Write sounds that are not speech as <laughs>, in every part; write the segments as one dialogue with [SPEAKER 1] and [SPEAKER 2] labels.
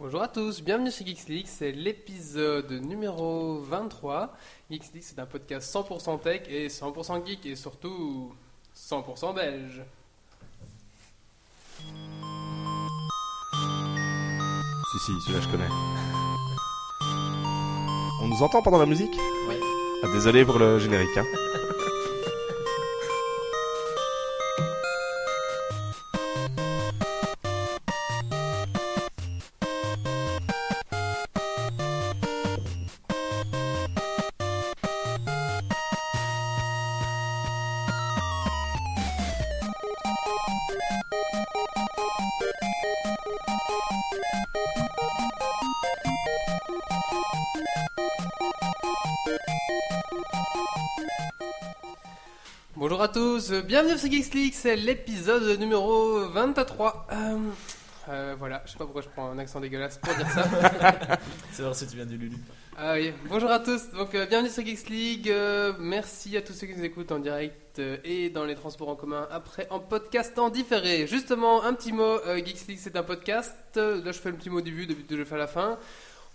[SPEAKER 1] Bonjour à tous, bienvenue sur Geeks League, c'est l'épisode numéro 23. Geeks League, c'est un podcast 100% tech et 100% geek et surtout 100% belge.
[SPEAKER 2] Si, si, celui-là je connais. On nous entend pendant la musique
[SPEAKER 1] Oui.
[SPEAKER 2] Ah, désolé pour le générique. Hein.
[SPEAKER 1] Bonjour à tous, bienvenue sur Geeks League, c'est l'épisode numéro 23. Euh, euh, voilà, je sais pas pourquoi je prends un accent dégueulasse pour dire ça.
[SPEAKER 3] C'est vrai si tu viens du Lulu.
[SPEAKER 1] Ah oui, Bonjour à tous, donc euh, bienvenue sur Geeks League. euh, merci à tous ceux qui nous écoutent en direct euh, et dans les transports en commun, après en podcast en différé. Justement, un petit mot euh, Geeks League, c'est un podcast. Euh, Là, je fais le petit mot au début, d'habitude, je le fais à la fin.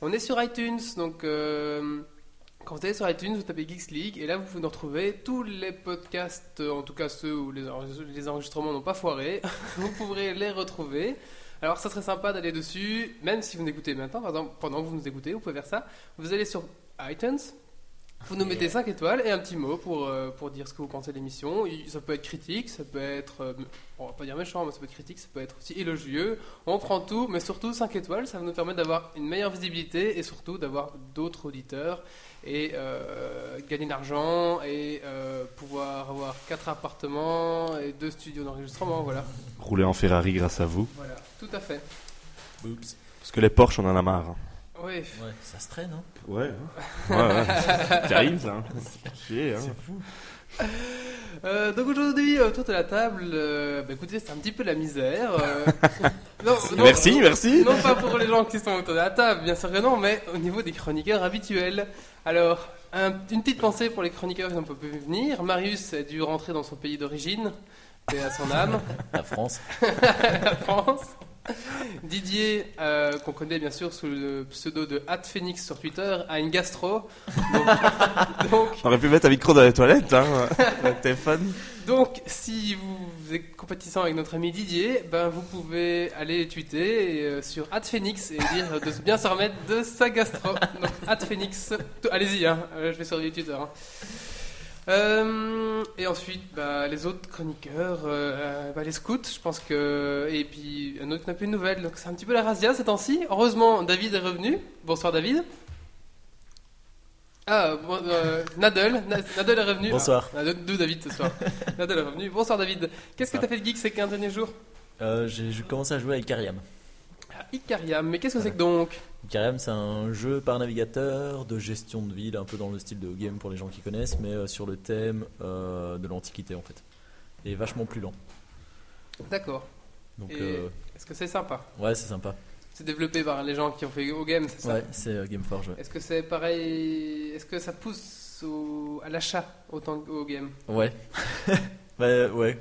[SPEAKER 1] On est sur iTunes, donc euh, quand vous allez sur iTunes, vous tapez Geeks League et là, vous pouvez nous retrouver tous les podcasts, euh, en tout cas ceux où les, enre- les enregistrements n'ont pas foiré. <laughs> vous pourrez les retrouver. Alors, ça serait sympa d'aller dessus, même si vous n'écoutez maintenant, par exemple, pendant que vous nous écoutez, vous pouvez faire ça. Vous allez sur iTunes, vous nous mettez 5 étoiles et un petit mot pour, euh, pour dire ce que vous pensez de l'émission. Il- Ça peut être critique, ça peut être, euh, on va pas dire méchant, mais ça peut être critique, ça peut être aussi élogieux. On prend tout, mais surtout 5 étoiles, ça va nous permettre d'avoir une meilleure visibilité et surtout d'avoir d'autres auditeurs et euh, gagner de l'argent et euh, pouvoir avoir 4 appartements et 2 studios d'enregistrement, voilà.
[SPEAKER 2] Rouler en Ferrari grâce à vous.
[SPEAKER 1] Voilà, tout à fait.
[SPEAKER 3] Oups.
[SPEAKER 2] Parce que les Porsche, on en a marre. hein.
[SPEAKER 1] Oui,
[SPEAKER 3] Ouais, ça se traîne, hein.
[SPEAKER 2] Ouais. Ouais, ouais. <laughs> C'est terrible, ça. hein. Chier, hein.
[SPEAKER 3] C'est fou.
[SPEAKER 1] Euh, donc aujourd'hui, autour de la table, euh, bah écoutez, c'est un petit peu la misère. euh, non, non,
[SPEAKER 2] Merci, merci.
[SPEAKER 1] Non pas pour les gens qui sont autour de la table, bien sûr que non, mais au niveau des chroniqueurs habituels. Alors, un- une petite pensée pour les chroniqueurs qui n'ont pas pu venir. Marius a dû rentrer dans son pays d'origine, et à son âme, <laughs>
[SPEAKER 3] La <laughs> France.
[SPEAKER 1] la France. Didier, euh, qu'on connaît bien sûr sous le pseudo de Phoenix sur Twitter, a une gastro. Donc- <laughs> donc
[SPEAKER 2] On aurait pu mettre un micro dans les toilettes, <laughs> hein. Avec tes fans.
[SPEAKER 1] Donc, si vous êtes compatissant avec notre ami Didier, ben, vous pouvez aller les tweeter et, euh, sur @phoenix et dire de se- bien se remettre de sa gastro. Donc, @phoenix, tout- allez-y, hein, euh, je vais surveiller Twitter. hein. Euh, et ensuite, bah, les autres chroniqueurs, euh, bah, les scouts, je pense que. Et puis, un autre n'a plus de nouvelles, donc c'est un petit peu la razzia ces temps-ci. Heureusement, David est revenu. Bonsoir, David. Ah, bon, euh, Nadel, Na- Nadel est revenu.
[SPEAKER 3] Bonsoir.
[SPEAKER 1] Ah, Nadel- d'où David ce soir. Nadel est revenu. Bonsoir, David. Qu'est-ce que t'as fait de geek ces 15 derniers jours
[SPEAKER 3] Euh, J'ai j'ai commencé à jouer à Icariam.
[SPEAKER 1] Ah, Icariam, mais qu'est-ce que c'est que donc
[SPEAKER 3] Icariam, c'est un jeu par navigateur de gestion de ville, un peu dans le style de game pour les gens qui connaissent, mais euh, sur le thème euh, de l'Antiquité en fait. Et vachement plus lent.
[SPEAKER 1] D'accord.
[SPEAKER 3] Donc,
[SPEAKER 1] Et-
[SPEAKER 3] euh,
[SPEAKER 1] Est-ce que c'est sympa
[SPEAKER 3] ouais, c'est sympa.
[SPEAKER 1] C'est développé par les gens qui ont fait au game, c'est ça
[SPEAKER 3] Ouais, c'est euh, Gameforge. ouais.
[SPEAKER 1] Est-ce que c'est pareil Est-ce que ça pousse au- à l'achat autant qu'au game
[SPEAKER 3] Ouais. <laughs> ouais, ouais.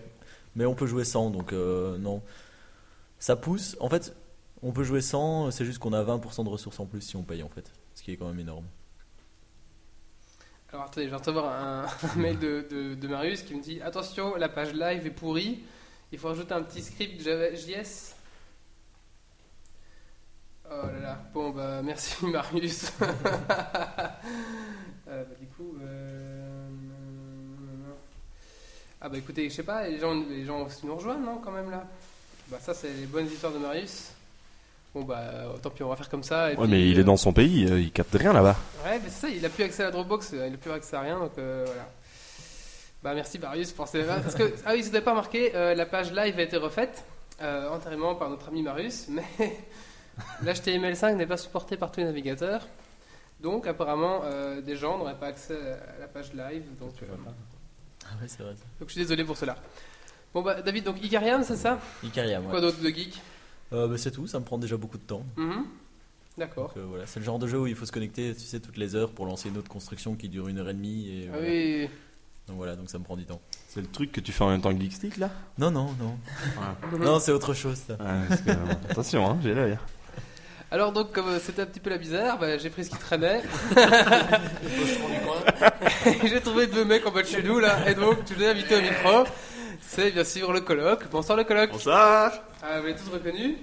[SPEAKER 3] Mais on peut jouer sans, donc euh, non. Ça pousse. En fait, on peut jouer sans, c'est juste qu'on a 20% de ressources en plus si on paye en fait. Ce qui est quand même énorme.
[SPEAKER 1] Alors attendez, je viens de recevoir un, <laughs> un mail de, de- de Marius qui me dit Attention, la page live est pourrie, il faut rajouter un petit script Java- JS. Oh là là, bon bah merci <laughs> Marius. Euh, bah, du coup. euh, Ah bah écoutez, je sais pas, les gens, les gens nous rejoignent non quand même là Bah ça, c'est les bonnes histoires de Marius. Bon bah tant pis, on va faire comme ça. et
[SPEAKER 2] Ouais,
[SPEAKER 1] puis,
[SPEAKER 2] mais il
[SPEAKER 1] euh,
[SPEAKER 2] est dans son pays, euh, il capte rien là-bas.
[SPEAKER 1] Ouais, mais c'est ça, il a plus accès à la Dropbox, euh, il a plus accès à rien, donc euh, voilà. Bah merci Marius pour ces... Parce que, ah oui, si vous n'avez pas remarqué, euh, la page live a été refaite euh, entièrement par notre ami Marius, <laughs> mais l'HTML5 n'est pas supporté par tous les navigateurs. Donc apparemment, euh, des gens n'auraient pas accès à la page live. Donc, euh,
[SPEAKER 3] Ah ouais, c'est vrai. ça.
[SPEAKER 1] donc je suis désolé pour cela. Bon bah David, donc Icariam, c'est ça
[SPEAKER 3] Icariam, ouais.
[SPEAKER 1] Quoi d'autre de geek
[SPEAKER 3] Euh, bah, c'est tout, ça me prend déjà beaucoup de temps.
[SPEAKER 1] Mhm. D'accord.
[SPEAKER 3] Donc, euh, voilà. C'est le genre de jeu où il faut se connecter, tu sais, toutes les heures pour lancer une autre construction qui dure une heure et demie. Et,
[SPEAKER 1] Ah
[SPEAKER 3] voilà.
[SPEAKER 1] oui,
[SPEAKER 3] Donc voilà, donc ça me prend du temps.
[SPEAKER 2] C'est le truc que tu fais en même temps que Geekstick, là
[SPEAKER 3] Non, non, non. non, c'est autre chose
[SPEAKER 2] <laughs>
[SPEAKER 3] ça.
[SPEAKER 2] Ouais, parce que, euh, Attention, hein, j'ai l'œil.
[SPEAKER 1] Alors donc, comme euh, c'était un petit peu la bizarre, bah, j'ai pris ce qui traînait. <laughs> j'ai trouvé deux mecs en bas de chez nous là, et donc tu les invité au micro. C'est bien sûr le coloc. Bonsoir le coloc.
[SPEAKER 4] Bonsoir
[SPEAKER 1] Ah, vous l'avez tous reconnu.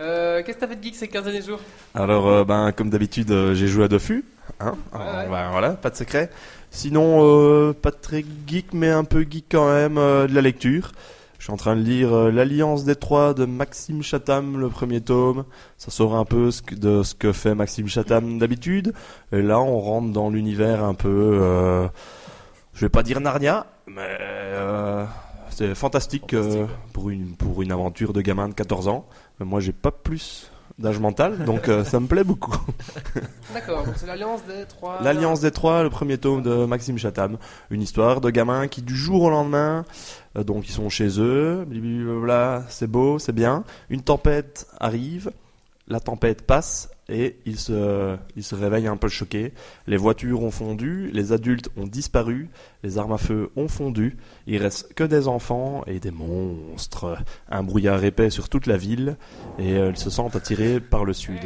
[SPEAKER 1] Euh, Qu'est-ce que t'as fait de geek ces 15 derniers jours
[SPEAKER 4] Alors, euh, ben, comme d'habitude, euh, j'ai joué à Dofus. Hein Alors,
[SPEAKER 1] ouais.
[SPEAKER 4] ben, voilà, pas de secret. Sinon, euh, pas très geek, mais un peu geek quand même, euh, de la lecture. Je suis en train de lire euh, L'Alliance des Trois de Maxime Chatham, le premier tome. Ça sort un peu ce que- de ce que fait Maxime Chatham d'habitude. Et là, on rentre dans l'univers un peu... euh, je vais pas dire Narnia, mais... euh, c'est fantastique, euh,
[SPEAKER 3] Fantastique, ouais.
[SPEAKER 4] pour, une, pour une aventure de gamin de 14 ans. Mais moi, j'ai pas plus d'âge mental, donc euh, ça me plaît beaucoup.
[SPEAKER 1] D'accord, donc c'est l'alliance des trois.
[SPEAKER 4] L'Alliance des Trois, le premier tome de Maxime Chatham. Une histoire de gamins qui, du jour au lendemain, euh, donc ils sont chez eux, blablabla, c'est beau, c'est bien. Une tempête arrive, la tempête passe et ils se, ils se réveillent un peu choqués. Les voitures ont fondu, les adultes ont disparu, les armes à feu ont fondu. Il reste que des enfants et des monstres. Un brouillard épais sur toute la ville et euh, ils se sentent attirés par le sud.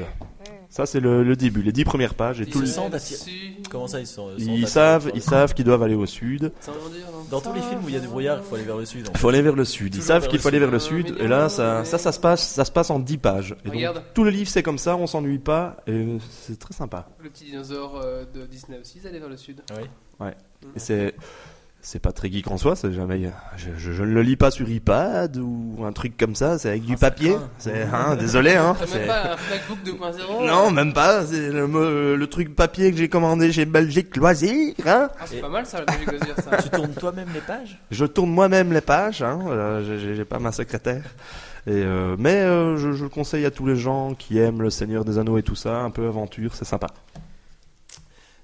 [SPEAKER 4] Ça, c'est le, le début, les dix premières pages et
[SPEAKER 1] Ils
[SPEAKER 4] tout le
[SPEAKER 1] se
[SPEAKER 3] sang d'acier.
[SPEAKER 1] dessus.
[SPEAKER 3] Comment ça, ils sont. sont
[SPEAKER 4] ils
[SPEAKER 3] d'accord
[SPEAKER 4] savent,
[SPEAKER 3] sur le-
[SPEAKER 4] ils savent qu'ils doivent aller au sud.
[SPEAKER 1] Ça veut dire, non
[SPEAKER 3] Dans tous les films où il y a du brouillard, il faut aller vers le sud. en
[SPEAKER 4] Il
[SPEAKER 3] fait.
[SPEAKER 4] faut aller vers le sud. Ils
[SPEAKER 3] Toujours
[SPEAKER 4] savent
[SPEAKER 3] vers
[SPEAKER 4] qu'il
[SPEAKER 3] le
[SPEAKER 4] faut aller vers le
[SPEAKER 1] sud.
[SPEAKER 4] sud.
[SPEAKER 1] Ah,
[SPEAKER 4] Et là,
[SPEAKER 1] mais-
[SPEAKER 4] ça, ça, ça se passe, ça se passe en 10 pages. Et donc,
[SPEAKER 1] Regarde.
[SPEAKER 4] tout le livre, c'est comme ça. On s'ennuie pas. Et euh, c'est très sympa.
[SPEAKER 1] Le petit dinosaure euh, de Disney aussi, ils allaient vers le sud.
[SPEAKER 3] Ah oui.
[SPEAKER 4] Et c'est, c'est pas très geek en soi. C'est jamais. Je, je- je ne le lis pas sur iPad ou un truc comme ça. C'est avec du
[SPEAKER 3] Ah, ça
[SPEAKER 4] papier.
[SPEAKER 3] craint.
[SPEAKER 4] C'est, hein, désolé.
[SPEAKER 3] Ah,
[SPEAKER 4] Hein,
[SPEAKER 1] T'as
[SPEAKER 4] c'est-
[SPEAKER 1] même pas un Flagbook 2.0
[SPEAKER 4] Non, même pas. C'est le, me- le truc papier que j'ai commandé chez Belgique Loisirs. Hein.
[SPEAKER 1] Ah, c'est
[SPEAKER 3] Et-
[SPEAKER 1] pas mal ça, la Belgique Loisir,
[SPEAKER 3] <laughs>
[SPEAKER 1] ça.
[SPEAKER 3] Tu tournes toi-même les pages
[SPEAKER 4] Je tourne moi-même les pages, hein, euh, j'ai- j'ai- j'ai pas ma secrétaire. Et euh, mais euh, je, je le conseille à tous les gens qui aiment le Seigneur des Anneaux et tout ça, un peu aventure, c'est sympa.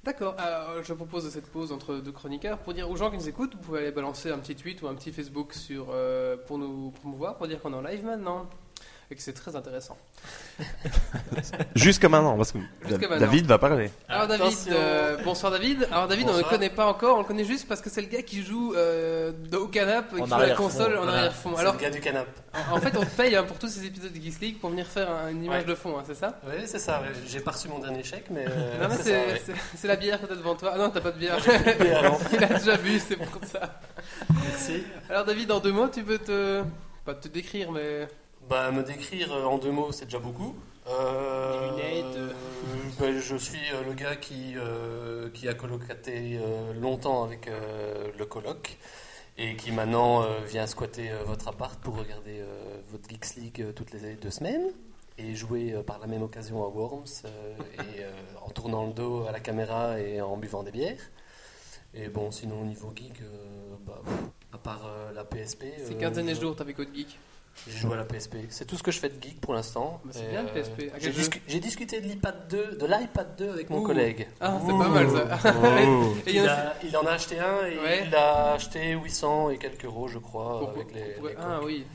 [SPEAKER 1] D'accord, alors, je propose cette pause entre deux chroniqueurs pour dire aux gens qui nous écoutent, vous pouvez aller balancer un petit tweet ou un petit Facebook sur, euh, pour nous promouvoir, pour dire qu'on est en live maintenant et que c'est très intéressant.
[SPEAKER 4] Jusqu'à maintenant, parce que
[SPEAKER 1] Jusqu'à
[SPEAKER 4] Da-
[SPEAKER 1] maintenant.
[SPEAKER 4] David va parler.
[SPEAKER 1] Alors David,
[SPEAKER 5] Attention.
[SPEAKER 1] euh, bonsoir David. Alors David, on ne le
[SPEAKER 5] Bonsoir.
[SPEAKER 1] connaît pas encore, on le connaît juste parce que c'est le gars qui joue euh, au canap, qui
[SPEAKER 3] En
[SPEAKER 1] joue à la
[SPEAKER 3] arrière-fond,
[SPEAKER 1] console en
[SPEAKER 3] voilà.
[SPEAKER 1] arrière-fond.
[SPEAKER 5] Alors,
[SPEAKER 1] Alors
[SPEAKER 5] le gars du canap.
[SPEAKER 1] en en fait, on te paye hein, pour tous ces épisodes de Geeks League pour venir faire un- une image
[SPEAKER 5] Ouais.
[SPEAKER 1] de fond, hein, c'est ça
[SPEAKER 5] Oui, c'est ça. ouais. J'ai pas reçu mon dernier chèque, mais. euh,
[SPEAKER 1] Non, mais
[SPEAKER 5] ça,
[SPEAKER 1] c'est
[SPEAKER 5] ouais.
[SPEAKER 1] c'est- c'est la bière que t'as devant toi. Ah non, t'as pas de
[SPEAKER 5] <laughs>
[SPEAKER 1] bière.
[SPEAKER 5] Et alors,
[SPEAKER 1] Il a déjà bu, c'est pour ça.
[SPEAKER 5] merci.
[SPEAKER 1] Alors David, en deux mots, tu peux te... Pas te décrire, mais...
[SPEAKER 5] Bah, me décrire euh, en deux mots, c'est déjà beaucoup. Euh,
[SPEAKER 1] Des lunettes.
[SPEAKER 5] euh, bah, je suis euh, le gars qui, euh, qui a colocaté euh, longtemps avec euh, le coloc et qui maintenant euh, vient squatter euh, votre appart pour regarder euh, votre Geeks League euh, toutes les deux semaines et jouer euh, par la même occasion à Worms euh, et euh, en tournant le dos à la caméra et en buvant des bières. Et bon, sinon au niveau geek, euh, bah, pff, à part euh, la PSP,
[SPEAKER 1] C'est
[SPEAKER 5] euh,
[SPEAKER 1] 15 derniers
[SPEAKER 5] je-
[SPEAKER 1] jours, t'as fait Code Geek.
[SPEAKER 5] j'ai joué à la PSP. C'est tout ce que je fais de geek pour l'instant.
[SPEAKER 1] Bah, c'est
[SPEAKER 5] Et,
[SPEAKER 1] bien, le PSP. À quel
[SPEAKER 5] J'ai,
[SPEAKER 1] jeu
[SPEAKER 5] discu- j'ai discuté de l'iPad 2, de l'iPad 2 avec mon
[SPEAKER 1] Ouh.
[SPEAKER 5] collègue.
[SPEAKER 1] Ah, c'est pas mal
[SPEAKER 5] <laughs>
[SPEAKER 1] ça. Et il
[SPEAKER 5] Il,
[SPEAKER 1] y en a-
[SPEAKER 5] a- il en a acheté un et
[SPEAKER 1] Ouais.
[SPEAKER 5] il a acheté 800 et quelques euros, je crois,
[SPEAKER 1] Pour-
[SPEAKER 5] avec les.
[SPEAKER 1] pour-
[SPEAKER 5] les
[SPEAKER 1] Ah
[SPEAKER 5] coques.
[SPEAKER 1] oui.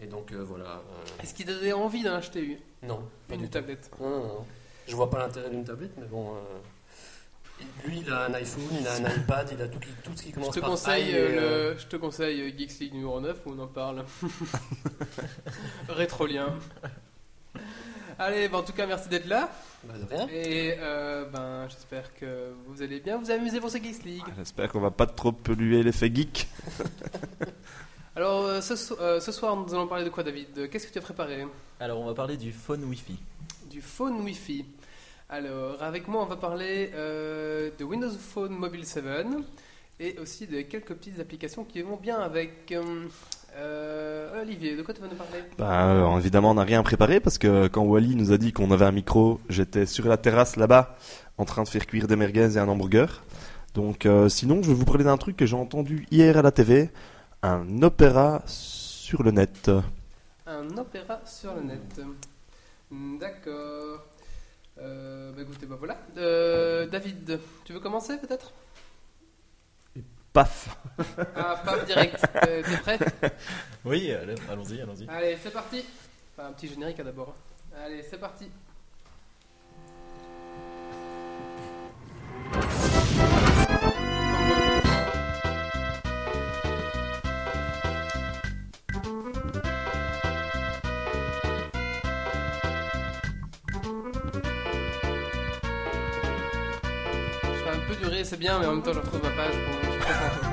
[SPEAKER 5] Et donc euh, voilà. euh,
[SPEAKER 1] Est-ce qu'il donnait envie d'en acheter une
[SPEAKER 5] non, pas
[SPEAKER 1] Une
[SPEAKER 5] du tout.
[SPEAKER 1] tablette.
[SPEAKER 5] Non, non, non. Je vois pas l'intérêt d'une tablette, mais bon. euh, il- Lui, il a un iPhone, il a un
[SPEAKER 1] <laughs>
[SPEAKER 5] iPad, il a tout, qui- tout ce qui
[SPEAKER 1] Je
[SPEAKER 5] commence
[SPEAKER 1] te
[SPEAKER 5] par
[SPEAKER 1] conseille,
[SPEAKER 5] i
[SPEAKER 1] euh,
[SPEAKER 5] et, euh,
[SPEAKER 1] le... je te conseille euh, Geeks League numéro 9 où on en parle.
[SPEAKER 5] <laughs>
[SPEAKER 1] Rétrolien. Allez, bah, en tout cas, merci d'être là.
[SPEAKER 5] bah,
[SPEAKER 1] <laughs>
[SPEAKER 5] de rien.
[SPEAKER 1] Et euh, ben, j'espère que vous allez bien vous amuser pour ce Geeks League.
[SPEAKER 4] J'espère qu'on va pas trop polluer l'effet geek.
[SPEAKER 1] Alors, euh, ce, so- euh, ce soir, nous allons parler de quoi, David Qu'est-ce que tu as préparé
[SPEAKER 3] Alors, on va parler du phone wifi.
[SPEAKER 1] Du phone Wi-Fi. Alors, avec moi, on va parler euh, de Windows Phone Mobile 7 et aussi de quelques petites applications qui vont bien avec. euh, euh, Olivier, de quoi tu vas nous parler
[SPEAKER 4] Bah, euh, évidemment, on n'a rien préparé parce que quand Wally nous a dit qu'on avait un micro, j'étais sur la terrasse là-bas en train de faire cuire des merguez et un hamburger. Donc, euh, sinon, je vais vous parler d'un truc que j'ai entendu hier à la TV un opéra sur le net.
[SPEAKER 1] Un opéra sur le net. Hmm, D'accord. Euh, bah écoutez, bah voilà. Euh, David, tu veux commencer peut-être
[SPEAKER 4] Paf!
[SPEAKER 1] Ah, pas direct. Euh, T'es prêt
[SPEAKER 3] Oui, allez, allons-y, allons-y.
[SPEAKER 1] Allez, c'est parti Enfin, un petit générique hein, d'abord. Allez, c'est parti peut durer, c'est bien, mais en même temps, je retrouve ma page. Bon, je comprends.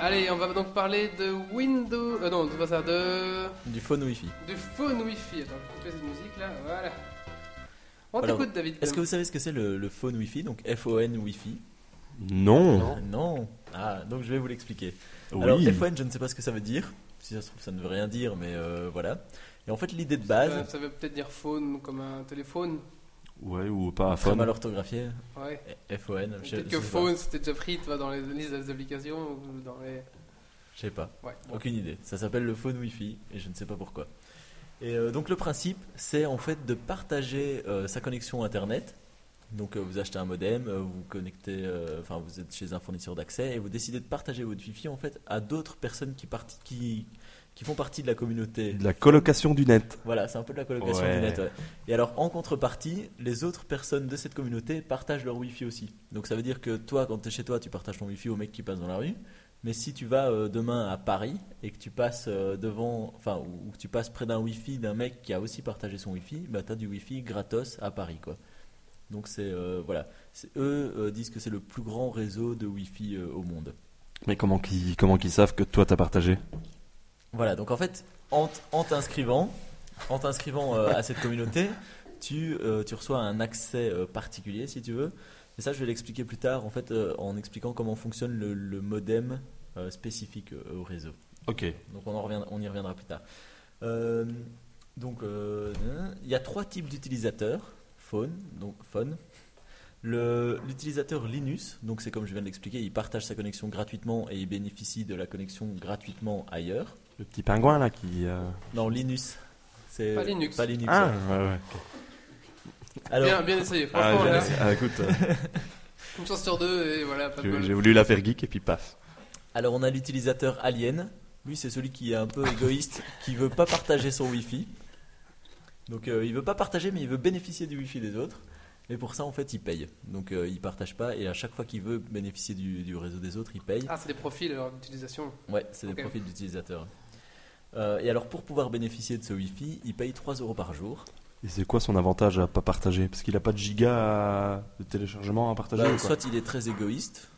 [SPEAKER 1] Allez, on va donc parler de Windows. euh, non, c'est pas ça, de.
[SPEAKER 3] Du phone Wi-Fi.
[SPEAKER 1] de phone Wi-Fi. Attends, je vais couper cette musique là, voilà. On
[SPEAKER 3] Alors,
[SPEAKER 1] t'écoute, David.
[SPEAKER 3] Est-ce que vous savez ce que c'est le, le phone Wi-Fi Donc F-O-N Wi-Fi.
[SPEAKER 2] Non.
[SPEAKER 5] Non.
[SPEAKER 3] Non. Ah, donc je vais vous l'expliquer.
[SPEAKER 2] Oui.
[SPEAKER 3] Alors F1, je ne sais pas ce que ça veut dire. Si ça se trouve, ça ne veut rien dire, mais euh, voilà. Et en fait, l'idée de
[SPEAKER 1] Euh,
[SPEAKER 3] base,
[SPEAKER 1] ça veut peut-être dire phone comme un téléphone.
[SPEAKER 2] Ouais, ou pas à
[SPEAKER 3] très
[SPEAKER 2] fond.
[SPEAKER 3] mal orthographié,
[SPEAKER 1] Ouais.
[SPEAKER 3] F-O-N, je,
[SPEAKER 1] Peut-être que
[SPEAKER 3] je sais pas.
[SPEAKER 1] phone c'était déjà pris tu vois, dans les listes des applications ou dans les.
[SPEAKER 3] Je sais pas,
[SPEAKER 1] Ouais. bon.
[SPEAKER 3] aucune idée. Ça s'appelle le phone Wi-Fi et je ne sais pas pourquoi. Et euh, donc le principe, c'est en fait de partager euh, sa connexion Internet. Donc euh, vous achetez un modem, euh, vous connectez, euh, enfin vous êtes chez un fournisseur d'accès et vous décidez de partager votre Wi-Fi en fait à d'autres personnes qui, parti- qui, qui font partie de la communauté.
[SPEAKER 2] De la colocation du net.
[SPEAKER 3] Voilà, c'est un peu de la colocation
[SPEAKER 2] Ouais.
[SPEAKER 3] du net. ouais. Et alors, en contrepartie, les autres personnes de cette communauté partagent leur Wi-Fi aussi. Donc, ça veut dire que toi, quand tu es chez toi, tu partages ton Wi-Fi au mec qui passe dans la rue. Mais si tu vas euh, demain à Paris et que tu passes euh, devant, enfin, ou, ou que tu passes près d'un Wi-Fi d'un mec qui a aussi partagé son Wi-Fi, bah, tu as du Wi-Fi gratos à Paris, quoi. Donc, c'est euh, voilà. C'est- Eux euh, disent que c'est le plus grand réseau de Wi-Fi euh, au monde.
[SPEAKER 2] Mais comment qu'ils comment qu'ils savent que toi t'as partagé
[SPEAKER 3] Voilà, donc en fait, en t- en t'inscrivant, en t'inscrivant euh, à cette communauté, tu, euh, tu reçois un accès euh, particulier, si tu veux. Et ça, je vais l'expliquer plus tard, en fait, euh, en expliquant comment fonctionne le, le modem euh, spécifique euh, au réseau.
[SPEAKER 2] Ok.
[SPEAKER 3] Donc on, en reviendra- on y reviendra plus tard. Euh, donc euh, il y a trois types d'utilisateurs. Phone, donc phone. Le- L'utilisateur Linux, donc c'est comme je viens de l'expliquer, il partage sa connexion gratuitement et il bénéficie de la connexion gratuitement ailleurs.
[SPEAKER 2] Le petit pingouin là qui. euh,
[SPEAKER 3] Non, Linus. C'est
[SPEAKER 1] Pas Linux.
[SPEAKER 3] Pas Linux.
[SPEAKER 2] Ah,
[SPEAKER 3] ouais.
[SPEAKER 2] ouais, ouais.
[SPEAKER 3] Alors,
[SPEAKER 1] Bien, bien essayé.
[SPEAKER 2] Ah,
[SPEAKER 1] Franchement,
[SPEAKER 2] j'ai-
[SPEAKER 1] là,
[SPEAKER 2] ah, écoute, euh,
[SPEAKER 1] une chance sur deux et voilà, pas de
[SPEAKER 3] <laughs>
[SPEAKER 2] j'ai
[SPEAKER 1] bol.
[SPEAKER 2] j'ai voulu la faire geek et puis paf.
[SPEAKER 3] alors on a l'utilisateur Alien. Lui, c'est celui qui est un peu égoïste, qui veut pas partager son Wi-Fi. Donc, euh, il veut pas partager, mais il veut bénéficier du Wi-Fi des autres. Et pour ça, en fait, il paye. Donc, euh, il partage pas. Et à chaque fois qu'il veut bénéficier du, du réseau des autres, il paye.
[SPEAKER 1] Ah, c'est des profils alors d'utilisation.
[SPEAKER 3] Ouais, c'est
[SPEAKER 1] Ok.
[SPEAKER 3] des profils d'utilisateurs. Euh, et alors, pour pouvoir bénéficier de ce Wi-Fi, il paye 3 euros par jour.
[SPEAKER 2] Et c'est quoi son avantage à pas partager Parce qu'il a pas de giga à- de téléchargement à partager.
[SPEAKER 3] Bah,
[SPEAKER 2] ou quoi
[SPEAKER 3] soit il est très égoïste,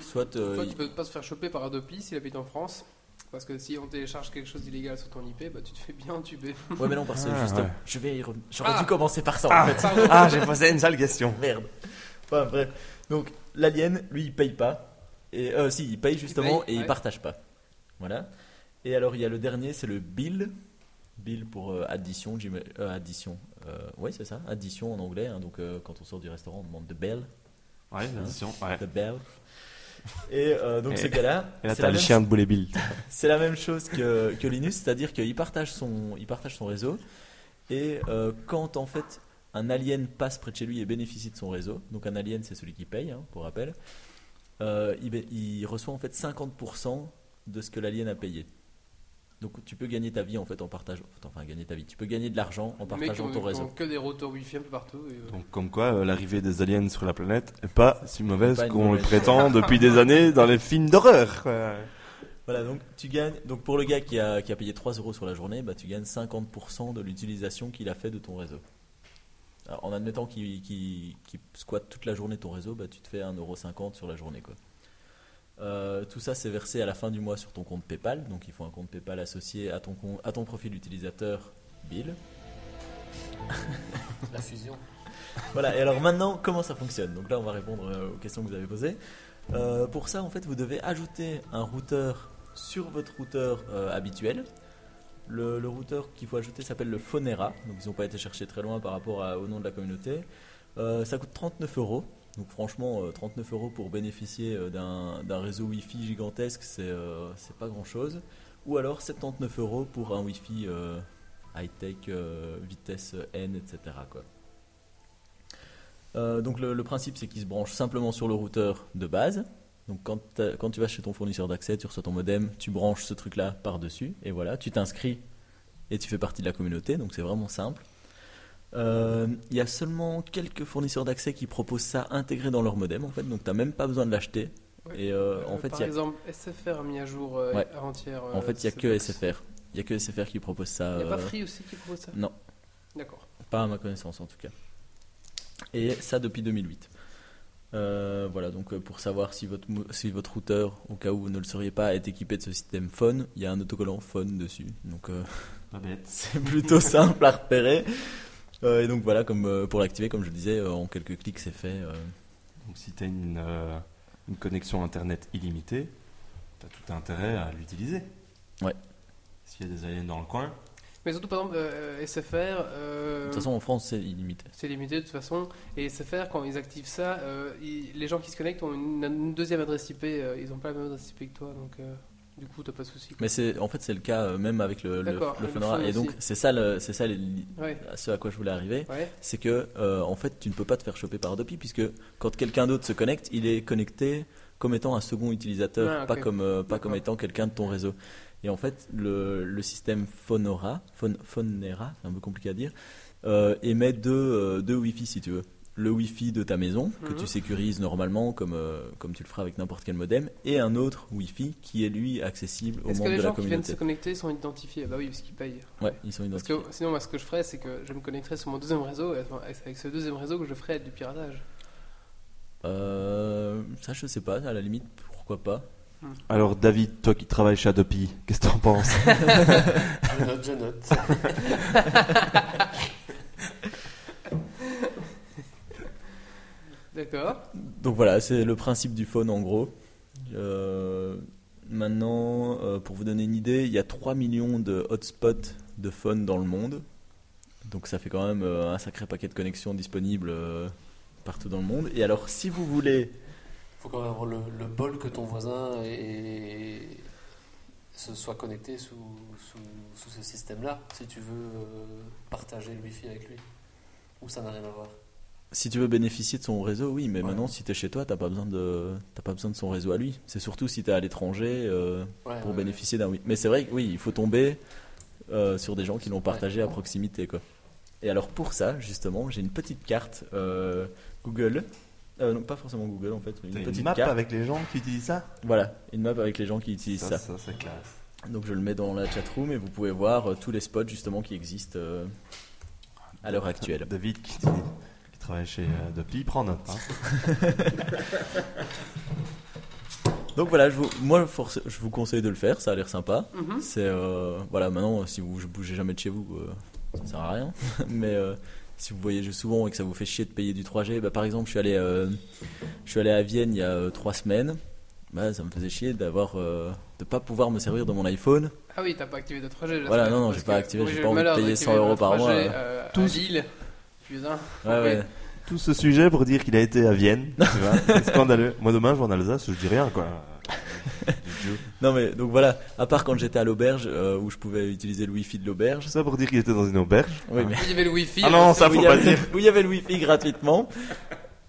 [SPEAKER 3] soit euh,
[SPEAKER 1] Toi,
[SPEAKER 3] il-
[SPEAKER 1] tu peux pas se faire choper par Adopi s'il habite en France. Parce que si on télécharge quelque chose d'illégal sur ton IP, bah tu te fais bien tuber.
[SPEAKER 3] Ouais, mais non, parce que
[SPEAKER 2] Ah,
[SPEAKER 3] justement,
[SPEAKER 2] ouais.
[SPEAKER 3] je vais y revenir. J'aurais
[SPEAKER 1] Ah.
[SPEAKER 3] dû commencer par ça, en fait.
[SPEAKER 1] Pardon.
[SPEAKER 2] Ah, j'ai posé une sale question.
[SPEAKER 3] Merde. Enfin, bref. Donc, l'alien, lui, il paye pas. Et, euh, si, il paye justement
[SPEAKER 1] paye,
[SPEAKER 3] et
[SPEAKER 1] ouais.
[SPEAKER 3] il partage pas. Voilà. Et alors, il y a le dernier, c'est le bill. Bill pour euh, addition, j'ima- euh, addition. Euh, ouais, c'est ça, addition en anglais. hein. donc, euh, quand on sort du restaurant, on demande the bell.
[SPEAKER 2] Ouais, l'addition, ouais.
[SPEAKER 3] The bell. Et euh, donc,
[SPEAKER 2] Et-
[SPEAKER 3] ce gars-là,
[SPEAKER 2] Et là,
[SPEAKER 3] c'est
[SPEAKER 2] t'as
[SPEAKER 3] la
[SPEAKER 2] le
[SPEAKER 3] même
[SPEAKER 2] chien de Boulet
[SPEAKER 3] <laughs>
[SPEAKER 2] Bill.
[SPEAKER 3] c'est la même chose que, que Linus, c'est-à-dire qu'il partage son, il partage son réseau. Et euh, quand en fait un alien passe près de chez lui et bénéficie de son réseau, donc un alien c'est celui qui paye, hein, pour rappel, euh, il, bé- il reçoit en fait 50% de ce que l'alien a payé. Donc tu peux gagner ta vie en fait en partageant, enfin gagner ta vie, tu peux gagner de l'argent en
[SPEAKER 1] Les mecs qui
[SPEAKER 3] partageant
[SPEAKER 1] ont,
[SPEAKER 3] ton
[SPEAKER 1] qui ont
[SPEAKER 3] réseau.
[SPEAKER 1] que des retours wifi un peu partout. et, euh,
[SPEAKER 2] Donc, comme quoi, euh, l'arrivée des aliens sur la planète est pas si mauvaise
[SPEAKER 3] Pas une
[SPEAKER 2] qu'on le
[SPEAKER 3] mauvaise.
[SPEAKER 2] prétend depuis des années dans les films d'horreur. quoi.
[SPEAKER 3] Voilà donc tu gagnes, donc pour le gars qui a, qui a payé 3 euros sur la journée, bah, tu gagnes 50% de l'utilisation qu'il a fait de ton réseau. Alors, en admettant qu'il qu'il- qu'il squatte toute la journée ton réseau, bah, tu te fais 1,50€ sur la journée. Quoi. Euh, tout ça, c'est versé à la fin du mois sur ton compte PayPal. Donc, il faut un compte PayPal associé à ton, com- à ton profil utilisateur Bill.
[SPEAKER 5] La fusion.
[SPEAKER 3] Voilà, et alors maintenant, comment ça fonctionne Donc là, on va répondre euh, aux questions que vous avez posées. Euh, pour ça, en fait, vous devez ajouter un routeur sur votre routeur euh, habituel. Le, le routeur qu'il faut ajouter s'appelle le Phonera, donc ils n'ont pas été cherchés très loin par rapport à- au nom de la communauté. Euh, ça coûte 39 euros, donc franchement, euh, 39 euros pour bénéficier euh, d'un d'un réseau Wi-Fi gigantesque, c'est euh, c'est pas grand-chose. Ou alors 79 euros pour un Wi-Fi euh, high-tech, euh, vitesse N, etc. Quoi. Euh, donc le, le principe c'est qu'il se branche simplement sur le routeur de base. Donc quand, t'as- quand tu vas chez ton fournisseur d'accès, tu reçois ton modem, tu branches ce truc-là par-dessus, et voilà, tu t'inscris et tu fais partie de la communauté, donc c'est vraiment simple. Euh, Il y a seulement quelques fournisseurs d'accès qui proposent ça intégré dans leur modem, en fait, donc tu n'as même pas besoin de l'acheter.
[SPEAKER 1] Ouais.
[SPEAKER 3] Et euh, en
[SPEAKER 1] Euh,
[SPEAKER 3] fait,
[SPEAKER 1] par
[SPEAKER 3] il y a
[SPEAKER 1] exemple, SFR a mis à jour euh,
[SPEAKER 3] Ouais.
[SPEAKER 1] avant-hier.
[SPEAKER 3] en
[SPEAKER 1] euh,
[SPEAKER 3] fait, il y a
[SPEAKER 1] ce
[SPEAKER 3] que
[SPEAKER 1] box.
[SPEAKER 3] SFR. Il y a que SFR qui propose ça.
[SPEAKER 1] Il n'y a pas
[SPEAKER 3] euh,
[SPEAKER 1] Free aussi qui propose ça
[SPEAKER 3] Non.
[SPEAKER 1] D'accord.
[SPEAKER 3] Pas à ma connaissance en tout cas. Et ça depuis 2008. Euh, voilà, donc euh, pour savoir si votre, mou- si votre routeur, au cas où vous ne le seriez pas, est équipé de ce système phone, il y a un autocollant phone dessus. Donc euh, <laughs>
[SPEAKER 4] Pas bête.
[SPEAKER 3] c'est plutôt simple à repérer. Euh, et donc voilà, comme, euh, pour l'activer, comme je le disais, euh, en quelques clics c'est fait. euh.
[SPEAKER 4] Donc si t'as une, euh, une connexion internet illimitée, t'as tout intérêt à l'utiliser.
[SPEAKER 3] Ouais.
[SPEAKER 4] S'il y a des aliens dans le coin,
[SPEAKER 1] Mais surtout, par exemple, euh, euh, SFR.
[SPEAKER 3] De
[SPEAKER 1] euh,
[SPEAKER 3] toute façon, en France c'est illimité.
[SPEAKER 1] C'est limité de toute façon. Et SFR, quand ils activent ça, euh, ils- les gens qui se connectent ont une, une deuxième adresse IP. euh, ils n'ont pas la même adresse IP que toi. Donc, euh, du coup, t'as pas de souci.
[SPEAKER 3] Mais c'est, en fait c'est le cas euh, même avec le, le,
[SPEAKER 1] D'accord,
[SPEAKER 3] le
[SPEAKER 1] le
[SPEAKER 3] Phonora.
[SPEAKER 1] phone
[SPEAKER 3] Et donc
[SPEAKER 1] aussi.
[SPEAKER 3] c'est ça, le- c'est ça les- <laughs>
[SPEAKER 1] Ouais.
[SPEAKER 3] ce à quoi je voulais arriver.
[SPEAKER 1] Ouais.
[SPEAKER 3] c'est que euh, en fait tu ne peux pas te faire choper par Adopi puisque quand quelqu'un d'autre se connecte, il est connecté comme étant un second utilisateur,
[SPEAKER 1] Ah, ok.
[SPEAKER 3] pas comme euh, pas
[SPEAKER 1] D'accord.
[SPEAKER 3] comme étant quelqu'un de ton réseau. Et en fait le, le système Phonora, Phon- Phonera, c'est un peu compliqué à dire, euh, émet deux euh, deux Wi-Fi si tu veux. Le Wi-Fi de ta maison que
[SPEAKER 1] Mhm.
[SPEAKER 3] tu sécurises normalement comme euh, comme tu le feras avec n'importe quel modem et un autre Wi-Fi qui est lui accessible aux
[SPEAKER 1] Est-ce que
[SPEAKER 3] membres
[SPEAKER 1] les
[SPEAKER 3] de la
[SPEAKER 1] gens qui viennent se
[SPEAKER 3] communauté.
[SPEAKER 1] connecter sont identifiés Bah oui, parce qu'ils payent.
[SPEAKER 3] Ouais, ils sont
[SPEAKER 1] Parce
[SPEAKER 3] identifiés.
[SPEAKER 1] que sinon, moi, ce que je ferais, c'est que je me connecterais sur mon deuxième réseau. Et enfin, c'est avec ce deuxième réseau que je ferais du piratage.
[SPEAKER 3] Euh, ça je sais pas, à la limite pourquoi pas.
[SPEAKER 4] Alors David, toi qui travailles chez Adopi, qu'est-ce que t'en penses
[SPEAKER 5] Je note, je note.
[SPEAKER 1] D'accord.
[SPEAKER 3] Donc voilà, c'est le principe du phone en gros. Euh, maintenant, euh, pour vous donner une idée, il y a 3 millions de hotspots de phone dans le monde. Donc ça fait quand même euh, un sacré paquet de connexions disponibles euh, partout dans le monde. Et alors, si vous voulez.
[SPEAKER 5] Faut quand même avoir le, le bol que ton voisin et se soit connecté sous, sous- sous ce système-là, si tu veux euh, partager le wifi avec lui. Ou ça n'a rien à voir.
[SPEAKER 3] Si tu veux bénéficier de son réseau, oui, mais
[SPEAKER 5] Ouais.
[SPEAKER 3] maintenant si t'es chez toi, t'as pas besoin de t'as pas besoin de son réseau à lui. C'est surtout si t'es à l'étranger euh,
[SPEAKER 5] Ouais,
[SPEAKER 3] pour
[SPEAKER 5] ouais,
[SPEAKER 3] bénéficier d'un oui. Mais c'est vrai que oui, il faut tomber euh, sur des gens qui l'ont partagé à proximité. Quoi. Et alors pour ça, justement, j'ai une petite carte euh, Google. Euh, non, pas forcément Google en fait, mais une
[SPEAKER 4] T'as
[SPEAKER 3] petite
[SPEAKER 4] une map
[SPEAKER 3] carte.
[SPEAKER 4] avec les gens qui utilisent ça
[SPEAKER 3] Voilà, une map avec les gens qui utilisent ça.
[SPEAKER 4] c'est classe.
[SPEAKER 3] Donc je le mets dans la chatroom et vous pouvez voir euh, tous les spots justement qui existent euh, à l'heure actuelle.
[SPEAKER 4] David qui, dit- qui travaille chez euh, Adopi, prend note. hein.
[SPEAKER 3] Donc voilà, je vous, moi force- je vous conseille de le faire, ça a l'air sympa.
[SPEAKER 1] Mhm.
[SPEAKER 3] C'est euh, voilà maintenant si vous bougez jamais de chez vous, euh, ça sert à rien. <laughs> Mais euh, si vous voyagez souvent et que ça vous fait chier de payer du 3G, bah, par exemple je suis allé euh, je suis allé à Vienne il y a euh, trois semaines. Bah, ça me faisait chier d'avoir euh, de pas pouvoir me servir de mon iPhone.
[SPEAKER 1] Ah oui, t'as pas activé de 3G. là,
[SPEAKER 3] Voilà,
[SPEAKER 1] c'est-
[SPEAKER 3] non, non,
[SPEAKER 1] parce
[SPEAKER 3] j'ai pas
[SPEAKER 1] que
[SPEAKER 3] activé,
[SPEAKER 1] moi,
[SPEAKER 3] j'ai
[SPEAKER 1] eu
[SPEAKER 3] pas
[SPEAKER 1] le
[SPEAKER 3] envie de
[SPEAKER 1] malheur
[SPEAKER 3] payer
[SPEAKER 1] d'activer
[SPEAKER 3] 100 euros par
[SPEAKER 1] 3G,
[SPEAKER 3] mois,
[SPEAKER 1] euh,
[SPEAKER 4] Tous.
[SPEAKER 1] à Lille. euh, Putain.
[SPEAKER 3] <laughs> Ouais, ouais.
[SPEAKER 4] Tout ce sujet pour dire qu'il a été à Vienne,
[SPEAKER 3] <laughs>
[SPEAKER 4] tu vois, c'est scandaleux. Moi demain je vais en Alsace, je dis rien quoi. Idiot.
[SPEAKER 3] Non mais donc voilà, à part quand j'étais à l'auberge euh, où je pouvais utiliser le Wi-Fi de l'auberge.
[SPEAKER 4] Tout ça pour dire qu'il était dans une auberge.
[SPEAKER 3] Oui, mais-
[SPEAKER 1] Il y avait le Wi-Fi.
[SPEAKER 4] Ah non, ça
[SPEAKER 3] où
[SPEAKER 4] faut
[SPEAKER 3] il y
[SPEAKER 4] pas
[SPEAKER 3] avait-
[SPEAKER 4] dire.
[SPEAKER 3] où il y avait le wifi gratuitement.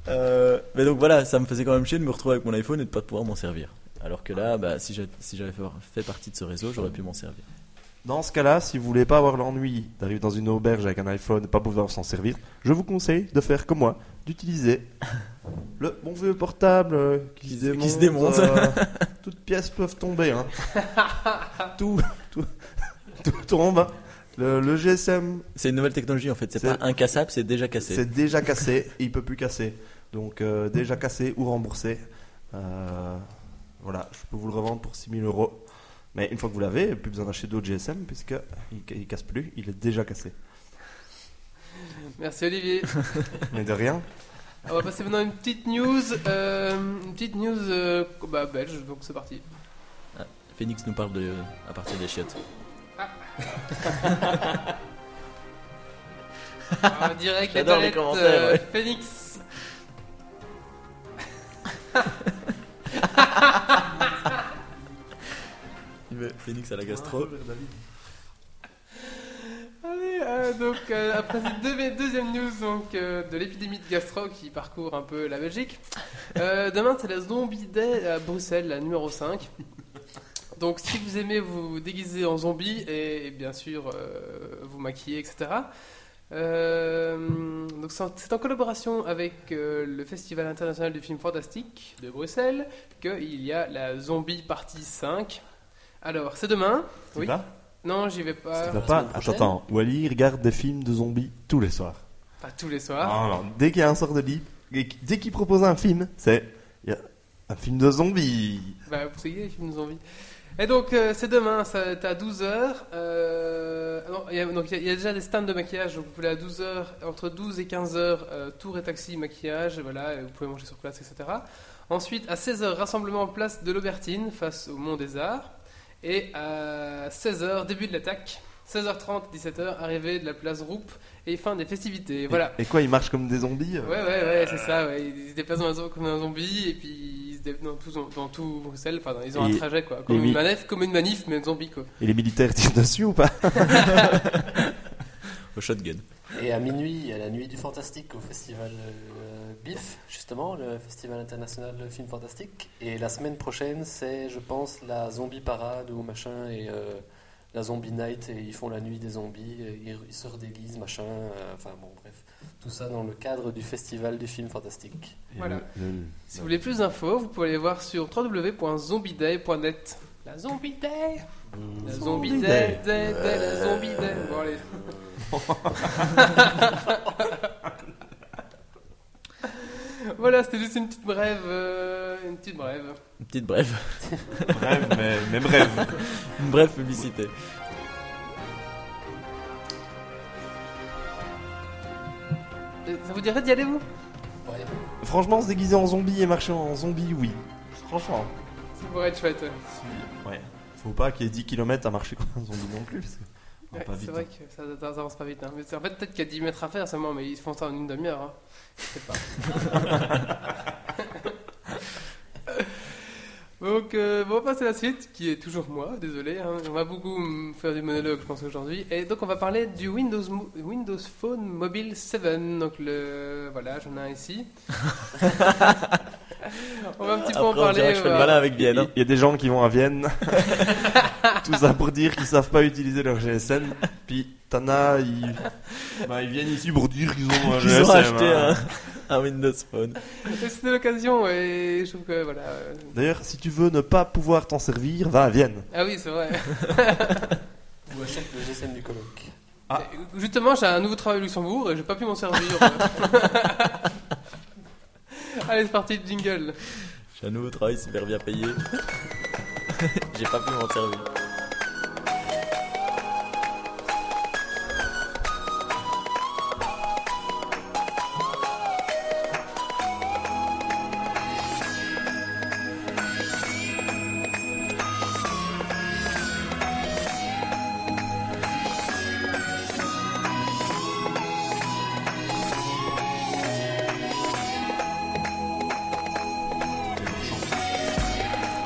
[SPEAKER 3] Euh, mais donc voilà, ça me faisait quand même chier de me retrouver avec mon iPhone et de pas pouvoir m'en servir. Alors que là, bah, si j'ai- si j'avais fa- fait partie de ce réseau, j'aurais pu m'en servir.
[SPEAKER 4] Dans ce cas-là, si vous voulez pas avoir l'ennui d'arriver dans une auberge avec un iPhone et pas pouvoir s'en servir, je vous conseille de faire comme moi,
[SPEAKER 3] <laughs>
[SPEAKER 4] d'utiliser le bon vieux portable euh, qui,
[SPEAKER 3] Qui
[SPEAKER 4] se
[SPEAKER 3] se-
[SPEAKER 4] démonte.
[SPEAKER 3] qui se démonte.
[SPEAKER 4] euh,
[SPEAKER 3] <laughs>
[SPEAKER 4] toutes pièces peuvent tomber. hein. tout, tout, tout tombe. Le, le GSM,
[SPEAKER 3] C'est une nouvelle technologie en fait, c'est
[SPEAKER 4] C'est-
[SPEAKER 3] pas incassable, c'est déjà cassé.
[SPEAKER 4] c'est déjà cassé et il peut plus casser. Donc euh, déjà cassé ou remboursé. Euh, voilà, je peux vous le revendre pour 6000 euros. Mais une fois que vous l'avez, plus besoin d'acheter d'autres GSM puisque il, il casse plus, il est déjà cassé.
[SPEAKER 1] Merci Olivier.
[SPEAKER 4] Mais de rien.
[SPEAKER 1] On va passer maintenant à une petite news, euh, une petite news euh, bah, belge, donc c'est
[SPEAKER 3] <laughs>
[SPEAKER 1] parti.
[SPEAKER 3] Phoenix nous parle de, à partir des chiottes.
[SPEAKER 1] Ah, direct, les
[SPEAKER 3] J'adore les
[SPEAKER 1] toilettes,
[SPEAKER 3] commentaires,
[SPEAKER 1] euh,
[SPEAKER 3] ouais.
[SPEAKER 1] Phoenix.
[SPEAKER 3] Phoenix à la gastro.
[SPEAKER 1] Allez, euh, donc euh, après cette deux- deuxième news donc, euh, de l'épidémie de gastro qui parcourt un peu la Belgique, euh, demain c'est la Zombie Day à Bruxelles, la numéro 5. Donc si vous aimez vous déguiser en zombie et, et bien sûr euh, vous maquiller, etc. Euh, donc c'est en- c'est en collaboration avec euh, le Festival international du film fantastique de Bruxelles qu'il y a la Zombie Partie 5. Alors c'est demain.
[SPEAKER 4] Tu
[SPEAKER 1] Oui. Euh,
[SPEAKER 4] vas
[SPEAKER 1] Non, j'y vais pas.
[SPEAKER 2] Tu vas pas.
[SPEAKER 5] semaine
[SPEAKER 2] Attends,
[SPEAKER 5] prochaine
[SPEAKER 2] attends. Wally regarde des films de zombies tous les soirs.
[SPEAKER 1] Pas tous les soirs.
[SPEAKER 2] Non, non, Dès qu'il y a un sort de lit, dès qu'- dès qu'il propose un film, c'est il y a un film de zombies.
[SPEAKER 1] Bah, vous savez, les films nous ont envie. Et donc, euh, c'est demain, ça- t'es à 12h. Euh, non, il y a- donc, il y, a- il y a déjà des stands de maquillage. Donc, vous pouvez aller à 12h, entre 12 et 15h, tour et taxi, maquillage. Voilà, et vous pouvez manger sur place, etc. Ensuite, à 16h, rassemblement en place de l'Aubertine face au Mont des Arts. Et à 16h, début de l'attaque. 16h30, 17h, arrivée de la place Roupe et fin des festivités. Voilà.
[SPEAKER 2] Et, et quoi, ils marchent comme des zombies euh
[SPEAKER 1] Ouais, ouais, ouais, c'est ça. Ouais. Ils se déplacent dans la zo- comme un zombie et puis ils se déplacent dans tout, dans tout Bruxelles. Enfin, ils ont
[SPEAKER 2] Et-
[SPEAKER 1] un trajet quoi. Comme
[SPEAKER 2] et
[SPEAKER 1] une
[SPEAKER 2] oui.
[SPEAKER 1] manif, comme une manif, mais zombie quoi.
[SPEAKER 2] Et les militaires <laughs> tirent dessus ou pas
[SPEAKER 3] Au shotgun.
[SPEAKER 5] Et à minuit, il y a la nuit du fantastique au festival euh, BIF, justement, le festival international de film fantastique. Et la semaine prochaine, c'est, je pense, la zombie parade ou machin, et euh, la zombie night, et ils font la nuit des zombies, et ils, ils se redéguisent, machin, euh, enfin bon, bref. Tout ça dans le cadre du festival du film fantastique.
[SPEAKER 1] Voilà.
[SPEAKER 2] Le- le-
[SPEAKER 1] Si vous voulez plus d'infos, vous pouvez aller voir sur www.zombieday.net. La zombie day La zombie day, day, day, la zombie day. Bon,
[SPEAKER 3] Euh,
[SPEAKER 1] allez. voilà, c'était juste une petite brève. euh, une petite brève.
[SPEAKER 3] Une petite brève. <laughs>
[SPEAKER 2] Bref, mais, mais bref.
[SPEAKER 3] Une brève publicité.
[SPEAKER 1] Euh, Ça vous dirait d'y aller vous
[SPEAKER 5] Ouais.
[SPEAKER 2] Franchement, se déguiser en zombie et marcher en zombie, oui. Franchement.
[SPEAKER 1] Ça pourrait être chouette. ouais.
[SPEAKER 2] Ouais. Faut pas qu'il y ait 10 km à marcher comme un zombie non plus. Parce que... on va
[SPEAKER 1] Ouais,
[SPEAKER 2] pas
[SPEAKER 1] c'est
[SPEAKER 2] vite.
[SPEAKER 1] vrai que ça, ça- ça avance pas vite. hein. Mais c'est- en fait, peut-être qu'il y a 10 mètres à faire seulement, mais ils font ça en une demi-heure. hein. Je sais
[SPEAKER 2] <laughs>
[SPEAKER 1] pas. Donc, euh, bon, on va passer à la suite, qui est toujours moi, désolé. hein. On va beaucoup mm, faire du monologue, je pense, aujourd'hui. Et donc, on va parler du Windows, Mo- Windows Phone Mobile 7. Donc, le... voilà, j'en ai
[SPEAKER 2] <laughs>
[SPEAKER 1] un ici. on va un petit peu en
[SPEAKER 3] Après, on
[SPEAKER 1] parler. euh,
[SPEAKER 3] dirait que je fais le
[SPEAKER 1] voilà.
[SPEAKER 3] malin avec Vienne. hein.
[SPEAKER 2] Il y a des gens qui vont à Vienne. <laughs> Tout ça pour dire qu'ils savent pas utiliser leur GSM. Puis Tana, ils, bah, ils viennent ici pour dire qu'ils ont un
[SPEAKER 4] E
[SPEAKER 3] Ils
[SPEAKER 2] GSM.
[SPEAKER 3] ont acheté
[SPEAKER 2] hein.
[SPEAKER 3] un, un Windows Phone.
[SPEAKER 1] Et C'était l'occasion, et je trouve que voilà. euh,
[SPEAKER 2] D'ailleurs, si tu veux ne pas pouvoir t'en servir, va à Vienne.
[SPEAKER 1] Ah oui, c'est vrai.
[SPEAKER 5] Ou achète le GSM du colloque.
[SPEAKER 2] Ah.
[SPEAKER 1] Justement, j'ai un nouveau travail au Luxembourg et j'ai pas pu m'en servir. Allez, c'est parti, jingle.
[SPEAKER 3] J'ai un nouveau travail super bien payé. J'ai pas pu m'en servir.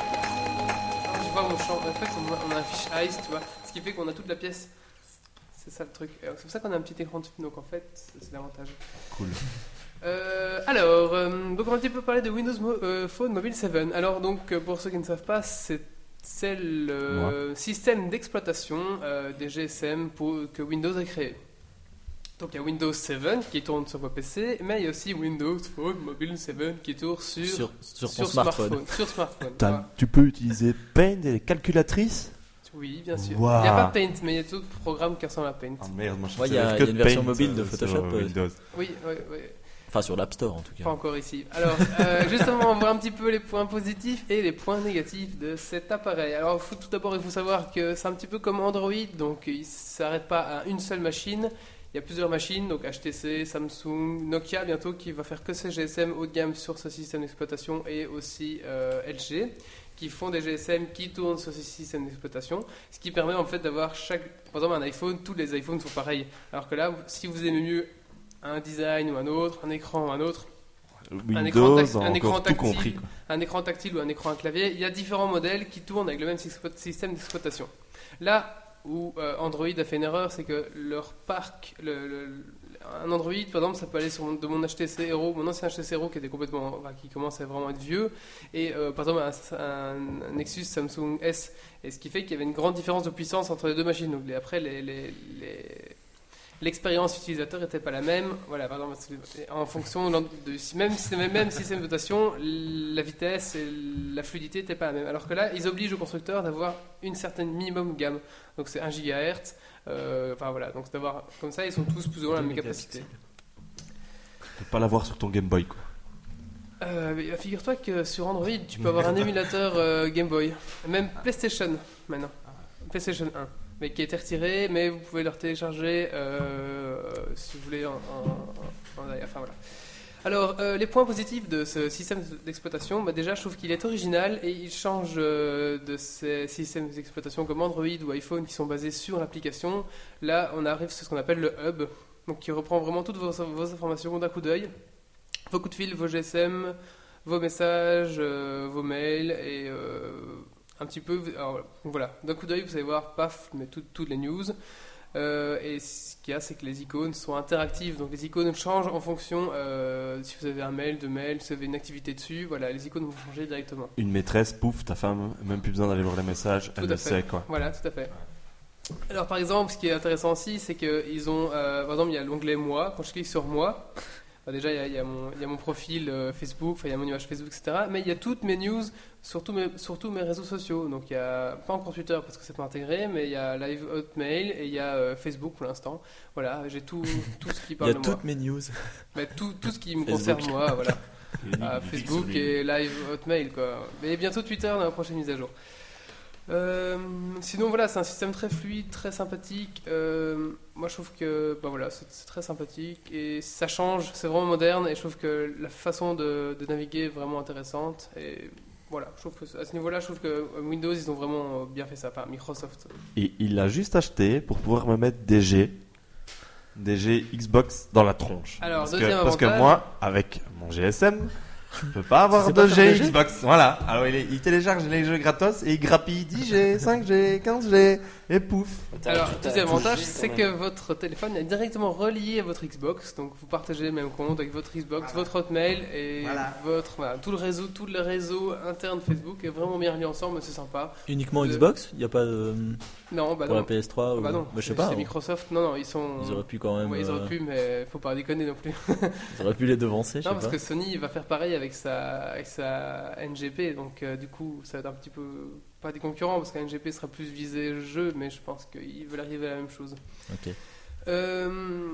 [SPEAKER 1] J'ai pas Ah, mon champ. En fait, on a, on a un fiche ice, tu vois. Ce qui fait qu'on a toute la pièce. C'est ça le truc. Euh, C'est pour ça qu'on a un petit écran dessus. Donc en fait, c'est l'avantage.
[SPEAKER 2] Cool.
[SPEAKER 1] Euh, alors, euh, donc on va un petit peu parler de Windows Mo- euh, Phone Mobile 7. Alors donc, euh, pour ceux qui ne savent pas, c'est c'est le système d'exploitation euh, des GSM pour- que Windows a créé. Donc il y a Windows 7 qui tourne sur votre PC, mais il y a aussi Windows Phone Mobile 7 qui tourne sur,
[SPEAKER 3] Sur, sur ton
[SPEAKER 1] sur
[SPEAKER 3] smartphone.
[SPEAKER 1] Sur smartphone.
[SPEAKER 2] T'as-
[SPEAKER 1] voilà.
[SPEAKER 2] tu peux utiliser Paint et les calculatrices
[SPEAKER 1] Oui, bien sûr.
[SPEAKER 2] Waouh.
[SPEAKER 1] Il n'y a pas Paint, mais il y a d'autres programmes qui ressemblent à Paint.
[SPEAKER 2] Ah,
[SPEAKER 4] Ah.
[SPEAKER 2] merde, moi
[SPEAKER 3] Ouais, y a- y a une version mobile de Photoshop, euh,
[SPEAKER 1] Oui, oui, oui.
[SPEAKER 3] Enfin, sur l'App Store en tout cas.
[SPEAKER 1] Pas encore ici. Alors,
[SPEAKER 3] <laughs>
[SPEAKER 1] euh, justement, on voit un petit peu les points positifs et les points négatifs de cet appareil. Alors, faut- tout d'abord, il faut savoir que c'est un petit peu comme Android, donc il ne s'arrête pas à une seule machine. Il y a plusieurs machines, donc HTC, Samsung, Nokia bientôt, qui va faire que ces GSM haut de gamme sur ce système d'exploitation et aussi euh, LG, qui font des GSM qui tournent sur ce système d'exploitation, ce qui permet en fait d'avoir chaque... Par exemple, un iPhone, tous les iPhones sont pareils. Alors que là, si vous aimez mieux un design ou un autre, un écran ou un autre, un écran
[SPEAKER 2] Windows,
[SPEAKER 1] tac- un
[SPEAKER 2] encore
[SPEAKER 1] écran
[SPEAKER 2] tout
[SPEAKER 1] tactile.
[SPEAKER 2] compris. quoi.
[SPEAKER 1] un écran tactile ou un écran à clavier, il y a différents modèles qui tournent avec le même sexpo- système d'exploitation. Là où euh, Android a fait une erreur, c'est que leur parc, le- le- le- un Android par exemple, ça peut aller sur mon- de mon HTC Hero, mon ancien HTC Hero qui était complètement, enfin, qui commence à vraiment être vieux, et euh, par exemple un, un- un Nexus Samsung S, et ce qui fait qu'il y avait une grande différence de puissance entre les deux machines. Donc les- après les, les, les- l'expérience utilisateur n'était pas la même. Voilà, par exemple, c'est- en fonction de l'en- du si- même, si- même système de notation, la vitesse et la fluidité n'étaient pas la même. Alors que là, ils obligent au constructeur d'avoir une certaine minimum gamme. Donc c'est 1 GHz. euh, enfin voilà, donc d'avoir comme ça, ils sont tous plus ou moins la même capacité.
[SPEAKER 2] Faut pas l'avoir sur ton Game Boy quoi.
[SPEAKER 1] Euh, mais Figure-toi que sur Android, tu peux avoir un émulateur euh, Game Boy, même PlayStation maintenant, PlayStation 1, mais qui a été retiré, mais vous pouvez le télécharger euh, si vous voulez en, en- en- en- enfin, voilà. Alors, euh, les points positifs de ce système d'exploitation, bah déjà, je trouve qu'il est original et il change euh, de ces systèmes d'exploitation comme Android ou iPhone qui sont basés sur l'application. Là, on arrive sur ce qu'on appelle le hub, donc qui reprend vraiment toutes vos, vos informations d'un coup d'œil vos coups de fil, vos GSM, vos messages, euh, vos mails et euh, un petit peu. alors, voilà, d'un coup d'œil, vous allez voir, paf, mais tout- toutes les news. Euh, et ce qu'il y a, c'est que les icônes sont interactives, donc les icônes changent en fonction. euh, si vous avez un mail, deux mails, si vous avez une activité dessus, voilà, les icônes vont changer directement.
[SPEAKER 2] Une maîtresse, pouf, ta femme, même plus besoin d'aller voir les messages,
[SPEAKER 1] à
[SPEAKER 2] elle le
[SPEAKER 1] fait.
[SPEAKER 2] sait quoi.
[SPEAKER 1] Voilà, tout à fait. Alors par exemple, ce qui est intéressant aussi, c'est qu'ils ont, euh, par exemple, il y a l'onglet moi. Quand je clique sur moi, bah, déjà il y, a, il y a mon, il y a mon profil euh, Facebook, enfin il y a mon image Facebook, etc. Mais il y a toutes mes news, surtout mes, surtout mes réseaux sociaux. Donc il y a pas encore Twitter parce que c'est pas intégré, mais il y a Live Hotmail et il y a euh, Facebook pour l'instant. Voilà, j'ai tout, tout ce qui
[SPEAKER 3] Il
[SPEAKER 1] parle
[SPEAKER 3] y a
[SPEAKER 1] de moi.
[SPEAKER 3] toutes mes news.
[SPEAKER 1] Bah, tout, tout ce qui me
[SPEAKER 3] Facebook.
[SPEAKER 1] concerne
[SPEAKER 2] <laughs>
[SPEAKER 1] moi, voilà. Ah, Facebook et Live Hotmail quoi. Mais bientôt Twitter dans la prochaine mise à jour. Euh, sinon voilà, c'est un système très fluide, très sympathique. Euh, moi je trouve que bah, voilà, c'est c'est très sympathique et ça change, c'est vraiment moderne et je trouve que la façon de, de naviguer est vraiment intéressante et voilà, je trouve que à ce niveau-là, je trouve que euh, Windows ils ont vraiment euh, bien fait ça, enfin Microsoft.
[SPEAKER 2] Et il l'a juste acheté pour pouvoir me mettre DG, DG Xbox dans la tronche.
[SPEAKER 1] Alors,
[SPEAKER 2] parce, que,
[SPEAKER 1] Ah, deuxième
[SPEAKER 2] parce que
[SPEAKER 1] avantage.
[SPEAKER 2] moi, avec mon GSM, je peux pas avoir
[SPEAKER 3] sais
[SPEAKER 2] de
[SPEAKER 3] pas faire
[SPEAKER 2] G
[SPEAKER 3] DG?
[SPEAKER 2] Xbox. Voilà. Alors il, est- il télécharge les jeux gratos et il grappille 10G,
[SPEAKER 3] <laughs>
[SPEAKER 2] 5G, 15G et pouf.
[SPEAKER 5] T'as-
[SPEAKER 1] Alors,
[SPEAKER 5] t'as-
[SPEAKER 1] deuxième
[SPEAKER 5] t'as-
[SPEAKER 1] avantage,
[SPEAKER 5] t'as-
[SPEAKER 1] c'est
[SPEAKER 5] t'as-
[SPEAKER 1] que votre téléphone est directement relié à votre Xbox, donc vous partagez le même compte avec votre Xbox, votre Hotmail et votre voilà, tout le réseau, tout le réseau interne Facebook est vraiment bien relié ensemble, c'est sympa.
[SPEAKER 3] Uniquement
[SPEAKER 1] Euh,
[SPEAKER 3] Xbox Il n'y a pas de.
[SPEAKER 1] Non, bah
[SPEAKER 3] pour
[SPEAKER 1] non,
[SPEAKER 3] la PS3
[SPEAKER 1] Ah
[SPEAKER 3] ou...
[SPEAKER 1] bah non,
[SPEAKER 3] Bah, je sais
[SPEAKER 1] c'est-
[SPEAKER 3] pas.
[SPEAKER 1] c'est
[SPEAKER 3] hein.
[SPEAKER 1] Microsoft, non non, ils sont,
[SPEAKER 3] Ils auraient pu quand même.
[SPEAKER 1] ouais, ils auraient
[SPEAKER 3] euh,
[SPEAKER 1] pu, mais faut pas déconner non plus.
[SPEAKER 3] ils auraient pu les devancer, je
[SPEAKER 1] Non,
[SPEAKER 3] sais
[SPEAKER 1] parce
[SPEAKER 3] pas.
[SPEAKER 1] que Sony va faire pareil avec sa, avec sa NGP, donc euh, du coup, ça va être un petit peu pas des concurrents, parce que la NGP sera plus visée jeu, mais je pense qu'ils veulent arriver à la même chose.
[SPEAKER 3] Ok.
[SPEAKER 1] Euh,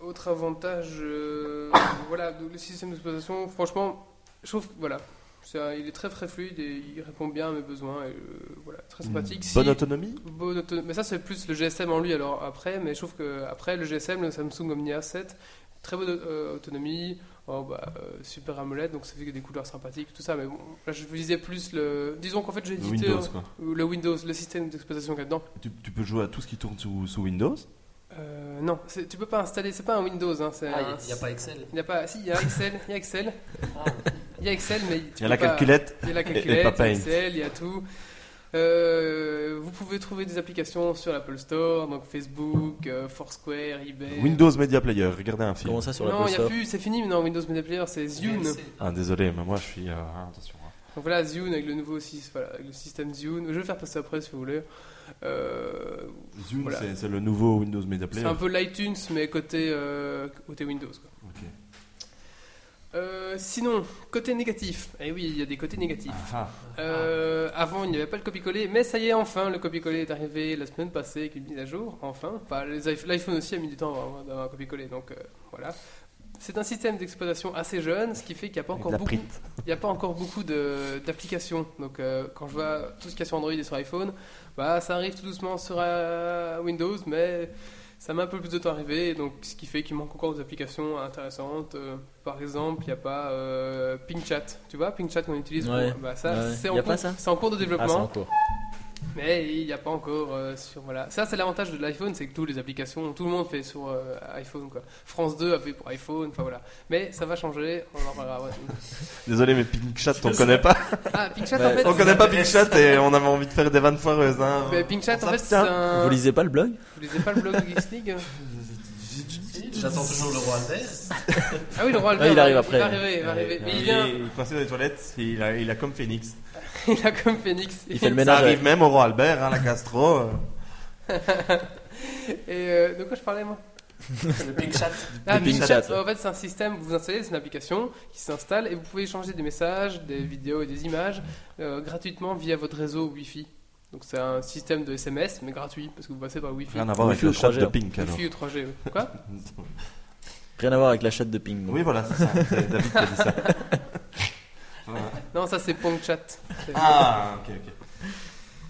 [SPEAKER 1] autre avantage, euh, voilà, donc le système d'exploitation, franchement, je trouve, voilà, c'est un- il est très très fluide et il répond bien à mes besoins, et, euh, voilà, très
[SPEAKER 3] Mm.
[SPEAKER 1] sympathique. Si-
[SPEAKER 2] Bonne autonomie.
[SPEAKER 1] Bon, notre- mais ça c'est plus le GSM en lui alors après, mais je trouve que après le GSM, le Samsung Omni A7, très bonne euh, autonomie, oh, bah, euh, super AMOLED, donc ça fait que des couleurs sympathiques, tout ça, mais bon, là je visais plus le... Disons qu'en fait j'ai hésité
[SPEAKER 2] Windows quoi.
[SPEAKER 1] euh, le Windows, le système d'exploitation qu'il y a dedans.
[SPEAKER 2] Tu, tu peux jouer à tout ce qui tourne sous, sous Windows.
[SPEAKER 1] Euh, non, c'est- tu peux pas installer, c'est pas un Windows, hein, c'est
[SPEAKER 5] Ah,
[SPEAKER 1] un-
[SPEAKER 5] il n'y a pas Excel.
[SPEAKER 1] il y a pas... Si, il y a Excel, il y a Excel, il y a Excel, mais... tu
[SPEAKER 2] Il y a la
[SPEAKER 1] peux pas-
[SPEAKER 2] calculette.
[SPEAKER 1] Il y a
[SPEAKER 2] <laughs>
[SPEAKER 1] la
[SPEAKER 2] Et- et
[SPEAKER 1] calculette,
[SPEAKER 2] pas
[SPEAKER 1] il y a
[SPEAKER 2] Paint.
[SPEAKER 1] Excel, il y a tout. Euh, vous pouvez trouver des applications sur l'Apple Store, donc Facebook, euh, Foursquare, eBay.
[SPEAKER 2] Windows Media Player. Regardez un film.
[SPEAKER 3] Comment ça sur la
[SPEAKER 1] Non, il
[SPEAKER 3] PS
[SPEAKER 1] n'y a plus, c'est fini maintenant, Windows Media Player, c'est Zune.
[SPEAKER 5] VLC.
[SPEAKER 2] Ah désolé, mais moi je suis. euh, attention. hein.
[SPEAKER 1] Donc voilà, Zune avec le nouveau sys- voilà, avec le système Zune. Je vais faire passer après si vous voulez. Euh,
[SPEAKER 2] Zoom,
[SPEAKER 1] Voilà.
[SPEAKER 2] c'est- c'est le nouveau Windows Media
[SPEAKER 1] c'est
[SPEAKER 2] Player.
[SPEAKER 1] un peu l'iTunes, mais côté, euh, côté Windows. quoi.
[SPEAKER 2] Ok.
[SPEAKER 1] Euh, sinon, côté négatif. Eh oui, il y a des côtés négatifs.
[SPEAKER 2] Ah,
[SPEAKER 1] Euh, avant, il n'y avait pas le copier-coller, mais ça y est, enfin, le copier-coller est arrivé la semaine passée avec une mise à jour, enfin. Enfin, les iPh- L'iPhone aussi a mis du temps avant d'avoir un copier-coller, donc euh, voilà. C'est un système d'exploitation assez jeune, ce qui fait qu'il n'y a pas
[SPEAKER 2] avec
[SPEAKER 1] encore
[SPEAKER 2] la
[SPEAKER 1] beaucoup,
[SPEAKER 2] prite.
[SPEAKER 1] il n'y a pas encore beaucoup de- d'applications. Donc, euh, quand je vois tout ce qu'il y a sur Android et sur iPhone, bah, ça arrive tout doucement sur euh, Windows, mais ça met un peu plus de temps à arriver, donc ce qui fait qu'il manque encore des applications intéressantes. Euh, par exemple, il n'y a pas euh, PingChat. Tu vois, PingChat qu'on utilise, pour-
[SPEAKER 3] Ouais.
[SPEAKER 1] bah, ça,
[SPEAKER 3] Ouais.
[SPEAKER 1] c'est
[SPEAKER 3] Y
[SPEAKER 1] en,
[SPEAKER 3] a pas
[SPEAKER 1] cours-
[SPEAKER 3] ça
[SPEAKER 1] c'est en cours de
[SPEAKER 3] Ah, c'est en
[SPEAKER 1] développement,
[SPEAKER 3] cours.
[SPEAKER 1] mais il n'y a pas encore euh, sur voilà. Ça, c'est l'avantage de l'iPhone, c'est que toutes les applications, tout le monde fait sur euh, iPhone quoi. France 2 a fait pour iPhone, enfin voilà. Mais ça va changer. On en parlera.
[SPEAKER 3] <laughs>
[SPEAKER 1] ouais.
[SPEAKER 2] Désolé, mais Pinchat, on connaît pas.
[SPEAKER 1] Ah, PingChat en
[SPEAKER 3] Ouais.
[SPEAKER 1] fait.
[SPEAKER 2] On connaît pas Pinchat et on avait envie de faire des vannes foireuses. Hein.
[SPEAKER 1] Mais Pinchat, en fait, c'est
[SPEAKER 2] Tiens,
[SPEAKER 1] un.
[SPEAKER 3] Vous lisez pas le blog
[SPEAKER 1] Vous lisez pas le blog de Geeks League
[SPEAKER 5] Si, J'attends toujours le roi Albert.
[SPEAKER 1] Ah oui, le roi Albert.
[SPEAKER 3] Ouais, il arrive
[SPEAKER 1] Il
[SPEAKER 3] après.
[SPEAKER 1] va arriver, il va arriver. Mais il vient,
[SPEAKER 2] est coincé dans les toilettes, et il a, il a comme Phoenix.
[SPEAKER 1] <laughs> il a comme Phoenix.
[SPEAKER 3] Il fait le
[SPEAKER 2] Ça
[SPEAKER 3] ménage.
[SPEAKER 2] arrive même au roi Albert, hein, la Castro. euh.
[SPEAKER 1] Et euh, de quoi je parlais, moi
[SPEAKER 5] Le Pink Chat.
[SPEAKER 1] Ah,
[SPEAKER 3] Ping
[SPEAKER 1] Ping Chat,
[SPEAKER 3] Chat.
[SPEAKER 1] en fait, c'est un système, vous vous installez, c'est une application qui s'installe et vous pouvez échanger des messages, des vidéos et des images euh, gratuitement via votre réseau Wi-Fi. Donc, c'est un système de SMS, mais gratuit, parce que vous passez par Wi-Fi.
[SPEAKER 4] Rien à voir avec
[SPEAKER 3] Wifi
[SPEAKER 4] le
[SPEAKER 3] au
[SPEAKER 4] chat
[SPEAKER 3] projet.
[SPEAKER 4] de Pink alors.
[SPEAKER 1] Wi-Fi ou 3G, oui. Quoi
[SPEAKER 3] Rien à voir avec la chatte de ping. donc.
[SPEAKER 4] Oui, voilà, c'est
[SPEAKER 1] <laughs>
[SPEAKER 4] ça. C'est David qui a dit ça. Voilà.
[SPEAKER 1] Non, ça, c'est Pong Chat. C'est-
[SPEAKER 4] Ah, ok, ok.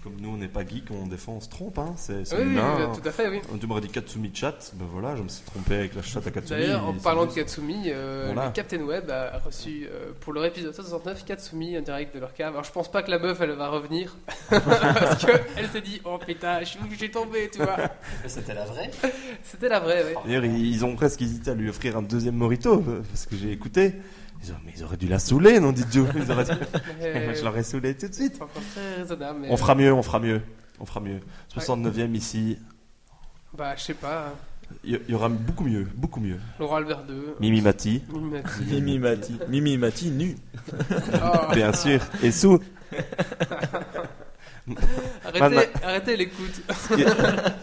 [SPEAKER 4] Comme nous, on n'est pas geek, on défend, on se trompe, hein. C'est c'est
[SPEAKER 1] oui, oui,
[SPEAKER 4] humain.
[SPEAKER 1] oui, tout à fait, oui.
[SPEAKER 4] Tu m'aurais dit Katsumi chat, ben voilà, je me suis trompé avec la chat à Katsumi.
[SPEAKER 1] D'ailleurs, en
[SPEAKER 4] ils sont
[SPEAKER 1] parlant de
[SPEAKER 4] juste-
[SPEAKER 1] Katsumi, euh,
[SPEAKER 4] Voilà.
[SPEAKER 1] le Captain Web a reçu euh, pour leur épisode 169 Katsumi en direct de leur cave. Alors, je pense pas que la meuf elle va revenir <laughs> parce qu'elle s'est dit Oh putain, je suis obligée de tomber, tu vois.
[SPEAKER 5] Mais C'était la vraie.
[SPEAKER 1] C'était la vraie, ouais.
[SPEAKER 4] D'ailleurs, ils ils ont presque hésité à lui offrir un deuxième Morito, euh, parce que j'ai écouté. Ils ont, mais ils auraient dû la saouler, non, dit Joe. Ils auraient dû-
[SPEAKER 1] <laughs>
[SPEAKER 4] Moi, Oh, je l'aurais saoulé tout de suite.
[SPEAKER 1] euh, C'est encore très raisonnable, mais. euh,
[SPEAKER 4] On fera mieux, on fera mieux. On fera mieux. 69ème ici,
[SPEAKER 1] Bah, je sais pas.
[SPEAKER 4] il y- il y aura beaucoup mieux, beaucoup mieux.
[SPEAKER 1] Laurent Albert 2.
[SPEAKER 4] Mimi Mati, <laughs>
[SPEAKER 1] Mimati.
[SPEAKER 3] Mimi Mati. Mimi Mati nu.
[SPEAKER 1] Oh,
[SPEAKER 4] bien sûr. Et Sou,
[SPEAKER 1] arrêtez, arrêtez
[SPEAKER 4] <laughs>
[SPEAKER 1] l'écoute.
[SPEAKER 4] ce qui, est,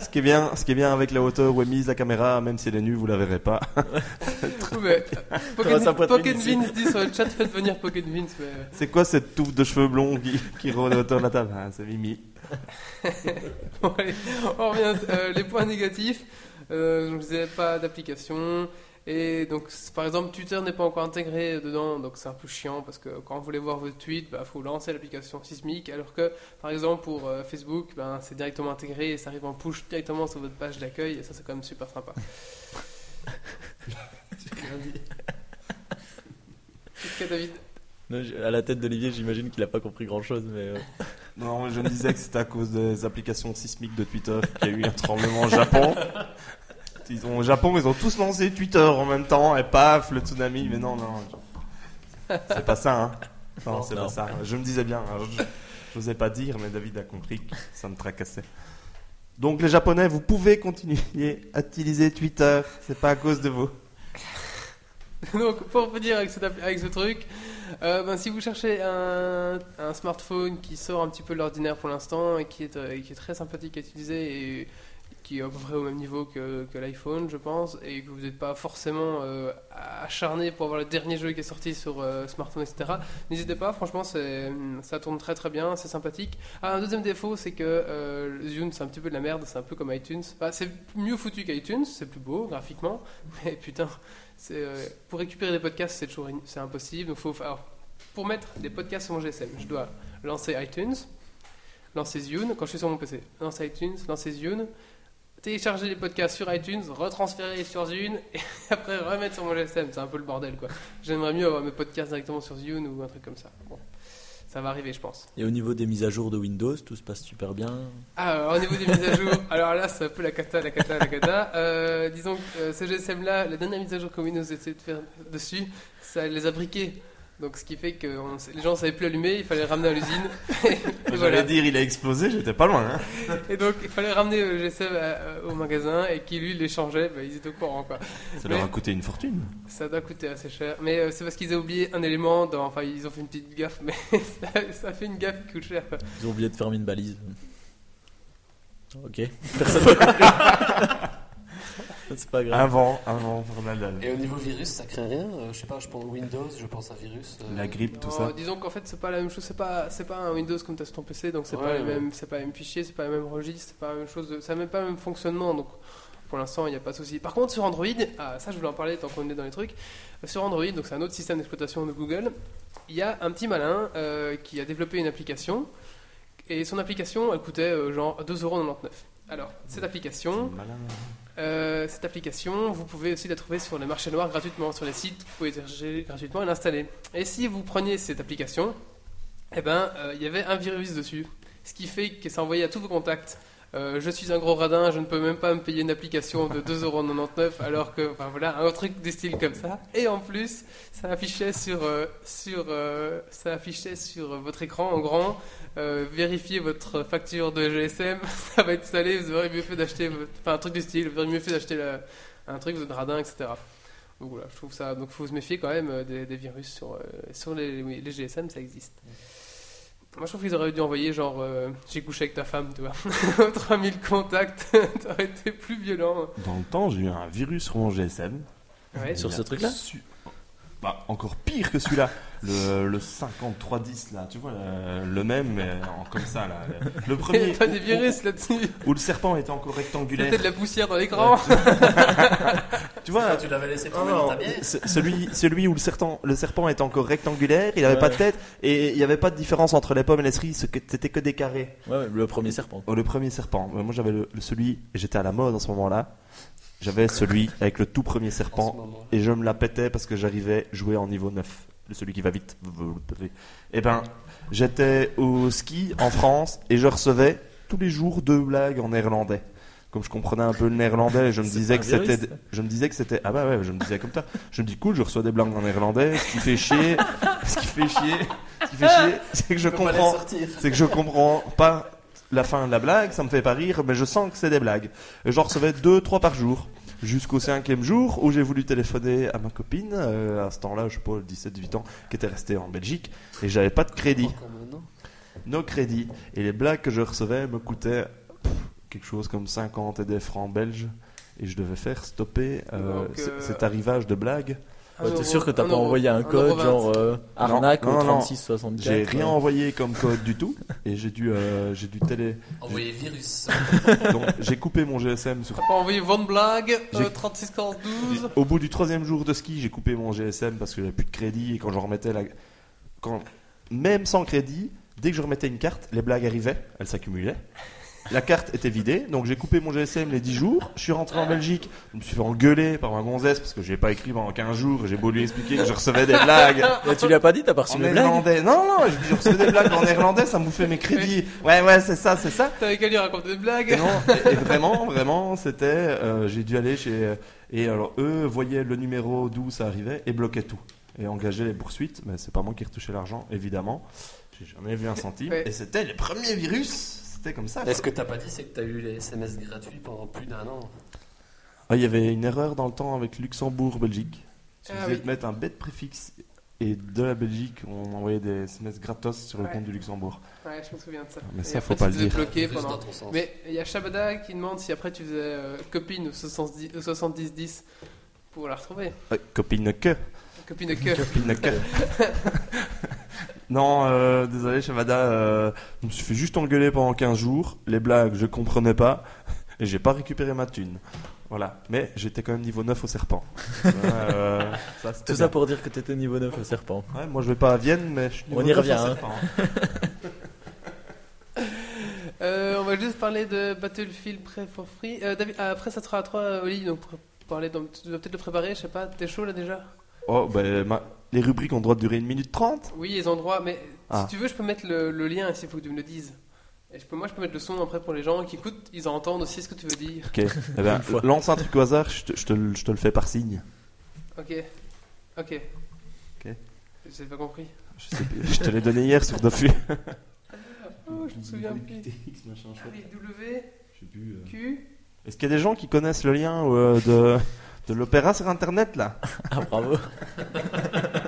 [SPEAKER 4] ce qui est bien, ce qui est bien avec la hauteur où est mise la caméra, même si elle est nue, vous la verrez pas.
[SPEAKER 1] Oui, mais, euh, Pocket,
[SPEAKER 3] sa poitrine
[SPEAKER 1] Pocket
[SPEAKER 3] ici.
[SPEAKER 1] Vince dit sur le chat Faites venir Pocket Vince. mais- euh,
[SPEAKER 4] C'est quoi cette touffe de cheveux blonds qui, qui rôde autour de la table Ah, C'est Mimi.
[SPEAKER 1] <laughs> Bon, allez, on revient. euh, les points négatifs. Euh, donc, je disais pas d'application. Et donc, c'est- par exemple, Twitter n'est pas encore intégré dedans, donc c'est un peu chiant parce que quand vous voulez voir votre tweet, bah, faut lancer l'application Sismic. Alors que, par exemple, pour euh, Facebook, ben c'est directement intégré et ça arrive en push directement sur votre page d'accueil, et ça, c'est quand même super sympa. Qu'est-ce qu'il y a, David
[SPEAKER 3] Non, j'ai- À la tête d'Olivier, j'imagine qu'il a pas compris grand chose, mais. euh,
[SPEAKER 4] Non, je me disais que c'était à cause des applications sismiques de Twitter qu'il y a eu un tremblement au Japon. Ils ont, au Japon, ils ont tous lancé Twitter en même temps et paf, le tsunami. Mais non, non, je- c'est pas ça. Hein. Non, c'est
[SPEAKER 3] Non.
[SPEAKER 4] pas ça. Je me disais bien. hein. Je je n'osais pas dire, mais David a compris que ça me tracassait. Donc les Japonais, vous pouvez continuer à utiliser Twitter. C'est pas à cause de vous.
[SPEAKER 1] <laughs> Donc, pour revenir avec, cette appli- avec ce truc, euh, ben, si vous cherchez un, un smartphone qui sort un petit peu de l'ordinaire pour l'instant et qui est, euh, et qui est très sympathique à utiliser et qui est à peu près au même niveau que, que l'iPhone, je pense, et que vous n'êtes pas forcément euh, acharné pour avoir le dernier jeu qui est sorti sur euh, smartphone, etc., n'hésitez pas, franchement, c'est- ça tourne très très bien, c'est sympathique. Ah, un deuxième défaut, c'est que euh, le Zune, c'est un petit peu de la merde, c'est un peu comme iTunes. Enfin, c'est mieux foutu qu'iTunes, c'est plus beau graphiquement, <laughs> mais putain, c'est, euh, pour récupérer des podcasts, c'est toujours in- c'est impossible. Donc faut, alors, pour mettre des podcasts sur mon GSM, je dois lancer iTunes, lancer Zune quand je suis sur mon PC, lancer iTunes, lancer Zune, télécharger les podcasts sur iTunes, retransférer sur Zune et <laughs> après remettre sur mon GSM. C'est un peu le bordel quoi. J'aimerais mieux avoir mes podcasts directement sur Zune ou un truc comme ça. Bon, ça va arriver, je pense.
[SPEAKER 3] Et au niveau des mises à jour de Windows, tout se passe super bien.
[SPEAKER 1] Ah, alors, au niveau des mises à jour, <laughs> alors là, c'est un peu la cata, la cata, la cata. Euh, disons que euh, ce GSM-là, la dernière mise à jour que Windows essayait de faire dessus, ça les a briqués. Donc, ce qui fait que on- les gens ne savaient plus allumer, il fallait les ramener à l'usine. et, voilà.
[SPEAKER 4] J'allais dire, il a explosé, j'étais pas loin. hein.
[SPEAKER 1] et donc, il fallait ramener euh, le GSM à- au magasin et qui lui les changeait, bah, ils étaient au courant quoi.
[SPEAKER 4] Ça
[SPEAKER 1] Mais-
[SPEAKER 4] leur a coûté une fortune.
[SPEAKER 1] Ça doit coûter assez cher. Mais euh, c'est parce qu'ils ont oublié un élément, dans- enfin, ils ont fait une petite gaffe, mais <laughs> ça, ça fait une gaffe qui coûte cher quoi.
[SPEAKER 3] Ils ont oublié de fermer une balise. Ok. <laughs> Personne n'a compris. C'est pas grave.
[SPEAKER 4] Avant, avant pour Nadal.
[SPEAKER 1] euh,
[SPEAKER 5] Et au niveau virus, ça craint rien. Euh, je sais pas, je pense Windows, je pense à virus. euh,
[SPEAKER 4] La grippe, tout
[SPEAKER 1] Non,
[SPEAKER 4] ça.
[SPEAKER 1] Disons qu'en fait, c'est pas la même chose. C'est pas, c'est pas un Windows comme t'as sur ton PC, donc c'est
[SPEAKER 5] Ouais,
[SPEAKER 1] pas le
[SPEAKER 5] ouais.
[SPEAKER 1] même, c'est pas le même fichier, c'est pas le même registre, c'est pas la même chose. De, ça n'a même pas le même fonctionnement. Donc pour l'instant, il n'y a pas de souci. Par contre, sur Android, ah, ça je voulais en parler tant qu'on est dans les trucs. Euh, Sur Android, donc c'est un autre système d'exploitation de Google. Il y a un petit malin euh, qui a développé une application et son application, elle coûtait euh, genre 2,99€. Alors cette application. Euh, cette application, vous pouvez aussi la trouver sur les marchés noirs gratuitement, sur les sites, vous pouvez télécharger gratuitement et l'installer. Et si vous preniez cette application, eh ben, euh, il y avait un virus dessus, ce qui fait que ça envoyait à tous vos contacts. euh, je suis un gros radin, je ne peux même pas me payer une application de 2,99€ alors que, enfin voilà, un truc du style comme ça. Et en plus, ça affichait sur, euh, sur, euh, ça affichait sur euh, votre écran en grand, euh, vérifiez votre facture de GSM, ça va être salé, vous aurez mieux fait d'acheter, votre- enfin un truc du style, vous aurez mieux fait d'acheter la- un truc, vous êtes radin, etc. Donc voilà, je trouve ça, donc faut se méfier quand même euh, des, des virus sur, euh, sur les, oui, les GSM, ça existe. Moi, je trouve qu'ils auraient dû envoyer genre euh, j'ai couché avec ta femme, tu vois. <laughs> 3000 contacts, <laughs> ça aurait été plus violent.
[SPEAKER 4] Dans le temps, j'ai eu un virus sur mon GSM.
[SPEAKER 1] Ouais.
[SPEAKER 3] Sur
[SPEAKER 4] Il
[SPEAKER 3] ce
[SPEAKER 4] a
[SPEAKER 3] truc-là
[SPEAKER 4] su- Bah, encore pire que celui-là. Le, le 5310, là, tu vois, le, le même, mais en- comme ça, là.
[SPEAKER 1] <laughs>
[SPEAKER 4] Le le
[SPEAKER 1] Il n'y
[SPEAKER 4] premier.
[SPEAKER 1] avait pas
[SPEAKER 4] où-
[SPEAKER 1] des virus là-dessus.
[SPEAKER 4] Où, où le serpent était encore rectangulaire.
[SPEAKER 1] C'était de la poussière dans l'écran.
[SPEAKER 4] Tu vois,
[SPEAKER 5] Ah, tu l'avais laissé
[SPEAKER 4] non,
[SPEAKER 1] Ah
[SPEAKER 5] tomber dans
[SPEAKER 4] non,
[SPEAKER 5] ta bière
[SPEAKER 4] ce- celui, celui où le serpent, le serpent était encore rectangulaire, il n'avait
[SPEAKER 3] Ouais.
[SPEAKER 4] pas de tête, et il n'y avait pas de différence entre les pommes et les cerises, ce que- c'était que des carrés.
[SPEAKER 3] Ouais, ouais, le premier serpent.
[SPEAKER 4] Oh, le premier serpent. Moi, j'avais le, le- celui, j'étais à la mode en ce moment-là. J'avais celui avec le tout premier
[SPEAKER 5] en ce
[SPEAKER 4] serpent
[SPEAKER 5] moment.
[SPEAKER 4] et je me la pétais parce que j'arrivais jouer en niveau 9. Le Celui qui va vite. Et ben, j'étais au ski en France et je recevais tous les jours deux blagues en néerlandais. Comme je comprenais un peu le néerlandais,
[SPEAKER 5] <laughs>
[SPEAKER 4] je me
[SPEAKER 3] C'est
[SPEAKER 4] disais
[SPEAKER 3] pas
[SPEAKER 4] que
[SPEAKER 3] un virus,
[SPEAKER 4] c'était,
[SPEAKER 3] ça
[SPEAKER 4] je me disais que c'était, ah bah ouais, je me disais comme ça. Je me dis cool, je reçois des blagues en néerlandais. Ce qui fait chier, <laughs> ce qui fait chier, ce qui fait chier, c'est que je
[SPEAKER 5] Tu peux pas les
[SPEAKER 4] comprends
[SPEAKER 5] sortir.
[SPEAKER 4] c'est que je comprends pas la fin de la blague, ça me fait pas rire, mais je sens que c'est des blagues. Et J'en recevais deux, trois par jour. Jusqu'au cinquième jour où j'ai voulu téléphoner à ma copine, euh, à ce temps-là, je sais pas, 17, 18 ans, qui était restée en Belgique, et j'avais pas de crédit,
[SPEAKER 5] Encore maintenant.
[SPEAKER 4] no crédit. Et les blagues que je recevais me coûtaient pff, quelque chose comme 50 et des francs belges, et je devais faire stopper euh,
[SPEAKER 1] Donc,
[SPEAKER 4] c-
[SPEAKER 1] euh,
[SPEAKER 4] cet arrivage de blagues.
[SPEAKER 1] Ah,
[SPEAKER 3] Ouais, T'es sûr que t'as
[SPEAKER 1] Un
[SPEAKER 3] pas
[SPEAKER 1] euro,
[SPEAKER 3] envoyé un code
[SPEAKER 1] euro
[SPEAKER 3] genre euh,
[SPEAKER 2] Ah,
[SPEAKER 3] arnaque
[SPEAKER 4] Non,
[SPEAKER 3] au
[SPEAKER 4] non, non.
[SPEAKER 3] 36
[SPEAKER 4] J'ai
[SPEAKER 3] 64
[SPEAKER 4] rien envoyé comme code du tout, et j'ai dû, euh, j'ai dû télé.
[SPEAKER 5] Envoyer virus.
[SPEAKER 4] donc, j'ai coupé mon GSM sur
[SPEAKER 1] T'as pas envoyé 20 blagues, euh,
[SPEAKER 4] J'ai-
[SPEAKER 1] 36, 14, 12.
[SPEAKER 4] Au bout du troisième jour de ski, j'ai coupé mon GSM parce que j'avais plus de crédit et quand je remettais la... quand même sans crédit, dès que je remettais une carte, les blagues arrivaient, elles s'accumulaient. La carte était vidée, donc j'ai coupé mon GSM les 10 jours. Je suis rentré en Belgique, je me suis fait engueuler par ma gonzesse parce que j'ai pas écrit pendant 15 jours. J'ai beau lui expliquer que je recevais des
[SPEAKER 3] <laughs>
[SPEAKER 4] blagues
[SPEAKER 3] Mais tu l'as pas dit, t'as pas reçu
[SPEAKER 4] en
[SPEAKER 3] les blagues
[SPEAKER 4] néerlandais. Non, non, je, je recevais des blagues en néerlandais, ça me bouffait mes crédits. Ouais, ouais, c'est ça, c'est ça.
[SPEAKER 1] T'avais qu'à lui raconter des
[SPEAKER 4] Et
[SPEAKER 1] blagues.
[SPEAKER 4] non, et- et vraiment, vraiment, c'était. euh, j'ai dû aller chez. Et alors, eux voyaient le numéro d'où ça arrivait et bloquaient tout. Et engageaient les poursuites. Mais c'est pas moi qui retouchais l'argent, évidemment. J'ai jamais vu un centime.
[SPEAKER 1] Ouais.
[SPEAKER 4] Et c'était les premiers virus. C'était comme ça. quoi.
[SPEAKER 5] Est-ce que t'as pas dit, c'est que t'as eu les SMS gratuits pendant plus d'un an
[SPEAKER 4] Ah, Il y avait une erreur dans le temps avec Luxembourg-Belgique. Si
[SPEAKER 1] Ah
[SPEAKER 4] vous voulez
[SPEAKER 1] oui.
[SPEAKER 4] mettre un bête préfixe. Et de la Belgique, on envoyait des SMS gratos sur le
[SPEAKER 1] Ouais.
[SPEAKER 4] compte du Luxembourg.
[SPEAKER 1] Ouais, je me souviens de ça.
[SPEAKER 4] Mais
[SPEAKER 1] Et
[SPEAKER 4] ça,
[SPEAKER 1] après,
[SPEAKER 4] faut
[SPEAKER 1] tu
[SPEAKER 4] pas le
[SPEAKER 1] faisais
[SPEAKER 4] dire.
[SPEAKER 1] bloquer
[SPEAKER 5] Virus
[SPEAKER 1] pendant-
[SPEAKER 5] dans ton sens.
[SPEAKER 1] Mais il y a Shabada qui demande si après tu faisais euh, copine au 70 au 70-10 pour la retrouver.
[SPEAKER 4] Euh, copine que.
[SPEAKER 1] Copine de cœur.
[SPEAKER 4] Copine que.
[SPEAKER 3] <laughs>
[SPEAKER 4] non, euh, désolé, Shavada, euh, je me suis fait juste engueuler pendant 15 jours. Les blagues, je comprenais pas. Et j'ai pas récupéré ma thune. Voilà. Mais j'étais quand même niveau 9 au
[SPEAKER 3] <laughs>
[SPEAKER 4] serpent. Ouais, euh, ça, c'était
[SPEAKER 3] Tout ça
[SPEAKER 4] bien.
[SPEAKER 3] pour dire que t'étais niveau 9
[SPEAKER 2] <laughs>
[SPEAKER 3] au serpent.
[SPEAKER 4] Ouais, moi, je vais pas à Vienne, mais je suis niveau
[SPEAKER 3] On y
[SPEAKER 4] 9 au
[SPEAKER 3] revient, hein.
[SPEAKER 4] serpent.
[SPEAKER 1] Euh, on va juste parler de Battlefield Prêt for Free. Euh, David- ah, après, ça sera à toi, euh, Oli. Donc, pour parler, donc, tu dois peut-être le préparer. Je sais pas, t'es chaud là déjà
[SPEAKER 4] Oh, ben, ma- les rubriques ont le droit de durer 1 minute
[SPEAKER 3] <laughs>
[SPEAKER 4] 30.
[SPEAKER 1] Oui, les endroits. Mais
[SPEAKER 4] Ah.
[SPEAKER 1] si tu veux, je peux mettre le, le lien s'il faut que tu me le dises. Et je peux, moi, je peux mettre le son après pour les gens qui écoutent. Ils entendent aussi ce que tu veux dire.
[SPEAKER 4] Ok. Eh ben,
[SPEAKER 3] Une fois.
[SPEAKER 4] lance un truc au hasard, je te, je te le- je te le fais par signe.
[SPEAKER 1] Ok. Ok.
[SPEAKER 4] Ok.
[SPEAKER 1] J'ai pas compris.
[SPEAKER 4] Je, sais plus. Je te l'ai donné hier sur
[SPEAKER 3] <laughs>
[SPEAKER 4] Dofu.
[SPEAKER 1] Oh, je me souviens plus. Ah oui, W,
[SPEAKER 4] euh.
[SPEAKER 1] Q.
[SPEAKER 4] Est-ce qu'il y a des gens qui connaissent le lien euh, de, de l'opéra sur internet là
[SPEAKER 3] Ah bravo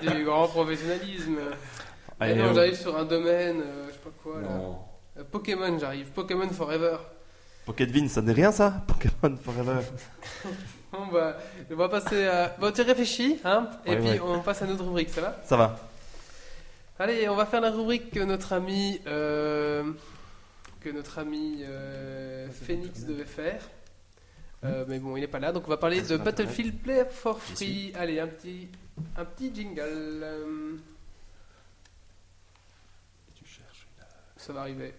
[SPEAKER 1] Du grand
[SPEAKER 4] <laughs>
[SPEAKER 1] professionnalisme.
[SPEAKER 4] Allez,
[SPEAKER 1] Et Eh non,
[SPEAKER 4] oh.
[SPEAKER 1] j'arrive sur un domaine, euh, je sais pas quoi. Là. Euh, Pokémon, j'arrive. Pokémon Forever.
[SPEAKER 4] Pocket Vin, ça n'est rien ça Pokémon Forever.
[SPEAKER 1] Bon bah, on va passer à... Bon, tu réfléchis, hein, et
[SPEAKER 4] Ouais,
[SPEAKER 1] puis
[SPEAKER 4] ouais.
[SPEAKER 1] on passe à notre rubrique, ça va
[SPEAKER 4] Ça va.
[SPEAKER 1] Allez, on va faire la rubrique que notre ami... euh, que notre ami euh, Phoenix devait faire. Euh, mais bon, il n'est pas là, donc on va parler de
[SPEAKER 4] sur Internet.
[SPEAKER 1] Battlefield Play for
[SPEAKER 3] J'y
[SPEAKER 1] Free. Allez, un petit, un petit jingle. euh. Ça va arriver.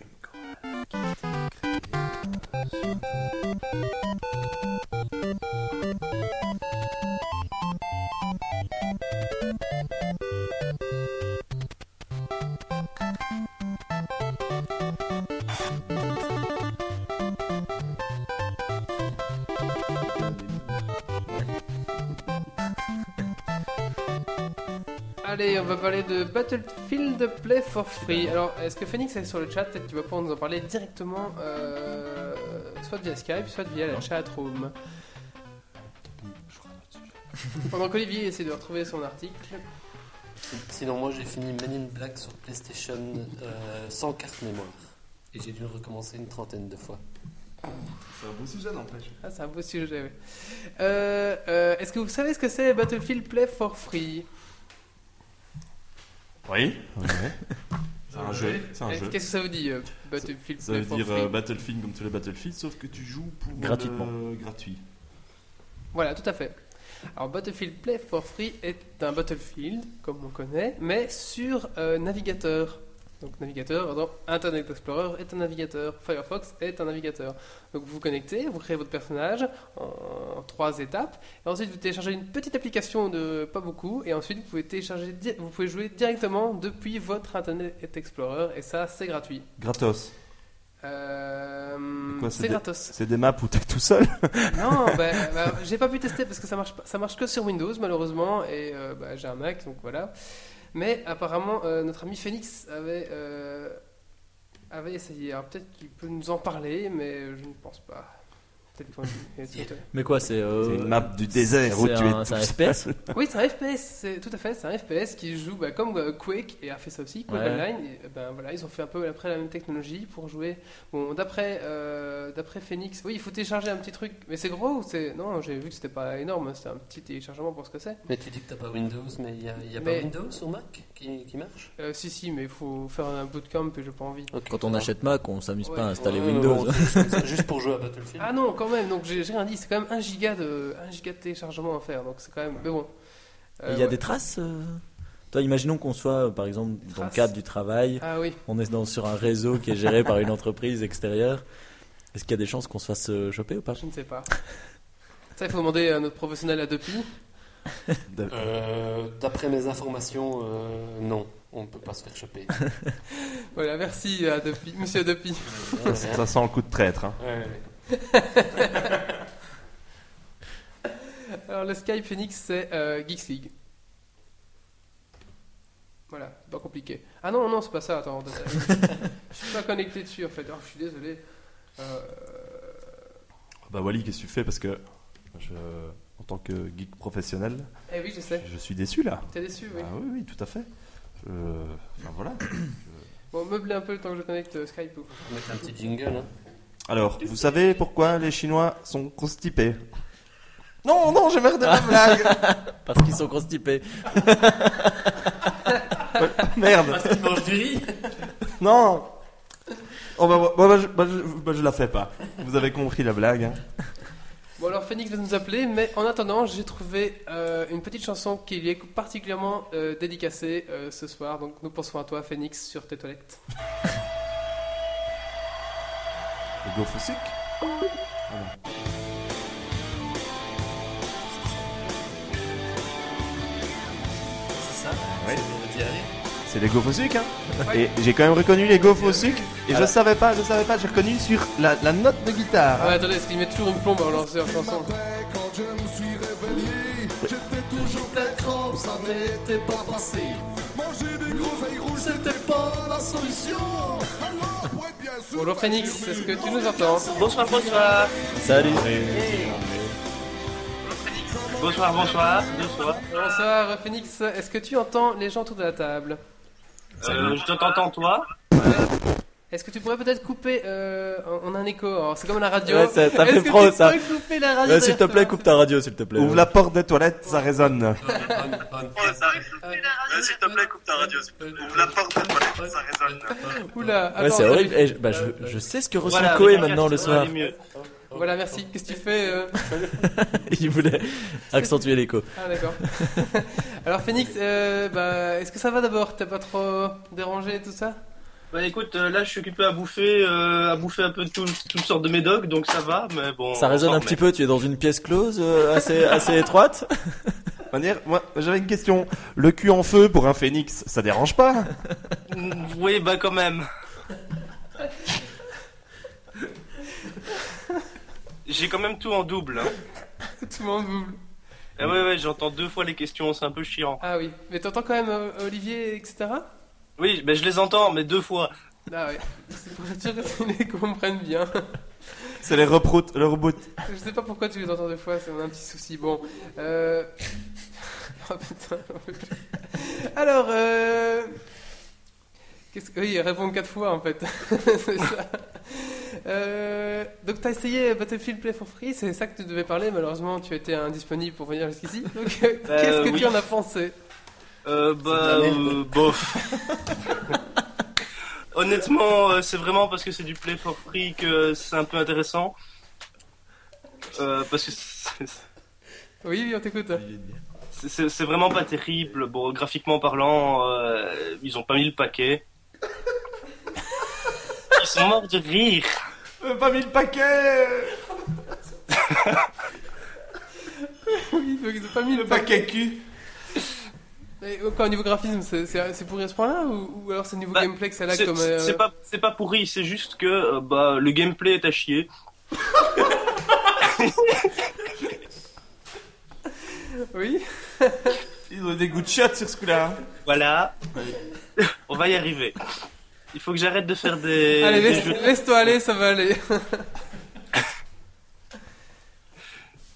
[SPEAKER 1] Allez, on va parler de Battlefield Play for Free. Alors, est-ce que Phoenix est sur le chat Peut-être tu vas pouvoir nous en parler directement, euh, soit via Skype, soit via la chat room. Pendant qu'Olivier essaie de retrouver son article.
[SPEAKER 5] Sinon, moi, j'ai fini Men in Black sur PlayStation euh, sans carte mémoire. Et j'ai dû le recommencer une trentaine de fois.
[SPEAKER 2] C'est un beau sujet, n'empêche.
[SPEAKER 1] Ah, c'est un beau sujet. ouais. Euh, euh, Est-ce que vous savez ce que c'est Battlefield Play for Free
[SPEAKER 4] Oui.
[SPEAKER 2] C'est un jeu. C'est un
[SPEAKER 1] Eh,
[SPEAKER 2] jeu.
[SPEAKER 1] Qu'est-ce que ça vous dit euh, Battlefield
[SPEAKER 4] Ça
[SPEAKER 1] Play
[SPEAKER 4] veut
[SPEAKER 1] for
[SPEAKER 4] dire
[SPEAKER 1] Free
[SPEAKER 4] euh, Battlefield comme tous les Battlefield, sauf que tu joues pour le-
[SPEAKER 3] Gratuitement.
[SPEAKER 4] gratuit.
[SPEAKER 1] Voilà, tout à fait. Alors Battlefield Play for Free est un Battlefield, comme on connaît, mais sur euh, navigateur. Donc navigateur, pardon, Internet Explorer est un navigateur, Firefox est un navigateur. Donc vous vous connectez, vous créez votre personnage en trois étapes, et ensuite vous téléchargez une petite application de pas beaucoup, et ensuite vous pouvez télécharger, di- vous pouvez jouer directement depuis votre Internet Explorer, et ça c'est gratuit.
[SPEAKER 2] Gratos.
[SPEAKER 1] Euh,
[SPEAKER 2] Et quoi, c'est
[SPEAKER 1] c'est
[SPEAKER 2] des-
[SPEAKER 1] gratos.
[SPEAKER 2] C'est des maps où t'es tout seul.
[SPEAKER 1] Non, bah, bah, j'ai pas pu tester parce que ça marche, pas- ça marche que sur Windows malheureusement et euh, bah, j'ai un Mac donc voilà. Mais apparemment euh, notre ami Phoenix avait, euh, avait essayé. Alors peut-être qu'il peut nous en parler mais je ne pense pas. Peut-être qu'on-
[SPEAKER 3] Mais quoi, c'est. euh,
[SPEAKER 2] C'est une map du désert où tu
[SPEAKER 3] c'est
[SPEAKER 2] es
[SPEAKER 3] un- C'est
[SPEAKER 2] tout
[SPEAKER 4] <laughs>
[SPEAKER 3] un
[SPEAKER 2] seul.
[SPEAKER 3] FPS
[SPEAKER 1] Oui c'est un FPS, c'est- tout à fait, c'est un FPS qui joue bah, comme euh, Quake et a fait ça aussi, Quake
[SPEAKER 3] Ouais.
[SPEAKER 1] Online. Et, euh, ben, voilà, ils ont fait un peu après la même technologie pour jouer. Bon d'après euh, d'après Phoenix, oui il faut télécharger un petit truc, mais c'est gros ou c'est non j'ai vu que c'était pas énorme, hein, c'était un petit téléchargement pour ce que c'est.
[SPEAKER 5] Mais tu dis que t'as pas Windows, mais il y a, il y a
[SPEAKER 1] Mais-
[SPEAKER 5] pas Windows sur Mac qui, qui marche
[SPEAKER 1] Euh, si, si, mais il faut faire un bootcamp et j'ai pas envie.
[SPEAKER 3] Quand on achète Mac, on s'amuse
[SPEAKER 1] Ouais.
[SPEAKER 3] pas à installer
[SPEAKER 5] Ouais,
[SPEAKER 3] Windows.
[SPEAKER 5] ouais, c'est juste pour jouer à Battlefield.
[SPEAKER 1] Ah non, quand même, donc j'ai j'ai rien dit, c'est quand même 1 giga de, 1 giga de téléchargement à faire, donc c'est quand même. Mais bon. Euh,
[SPEAKER 3] Il y a
[SPEAKER 1] ouais.
[SPEAKER 3] des traces euh, Toi, imaginons qu'on soit, euh, par exemple, dans le
[SPEAKER 1] traces.
[SPEAKER 3] cadre du travail,
[SPEAKER 1] Ah oui,
[SPEAKER 3] on est dans, sur un réseau qui est géré par une entreprise extérieure. Est-ce qu'il y a des chances qu'on se fasse euh, choper ou pas
[SPEAKER 1] je ne sais pas. Ça, il faut demander à notre professionnel à Depi.
[SPEAKER 5] Euh, D'après mes informations, euh, non, on peut pas se faire choper.
[SPEAKER 1] Voilà, merci à Depi, monsieur Depi.
[SPEAKER 5] Ouais, ouais,
[SPEAKER 2] Ça sent le coup de traître. hein.
[SPEAKER 5] Euh, ouais.
[SPEAKER 1] Alors le Skype Phoenix, c'est euh, Geeks League. Voilà, c'est pas compliqué. Ah non, non, c'est pas ça, attends. attends. je suis pas connecté dessus en fait, alors je suis désolé. Euh,
[SPEAKER 2] Bah Wally, qu'est-ce que tu fais Parce que je, en tant que geek professionnel,
[SPEAKER 1] Eh oui, je sais.
[SPEAKER 2] je suis déçu là.
[SPEAKER 1] T'es déçu, oui.
[SPEAKER 2] Ah oui, oui, tout à fait. Euh, Enfin voilà.
[SPEAKER 1] Bon, meublez un peu le temps que je connecte euh, Skype. ou-
[SPEAKER 5] On va mettre un petit jingle. hein. <laughs>
[SPEAKER 2] Alors, vous savez pourquoi les Chinois sont constipés Non, non, j'ai marre de la <laughs> blague.
[SPEAKER 3] Parce qu'ils sont constipés.
[SPEAKER 2] Ah, Merde.
[SPEAKER 5] Parce qu'il mange du riz
[SPEAKER 2] Non. Oh bah, bah, bah, je, bah, je- bah, je la fais pas. Vous avez compris la blague. hein.
[SPEAKER 1] Bon alors Phoenix va nous appeler, mais en attendant j'ai trouvé euh, une petite chanson qui lui est particulièrement euh, dédicacée euh, ce soir, donc nous pensons à toi Phoenix sur tes toilettes.
[SPEAKER 2] Le go foussic.
[SPEAKER 5] C'est ça
[SPEAKER 2] Ouais.
[SPEAKER 5] C'est diarrhée.
[SPEAKER 2] C'est les go foussic, hein. Et j'ai quand même reconnu les go foussic. Et je savais pas, je savais pas. J'ai reconnu sur la, la note de guitare.
[SPEAKER 1] Ah, ouais, attendez, est-ce qu'il met toujours une plombe à lancer leur chanson
[SPEAKER 6] Quand je me suis réveillé, j'étais toujours plein de crampes, ça n'était pas passé. Manger des groseilles rouges, c'était pas la solution. Alors, ouais, bien sûr.
[SPEAKER 1] Bonjour Phoenix, est-ce que tu nous entends
[SPEAKER 7] Bonsoir, bonsoir.
[SPEAKER 3] Salut
[SPEAKER 7] Bonsoir, bonsoir. Bonsoir.
[SPEAKER 1] Bonsoir Phoenix, est-ce que tu entends les gens autour de la table
[SPEAKER 7] Euh, je t'entends, toi.
[SPEAKER 1] Est-ce que tu pourrais peut-être couper, euh, on on a un écho, alors, c'est comme la radio.
[SPEAKER 3] Ouais, ça- ça
[SPEAKER 1] Est-ce
[SPEAKER 3] fait
[SPEAKER 1] que
[SPEAKER 3] pro,
[SPEAKER 1] tu
[SPEAKER 3] ça.
[SPEAKER 1] pourrais couper la radio
[SPEAKER 3] Euh, S'il te
[SPEAKER 1] derrière
[SPEAKER 3] plaît,
[SPEAKER 1] toi
[SPEAKER 3] coupe ta radio, s'il te plaît.
[SPEAKER 2] Ouvre la porte des toilettes, ça résonne.
[SPEAKER 7] S'il te plaît, coupe ta radio. Ouvre la porte, ça résonne.
[SPEAKER 1] Oula, attends, euh,
[SPEAKER 3] Ouais, c'est
[SPEAKER 1] attends,
[SPEAKER 3] horrible.
[SPEAKER 1] mais-
[SPEAKER 3] Eh, je, bah, je, je sais ce que ressent
[SPEAKER 7] euh, Voilà,
[SPEAKER 3] Koé
[SPEAKER 7] regarde,
[SPEAKER 3] maintenant le
[SPEAKER 7] ça
[SPEAKER 3] soir.
[SPEAKER 7] va aller mieux.
[SPEAKER 1] Voilà, merci. Qu'est-ce que tu fais euh
[SPEAKER 3] <laughs> Il voulait accentuer l'écho.
[SPEAKER 1] Ah d'accord. <laughs> Alors Phoenix, euh, bah, est-ce que ça va d'abord T'as pas trop dérangé et tout ça <laughs>
[SPEAKER 7] Bah écoute, euh, là je suis occupé à bouffer, euh, à bouffer un peu tout- toutes sortes de médocs, donc ça va, mais bon.
[SPEAKER 3] Ça résonne un petit peu, tu es dans une pièce close euh,
[SPEAKER 7] <laughs>
[SPEAKER 3] assez, assez étroite
[SPEAKER 2] Manière, moi, j'avais une question. Le cul en feu pour un phénix, ça dérange pas
[SPEAKER 7] peu. Oui, bah quand même. J'ai quand même tout en double. Hein.
[SPEAKER 1] Tout le monde double.
[SPEAKER 7] Eh ouais, ouais, j'entends deux fois les questions, c'est un peu chiant.
[SPEAKER 1] Ah oui, mais t'entends quand même euh, Olivier, etc.
[SPEAKER 7] Oui, bah je les entends, mais deux fois.
[SPEAKER 1] Ah ouais, c'est pour être sûr qu'ils <laughs> comprennent bien.
[SPEAKER 2] C'est les reproutes, le reboot.
[SPEAKER 1] Je sais pas pourquoi tu les entends deux fois, c'est on a un petit souci. Bon, euh... <laughs> Oh putain, <laughs> j'en peux plus. Alors, euh... Qu'est-ce que... Oui, répondre quatre fois en fait. <laughs> c'est ça. Euh, Donc t'as essayé Battlefield Play for Free, c'est ça que tu devais parler, malheureusement tu étais indisponible pour venir jusqu'ici. Donc <laughs> euh,
[SPEAKER 7] Euh,
[SPEAKER 1] qu'est-ce que
[SPEAKER 7] oui.
[SPEAKER 1] tu en as pensé
[SPEAKER 7] Euh, bah,
[SPEAKER 5] C'est de la merde.
[SPEAKER 7] euh, bof. <laughs> Honnêtement, euh, c'est vraiment parce que c'est du play for free que c'est un peu intéressant. Euh, parce que c'est-
[SPEAKER 1] Oui, oui, on t'écoute.
[SPEAKER 7] c'est c'est- c'est vraiment pas terrible. Bon, graphiquement parlant, euh, ils ont pas mis le paquet. Ils sont morts de rire.
[SPEAKER 2] Euh, Pas mis le paquet
[SPEAKER 1] Oui, donc ils ont pas mis le
[SPEAKER 2] paquet cul
[SPEAKER 1] Mais euh, quoi, au niveau graphisme, c'est- c'est c'est pourri à ce point-là ou, ou alors c'est niveau
[SPEAKER 7] Bah,
[SPEAKER 1] gameplay que ça lag
[SPEAKER 7] C'est
[SPEAKER 1] comme. euh,
[SPEAKER 7] c'est pas, c'est pas pourri, c'est juste que euh, bah, le gameplay est à chier.
[SPEAKER 1] Oui
[SPEAKER 4] Ils ont des goûts de chat sur ce coup-là.
[SPEAKER 7] Voilà. <laughs> On va y arriver. Il faut que j'arrête de faire des.
[SPEAKER 1] Allez,
[SPEAKER 7] des
[SPEAKER 1] laisse-
[SPEAKER 7] jeux-
[SPEAKER 1] laisse-toi aller, ça va aller.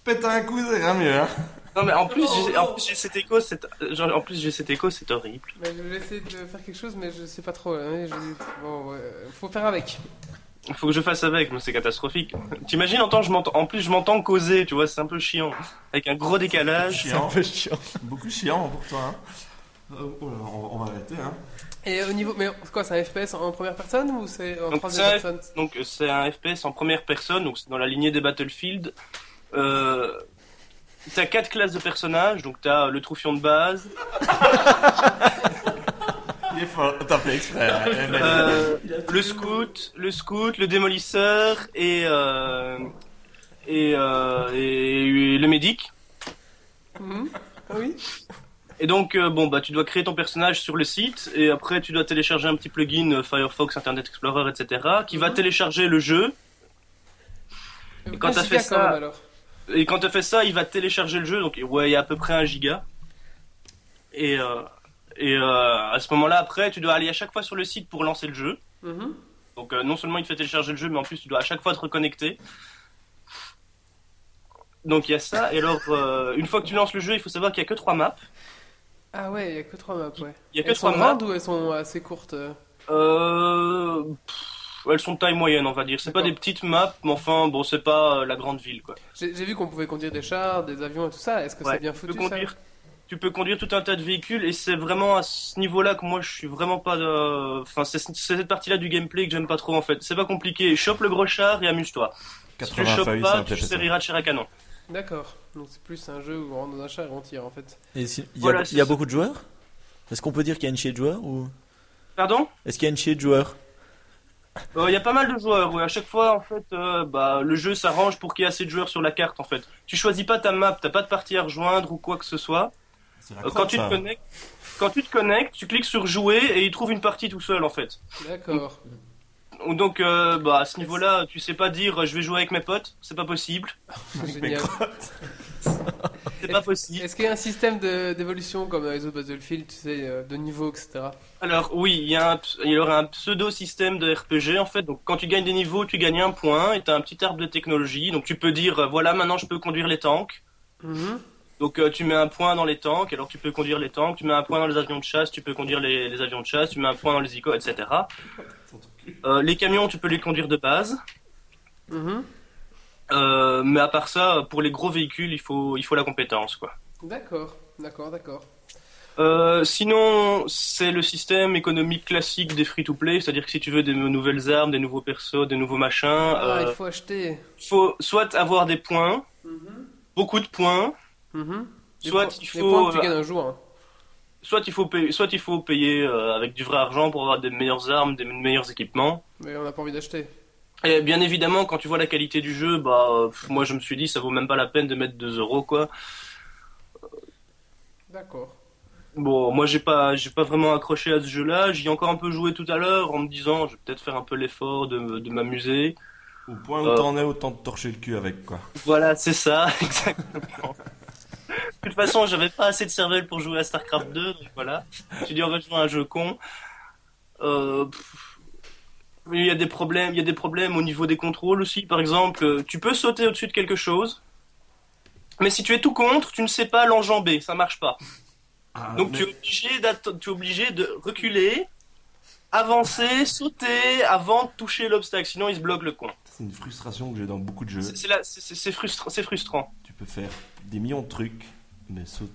[SPEAKER 4] Pète un coup, c'est rien mieux. Hein.
[SPEAKER 7] Non mais en plus, j'ai- en plus j'ai cet écho, c'est genre, en plus j'ai cet écho, c'est horrible.
[SPEAKER 1] Bah, je vais essayer de faire quelque chose, mais je sais pas trop. là, mais je- Bon, ouais, euh, faut faire avec.
[SPEAKER 7] Faut que je fasse avec, mais c'est catastrophique. T'imagines, en, temps, je m'entends- en plus je m'entends causer, tu vois, c'est un peu chiant, avec un gros décalage.
[SPEAKER 4] Chiant. Beaucoup chiant pour toi. Hein. Euh, oh là là, on, va- on va arrêter. Hein.
[SPEAKER 1] Et au niveau. Mais c'est quoi, c'est un FPS en première personne ou c'est en
[SPEAKER 7] Donc,
[SPEAKER 1] troisième
[SPEAKER 7] c'est un
[SPEAKER 1] personne
[SPEAKER 7] Donc euh, c'est un FPS en première personne, donc c'est dans la lignée des Battlefield. Euh, t'as quatre classes de personnages, donc t'as le troufion de base,
[SPEAKER 4] Il est fort, t'as fait exprès. hein. Eh ben,
[SPEAKER 7] euh, le scout, le scout, le démolisseur et euh, et, euh, et le médic.
[SPEAKER 1] Mhm. Ah Oui
[SPEAKER 7] Et donc, euh, bon, bah, tu dois créer ton personnage sur le site, et après, tu dois télécharger un petit plugin euh, Firefox, Internet Explorer, etc., qui va
[SPEAKER 1] Mhm.
[SPEAKER 7] télécharger le jeu.
[SPEAKER 1] Et
[SPEAKER 7] quand t'as fait ça-
[SPEAKER 1] Ah, quand même, alors.
[SPEAKER 7] Et quand tu fais ça, il va télécharger le jeu, donc ouais, il y a à peu près un giga. Et, euh, et euh, à ce moment-là, après, tu dois aller à chaque fois sur le site pour lancer le jeu.
[SPEAKER 1] Mhm.
[SPEAKER 7] Donc, euh, non seulement il te fait télécharger le jeu, mais en plus, tu dois à chaque fois te reconnecter. Donc, il y a ça. Et alors, euh, une fois que tu lances le jeu, il faut savoir qu'il n'y a que trois maps.
[SPEAKER 1] Ah ouais, il y a que trois maps, ouais.
[SPEAKER 7] Il y a que
[SPEAKER 1] Elles sont
[SPEAKER 7] trois maps.
[SPEAKER 1] grandes ou elles sont assez courtes euh
[SPEAKER 7] Euh, pff, elles sont de taille moyenne, on va dire. C'est pas
[SPEAKER 1] D'accord.
[SPEAKER 7] des petites maps, mais enfin, bon, c'est pas euh, la grande ville, quoi.
[SPEAKER 1] J'ai j'ai vu qu'on pouvait conduire des chars, des avions et tout ça. Est-ce que
[SPEAKER 7] Ouais,
[SPEAKER 1] c'est bien
[SPEAKER 7] tu
[SPEAKER 1] foutu
[SPEAKER 7] peux conduire, tu peux conduire tout un tas de véhicules, et c'est vraiment à ce niveau-là que moi, je suis vraiment pas. de- Enfin, c'est c'est cette partie-là du gameplay que j'aime pas trop, en fait. C'est pas compliqué. Chope le gros char et amuse-toi. Si tu le
[SPEAKER 2] 80
[SPEAKER 7] chopes
[SPEAKER 2] feuilles, c'est
[SPEAKER 7] pas,
[SPEAKER 2] un
[SPEAKER 7] tu
[SPEAKER 2] PPC.
[SPEAKER 7] serviras de chair à canon.
[SPEAKER 1] ça D'accord. Donc c'est plus un jeu où on rentre dans un char et on tire en fait.
[SPEAKER 3] Et si- il y a,
[SPEAKER 7] Voilà,
[SPEAKER 3] il
[SPEAKER 7] c'est
[SPEAKER 3] y a
[SPEAKER 7] ça.
[SPEAKER 3] beaucoup de joueurs Est-ce qu'on peut dire qu'il y a une chier de joueurs ou...
[SPEAKER 7] Pardon
[SPEAKER 3] Est-ce qu'il y a une chier de joueurs
[SPEAKER 7] Il y a pas mal de joueurs, ouais. À chaque fois, en fait, euh, bah, le jeu s'arrange pour qu'il y ait assez de joueurs sur la carte, en fait. Tu choisis pas ta map, t'as pas de partie à rejoindre ou quoi que ce soit.
[SPEAKER 4] c'est la
[SPEAKER 7] Euh, quand
[SPEAKER 4] crotte,
[SPEAKER 7] tu
[SPEAKER 4] ça.
[SPEAKER 7] te connectes, quand tu te connectes, tu cliques sur jouer et il trouve une partie tout seul en fait. <laughs>
[SPEAKER 1] D'accord.
[SPEAKER 7] Donc euh, bah à ce niveau-là, tu sais pas dire euh, je vais jouer avec mes potes, c'est pas possible,
[SPEAKER 1] Génial.
[SPEAKER 7] c'est pas possible.
[SPEAKER 1] Est-ce qu'il y a un système de- d'évolution comme euh, les autres Battlefield, tu sais, euh, de niveau, etc.
[SPEAKER 7] Alors oui, il y a un ps- il y aura un pseudo système de RPG en fait. Donc quand tu gagnes des niveaux, tu gagnes un point et t'as un petit arbre de technologie. Donc tu peux dire euh, voilà maintenant je peux conduire les tanks.
[SPEAKER 1] Mhm.
[SPEAKER 7] Donc euh, tu mets un point dans les tanks, alors tu peux conduire les tanks. Tu mets un point dans les avions de chasse, tu peux conduire les, les avions de chasse. Tu mets un point dans les icônes, etc. Euh, les camions, tu peux les conduire de base.
[SPEAKER 1] Mhm.
[SPEAKER 7] Euh, mais à part ça, pour les gros véhicules, il faut, il faut la compétence, quoi.
[SPEAKER 1] D'accord, d'accord, d'accord.
[SPEAKER 7] Euh, sinon, c'est le système économique classique des free-to-play, c'est-à-dire que si tu veux des nouvelles armes, des nouveaux persos, des nouveaux machins,
[SPEAKER 1] Ah,
[SPEAKER 7] euh,
[SPEAKER 1] il faut acheter.
[SPEAKER 7] faut soit avoir des points,
[SPEAKER 1] Mhm.
[SPEAKER 7] beaucoup de points,
[SPEAKER 1] Mhm. Les
[SPEAKER 7] Soit
[SPEAKER 1] points-
[SPEAKER 7] il
[SPEAKER 1] les
[SPEAKER 7] faut,
[SPEAKER 1] points que tu
[SPEAKER 7] euh,
[SPEAKER 1] gagnes un jour. hein.
[SPEAKER 7] soit il faut payer, soit il faut payer euh, avec du vrai argent pour avoir des meilleures armes, des meilleurs équipements.
[SPEAKER 1] Mais on n'a pas envie d'acheter.
[SPEAKER 7] Et bien évidemment, quand tu vois la qualité du jeu, bah, euh, pff, moi je me suis dit, ça vaut même pas la peine de mettre 2 euros, quoi. <coughs>
[SPEAKER 1] D'accord.
[SPEAKER 7] Bon, moi j'ai pas, j'ai pas vraiment accroché à ce jeu-là. J'y ai encore un peu joué tout à l'heure en me disant, je vais peut-être faire un peu l'effort de, de m'amuser.
[SPEAKER 4] Au point
[SPEAKER 7] Euh.
[SPEAKER 4] où t'en es, autant te torcher le cul avec quoi.
[SPEAKER 7] Voilà, c'est ça, <laughs> exactement. De toute façon, j'avais pas assez de cervelle pour jouer à Starcraft 2, donc voilà. J'ai dit, on va jouer à un jeu con. Euh, pff. il y a des problèmes, il y a des problèmes au niveau des contrôles aussi. Par exemple, euh, tu peux sauter au-dessus de quelque chose. Mais si tu es tout contre, tu ne sais pas l'enjamber, ça marche pas.
[SPEAKER 4] Ah,
[SPEAKER 7] Donc
[SPEAKER 4] mais-
[SPEAKER 7] tu, es obligé d'atte- tu es obligé de reculer, avancer, sauter avant de toucher l'obstacle, sinon il se bloque le con.
[SPEAKER 4] C'est une frustration que j'ai dans beaucoup de jeux.
[SPEAKER 7] C'est- C'est la- c'est- c'est- c'est frustra- c'est frustrant.
[SPEAKER 4] Tu peux faire des millions de trucs, mais saut-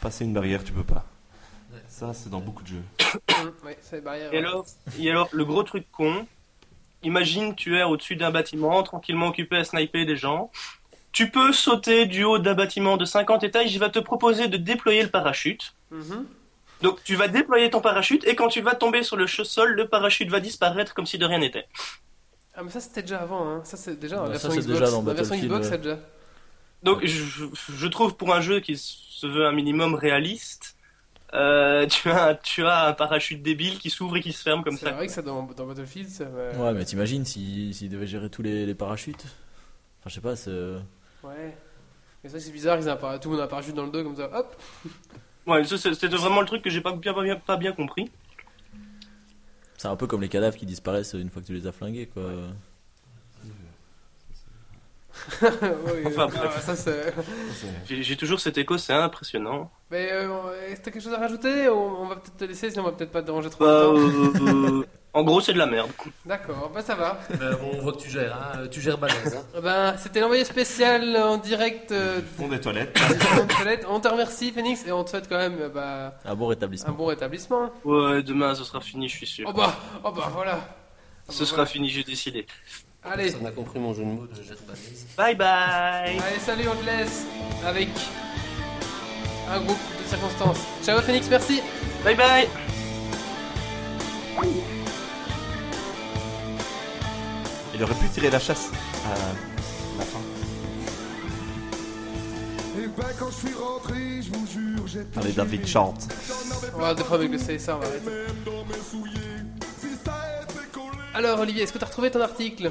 [SPEAKER 4] passer une barrière, tu peux pas.
[SPEAKER 5] Ouais.
[SPEAKER 4] Ça, c'est dans beaucoup de jeux.
[SPEAKER 1] Hum, ouais, c'est barrière.
[SPEAKER 7] Et alors, et alors, le gros truc con, imagine tu es au-dessus d'un bâtiment, tranquillement occupé à sniper des gens. Tu peux sauter du haut d'un bâtiment de 50 étages, il va te proposer de déployer le parachute.
[SPEAKER 1] Mhm.
[SPEAKER 7] Donc tu vas déployer ton parachute et quand tu vas tomber sur le che- sol, le parachute va disparaître comme si de rien n'était.
[SPEAKER 1] Ah, mais ça c'était déjà avant, hein. Ça c'est déjà dans la
[SPEAKER 3] Ouais,
[SPEAKER 1] version
[SPEAKER 3] Bah, ça, c'est
[SPEAKER 1] Xbox.
[SPEAKER 3] déjà dans
[SPEAKER 1] Dans la version
[SPEAKER 3] Battlefield,
[SPEAKER 1] Xbox,
[SPEAKER 3] ouais.
[SPEAKER 1] ça déjà.
[SPEAKER 7] Donc je, je trouve pour un jeu qui se veut un minimum réaliste, euh, tu, as, un- tu as un parachute débile qui s'ouvre et qui se ferme comme
[SPEAKER 1] C'est
[SPEAKER 7] ça.
[SPEAKER 1] vrai que ça dans, dans Battlefield, ça va-
[SPEAKER 7] Euh.
[SPEAKER 3] Ouais, mais t'imagines s'il s'il devait gérer tous les, les parachutes Enfin, je sais pas, c'est.
[SPEAKER 1] Ouais. Mais ça c'est bizarre, ils ont un para- tout le monde a un parachute dans le dos comme ça, hop. <laughs>
[SPEAKER 7] Ouais, ça, c'est- c'était vraiment le truc que j'ai pas bien, pas, bien, pas bien compris.
[SPEAKER 3] C'est un peu comme les cadavres qui disparaissent une fois que tu les as flingués, quoi.
[SPEAKER 1] Ouais,
[SPEAKER 7] Enfin,
[SPEAKER 1] euh,
[SPEAKER 7] bref.
[SPEAKER 1] ça c'est.
[SPEAKER 7] J'ai j'ai toujours cet écho, c'est impressionnant.
[SPEAKER 1] Mais euh, est-ce que t'as quelque chose à rajouter on, on va peut-être te laisser, sinon on va peut-être pas te déranger trop
[SPEAKER 7] Bah,
[SPEAKER 1] longtemps.
[SPEAKER 7] euh, euh, en gros, c'est de la merde.
[SPEAKER 1] D'accord, bah ça va.
[SPEAKER 5] Euh, on voit que tu gères, hein, euh, tu gères balèze. hein.
[SPEAKER 1] Ben, c'était l'envoyé spécial en direct euh,
[SPEAKER 4] Fond des toilettes.
[SPEAKER 1] des Champs de Toilette. On te remercie, Phoenix, et on te souhaite quand même euh, bah,
[SPEAKER 3] Un bon
[SPEAKER 1] un
[SPEAKER 3] rétablissement.
[SPEAKER 1] bon rétablissement.
[SPEAKER 7] Ouais, demain, ce sera fini, je suis sûr.
[SPEAKER 1] Oh bah, oh bah voilà. Ah
[SPEAKER 7] ce
[SPEAKER 1] bah,
[SPEAKER 7] sera
[SPEAKER 1] voilà.
[SPEAKER 7] fini, j'ai décidé.
[SPEAKER 1] Allez,
[SPEAKER 5] Personne n'a compris mon jeu de mots de gère balèze.
[SPEAKER 7] Bye bye
[SPEAKER 1] allez, salut, on te laisse avec un groupe de circonstances. Ciao, Phoenix, merci.
[SPEAKER 7] Bye bye
[SPEAKER 4] Il aurait pu tirer la chasse à la fin.
[SPEAKER 6] Et ben quand je suis rentré, je vous jure, j'étais.
[SPEAKER 4] Allez, Ah, David
[SPEAKER 6] gêné.
[SPEAKER 4] chante.
[SPEAKER 6] J'en avais
[SPEAKER 1] On va deux fois avec le CSA, on va arrêter.
[SPEAKER 6] même dans mes souliers. Si ça était collé.
[SPEAKER 1] Alors, Olivier, est-ce que t'as retrouvé ton article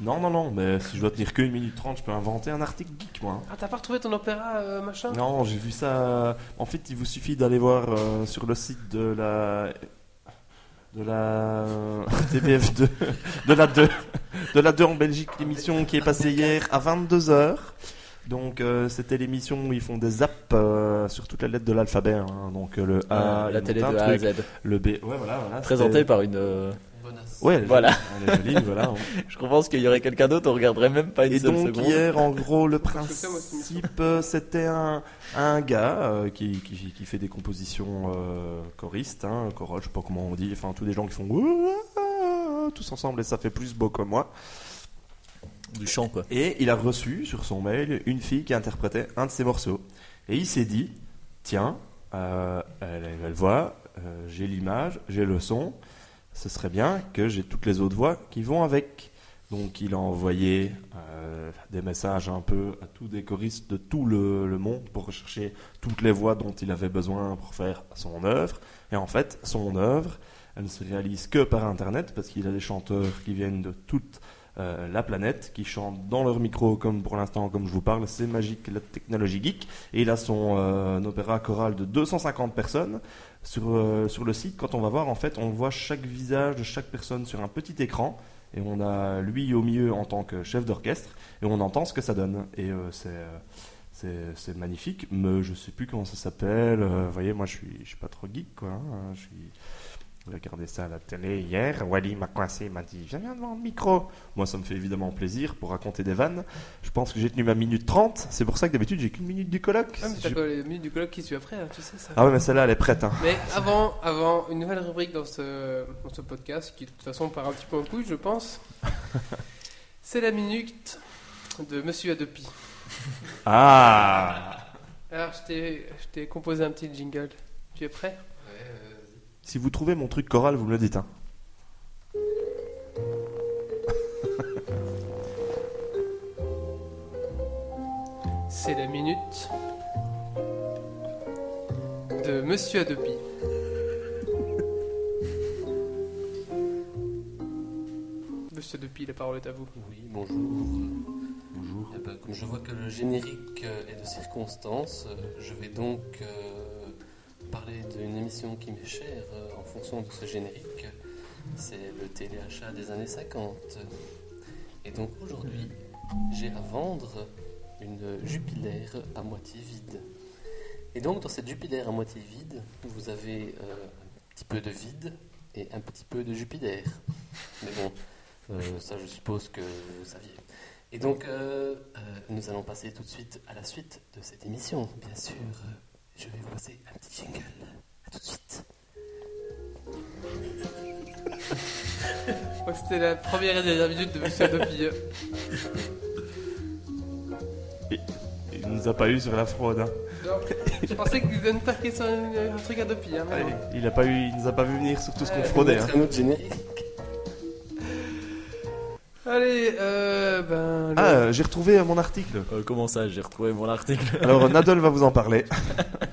[SPEAKER 4] Non, non, non, mais si je dois tenir qu'une minute trente, je peux inventer un article geek, moi. hein.
[SPEAKER 1] Ah, t'as pas retrouvé ton opéra euh, machin
[SPEAKER 4] Non, j'ai vu ça. En fait, il vous suffit d'aller voir euh, sur le site de la. de la. <laughs> TBF2. de la 2. De la 2 en Belgique, l'émission qui est passée hier à 22h. Donc, euh, c'était l'émission où ils font des zaps euh, sur toute la lettre de l'alphabet. hein. Donc, euh, le
[SPEAKER 7] Ah,
[SPEAKER 4] A,
[SPEAKER 3] Euh, la
[SPEAKER 4] ils
[SPEAKER 3] télé de
[SPEAKER 4] montent un
[SPEAKER 3] A à
[SPEAKER 4] truc,
[SPEAKER 3] Z.
[SPEAKER 4] le B. Ouais, voilà, voilà.
[SPEAKER 3] Présentée
[SPEAKER 4] c'était-
[SPEAKER 3] par une. euh,
[SPEAKER 5] Bonasse.
[SPEAKER 4] Ouais, elle est
[SPEAKER 3] Voilà.
[SPEAKER 4] jolie, elle est jolie, voilà.
[SPEAKER 3] Je pense qu'il y aurait quelqu'un d'autre, on regarderait même pas une
[SPEAKER 4] Et
[SPEAKER 3] seule
[SPEAKER 4] donc
[SPEAKER 3] seconde.
[SPEAKER 4] hier, en gros, le
[SPEAKER 1] Parce que ça, moi, c'est
[SPEAKER 4] principe, euh, c'était un, un gars euh, qui, qui, qui fait des compositions euh, choristes, hein, chorales, je sais pas comment on dit, enfin tous des gens qui font Ouah tous ensemble et ça fait plus beau que moi.
[SPEAKER 3] Du chant, quoi.
[SPEAKER 4] Et il a reçu sur son mail une fille qui interprétait un de ses morceaux. Et il s'est dit, tiens, euh, elle, elle voit, euh, j'ai l'image, j'ai le son, ce serait bien que j'ai toutes les autres voix qui vont avec. Donc il a envoyé euh, des messages un peu à tous des choristes de tout le, le monde pour rechercher toutes les voix dont il avait besoin pour faire son œuvre. Et en fait, son œuvre, elle ne se réalise que par Internet parce qu'il a des chanteurs qui viennent de toute euh, la planète, qui chantent dans leur micro comme pour l'instant, comme je vous parle. C'est magique, la technologie geek. Et il a son euh, opéra choral de 250 personnes sur, euh, sur le site, quand on va voir, en fait, on voit chaque visage de chaque personne sur un petit écran. Et on a lui au milieu en tant que chef d'orchestre. Et on entend ce que ça donne. Et euh, c'est. euh, c'est- c'est magnifique, mais je sais plus comment ça s'appelle. euh, Vous voyez, moi je suis, je suis pas trop geek, quoi. hein, Je suis... J'ai regardé ça à la télé hier. Wally m'a coincé, il m'a dit Viens, viens devant le micro. Moi, ça me fait évidemment plaisir pour raconter des vannes. Je pense que j'ai tenu ma minute 30. C'est pour ça que d'habitude j'ai qu'une minute du colloque.
[SPEAKER 1] Ah, mais
[SPEAKER 4] Je-
[SPEAKER 1] t'as pas les minutes du colloque qui suit après, hein, tu sais ça.
[SPEAKER 4] Ah ouais, mais celle-là elle est prête. Hein.
[SPEAKER 1] Mais avant, avant, une nouvelle rubrique dans ce, dans ce podcast qui de toute façon part un petit peu en couille, je
[SPEAKER 4] <laughs>
[SPEAKER 1] pense. C'est la minute de Monsieur Adopi.
[SPEAKER 4] Ah
[SPEAKER 1] Alors, je t'ai- je t'ai composé un petit jingle. Tu es prêt
[SPEAKER 4] Si vous trouvez mon truc choral, vous me le dites. Hein.
[SPEAKER 1] C'est la minute de Monsieur Adopi. Monsieur Adopi, la parole est à vous.
[SPEAKER 5] Oui, bonjour.
[SPEAKER 4] Bonjour.
[SPEAKER 5] Eh ben, comme je vois que le générique euh, est de circonstance, euh, je vais donc euh, parler d'une émission qui m'est chère euh, en fonction de ce générique. C'est le téléachat des années 50. Et donc aujourd'hui, j'ai à vendre une jupilaire à moitié vide. Et donc, dans cette jupilaire à moitié vide, vous avez euh, un petit peu de vide et un petit peu de Jupiter. Mais bon, euh, ça, je suppose que vous saviez. Et donc, euh, euh, nous allons passer tout de suite à la suite de cette émission, bien sûr. Euh, Je vais vous passer un petit jingle. À tout de suite.
[SPEAKER 1] Je crois que c'était la première et dernière minute de Monsieur Dopi.
[SPEAKER 4] Il nous a pas eu sur la fraude. hein.
[SPEAKER 1] Je pensais qu'ils allaient nous faire question- un truc à Dopi.
[SPEAKER 3] Ah
[SPEAKER 1] Hein, mais non.
[SPEAKER 4] Il a pas eu, il nous a pas vu venir sur tout ce qu'on
[SPEAKER 1] Ouais.
[SPEAKER 4] fraudait. hein.
[SPEAKER 5] Mettre un autre générique.
[SPEAKER 1] Allez, euh, ben. le-
[SPEAKER 4] Ah, euh, j'ai retrouvé euh, mon article.
[SPEAKER 3] Euh, comment ça J'ai retrouvé mon article. <laughs>
[SPEAKER 4] Alors Nadal va vous en parler.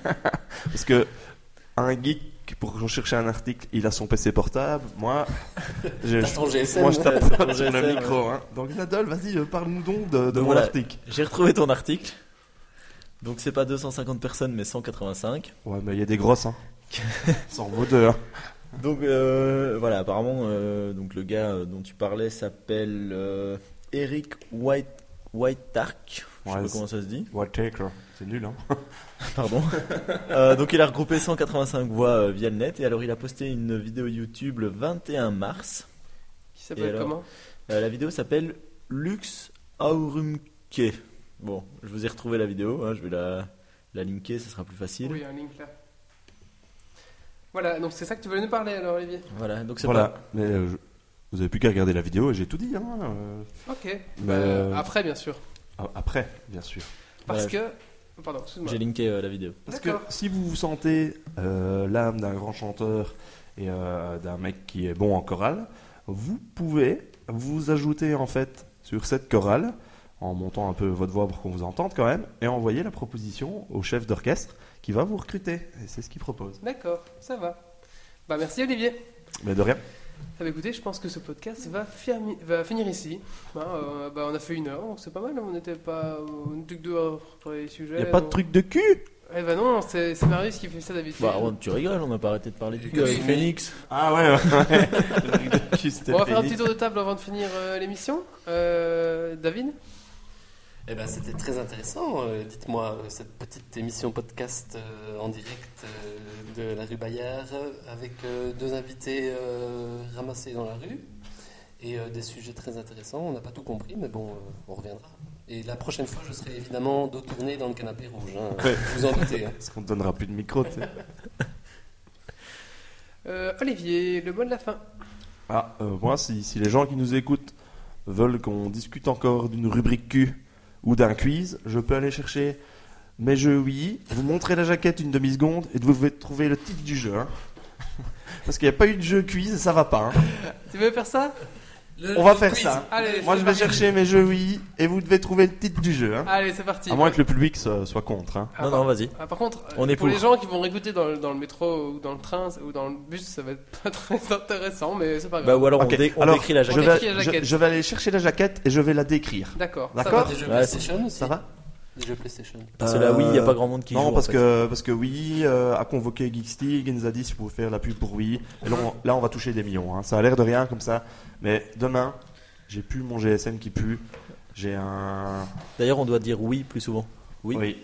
[SPEAKER 4] <laughs> Parce que un geek pour rechercher un article, il a son PC portable. Moi, je,
[SPEAKER 3] <laughs>
[SPEAKER 5] T'as ton GSM.
[SPEAKER 4] moi je tape <laughs> sur
[SPEAKER 3] GSM,
[SPEAKER 4] le
[SPEAKER 3] ouais.
[SPEAKER 4] micro. hein. Donc Nadal, vas-y, euh, parle-nous donc de, de
[SPEAKER 3] Donc
[SPEAKER 4] mon
[SPEAKER 3] voilà.
[SPEAKER 4] article.
[SPEAKER 3] J'ai retrouvé ton article. Donc c'est pas 250 personnes mais 185.
[SPEAKER 4] Ouais, mais il y a des grosses.
[SPEAKER 3] <laughs>
[SPEAKER 4] Hein. Sans vaut deux. hein.
[SPEAKER 3] Donc euh, voilà, apparemment, euh, donc le gars euh, dont tu parlais s'appelle euh, Eric White Whiteark. Je sais
[SPEAKER 4] Ouais,
[SPEAKER 3] pas
[SPEAKER 4] c'est-
[SPEAKER 3] comment ça
[SPEAKER 4] <laughs>
[SPEAKER 3] se dit.
[SPEAKER 4] What taker C'est nul. Hein.
[SPEAKER 3] Pardon. <laughs> Euh, donc il a regroupé 185 voix euh, via le net et alors il a posté une vidéo YouTube le 21 mars.
[SPEAKER 1] Qui
[SPEAKER 3] Et
[SPEAKER 1] s'appelle
[SPEAKER 3] alors
[SPEAKER 1] comment
[SPEAKER 3] Euh, la vidéo s'appelle Lux Aurumke. Bon, je vous ai retrouvé la vidéo. hein, je vais la la linker, ça sera plus facile.
[SPEAKER 1] Oui, un link là. Voilà, donc c'est ça que tu voulais nous parler alors, Olivier.
[SPEAKER 3] Voilà. Donc c'est
[SPEAKER 4] Voilà.
[SPEAKER 3] pas-
[SPEAKER 4] Mais euh, je- vous avez plus qu'à regarder la vidéo et j'ai tout dit. hein, euh,
[SPEAKER 1] Ok.
[SPEAKER 4] Mais-
[SPEAKER 1] Euh, après, bien sûr.
[SPEAKER 4] a- Ah, Après, bien sûr.
[SPEAKER 1] Parce
[SPEAKER 3] Voilà,
[SPEAKER 1] que. oh, Pardon, excuse-moi.
[SPEAKER 3] J'ai linké euh, la vidéo.
[SPEAKER 4] Parce que
[SPEAKER 1] D'accord.
[SPEAKER 4] si vous vous sentez euh, l'âme d'un grand chanteur et euh, d'un mec qui est bon en chorale, vous pouvez vous ajouter en fait sur cette chorale en montant un peu votre voix pour qu'on vous entende quand même et envoyer la proposition au chef d'orchestre qui va vous recruter. Et c'est ce qu'il propose.
[SPEAKER 1] D'accord, ça va. Bah merci Olivier.
[SPEAKER 4] Mais de rien.
[SPEAKER 1] Ah bah écoutez, je pense que ce podcast va, fermi- va finir ici. Hein, euh, bah on a fait une heure, donc c'est pas mal, hein. on n'était pas... euh, On n'était que deux heures sur les sujets.
[SPEAKER 4] Il n'y a pas de
[SPEAKER 1] on-
[SPEAKER 4] truc de cul
[SPEAKER 1] Eh bah non, c'est c'est Marius qui fait ça d'habitude.
[SPEAKER 3] Bah, tu rigoles, on n'a pas arrêté de parler du
[SPEAKER 5] Et
[SPEAKER 3] cul avec
[SPEAKER 5] comme-
[SPEAKER 3] Phoenix.
[SPEAKER 4] Ah ouais, <laughs> ouais. Le truc de cul, c'était
[SPEAKER 1] on va faire un
[SPEAKER 4] fini.
[SPEAKER 1] petit tour de table avant de finir euh, l'émission. Euh, David
[SPEAKER 5] Eh ben, c'était très intéressant. Euh, Dites-moi, euh, cette petite émission podcast euh, en direct euh, de la rue Bayard euh, avec euh, deux invités euh, ramassés dans la rue et euh, des sujets très intéressants. On n'a pas tout compris, mais bon, euh, on reviendra. Et la prochaine fois, je serai évidemment dos tourné dans le canapé rouge. hein.
[SPEAKER 4] Ouais.
[SPEAKER 5] Vous en doutez. hein.
[SPEAKER 4] Parce qu'on ne donnera plus de micro, tu sais.
[SPEAKER 1] Euh, Olivier, le mot de la fin.
[SPEAKER 4] Ah, euh, moi, si, si les gens qui nous écoutent veulent qu'on discute encore d'une rubrique Q ou d'un quiz, je peux aller chercher mes jeux Wii, vous montrer la jaquette une demi-seconde et vous pouvez trouver le titre du jeu. hein. <laughs> Parce qu'il n'y a pas eu de jeu quiz et ça va pas. hein.
[SPEAKER 1] Tu veux faire ça
[SPEAKER 5] Le-
[SPEAKER 4] On va
[SPEAKER 5] le
[SPEAKER 4] faire
[SPEAKER 5] quiz.
[SPEAKER 4] ça.
[SPEAKER 1] Allez,
[SPEAKER 4] Moi,
[SPEAKER 1] c'est
[SPEAKER 4] je vais
[SPEAKER 1] parti.
[SPEAKER 4] chercher mes jeux Wii et vous devez trouver le titre du jeu. hein.
[SPEAKER 1] Allez, c'est parti.
[SPEAKER 4] À moins que le public soit, soit contre. hein.
[SPEAKER 1] Ah,
[SPEAKER 3] Non,
[SPEAKER 1] par-
[SPEAKER 3] non, vas-y.
[SPEAKER 1] ah, par contre, euh,
[SPEAKER 3] On est
[SPEAKER 1] pour, les
[SPEAKER 3] pour.
[SPEAKER 1] gens qui vont réécouter dans, le- dans le métro ou dans le train ou dans le bus, ça va être <laughs> pas très intéressant, mais c'est pas
[SPEAKER 3] Bah,
[SPEAKER 1] grave.
[SPEAKER 3] ou alors
[SPEAKER 4] Ok,
[SPEAKER 3] on, dé- on
[SPEAKER 4] alors,
[SPEAKER 3] décrit la
[SPEAKER 4] Je
[SPEAKER 3] jaquette.
[SPEAKER 4] vais,
[SPEAKER 1] décrit la
[SPEAKER 4] je-
[SPEAKER 1] jaquette.
[SPEAKER 4] je vais aller chercher la jaquette et je vais la décrire.
[SPEAKER 1] D'accord. ça
[SPEAKER 4] D'accord.
[SPEAKER 1] va.
[SPEAKER 5] Des jeux
[SPEAKER 3] Ouais, c'est-
[SPEAKER 5] PlayStation aussi
[SPEAKER 4] Ça va
[SPEAKER 5] Des jeux PlayStation.
[SPEAKER 3] Parce que là, oui, il n'y a
[SPEAKER 4] Euh,
[SPEAKER 3] pas grand monde qui joue.
[SPEAKER 4] non, parce
[SPEAKER 3] en fait.
[SPEAKER 4] que parce que oui, euh, a convoqué Geeks League, il nous a dit si vous pouvez faire la pub pour oui. Et là, on, là, on va toucher des millions. hein. Ça a l'air de rien comme ça, mais demain, j'ai plus mon GSM qui pue. J'ai un.
[SPEAKER 3] D'ailleurs, on doit dire oui plus souvent. Oui.
[SPEAKER 4] Oui.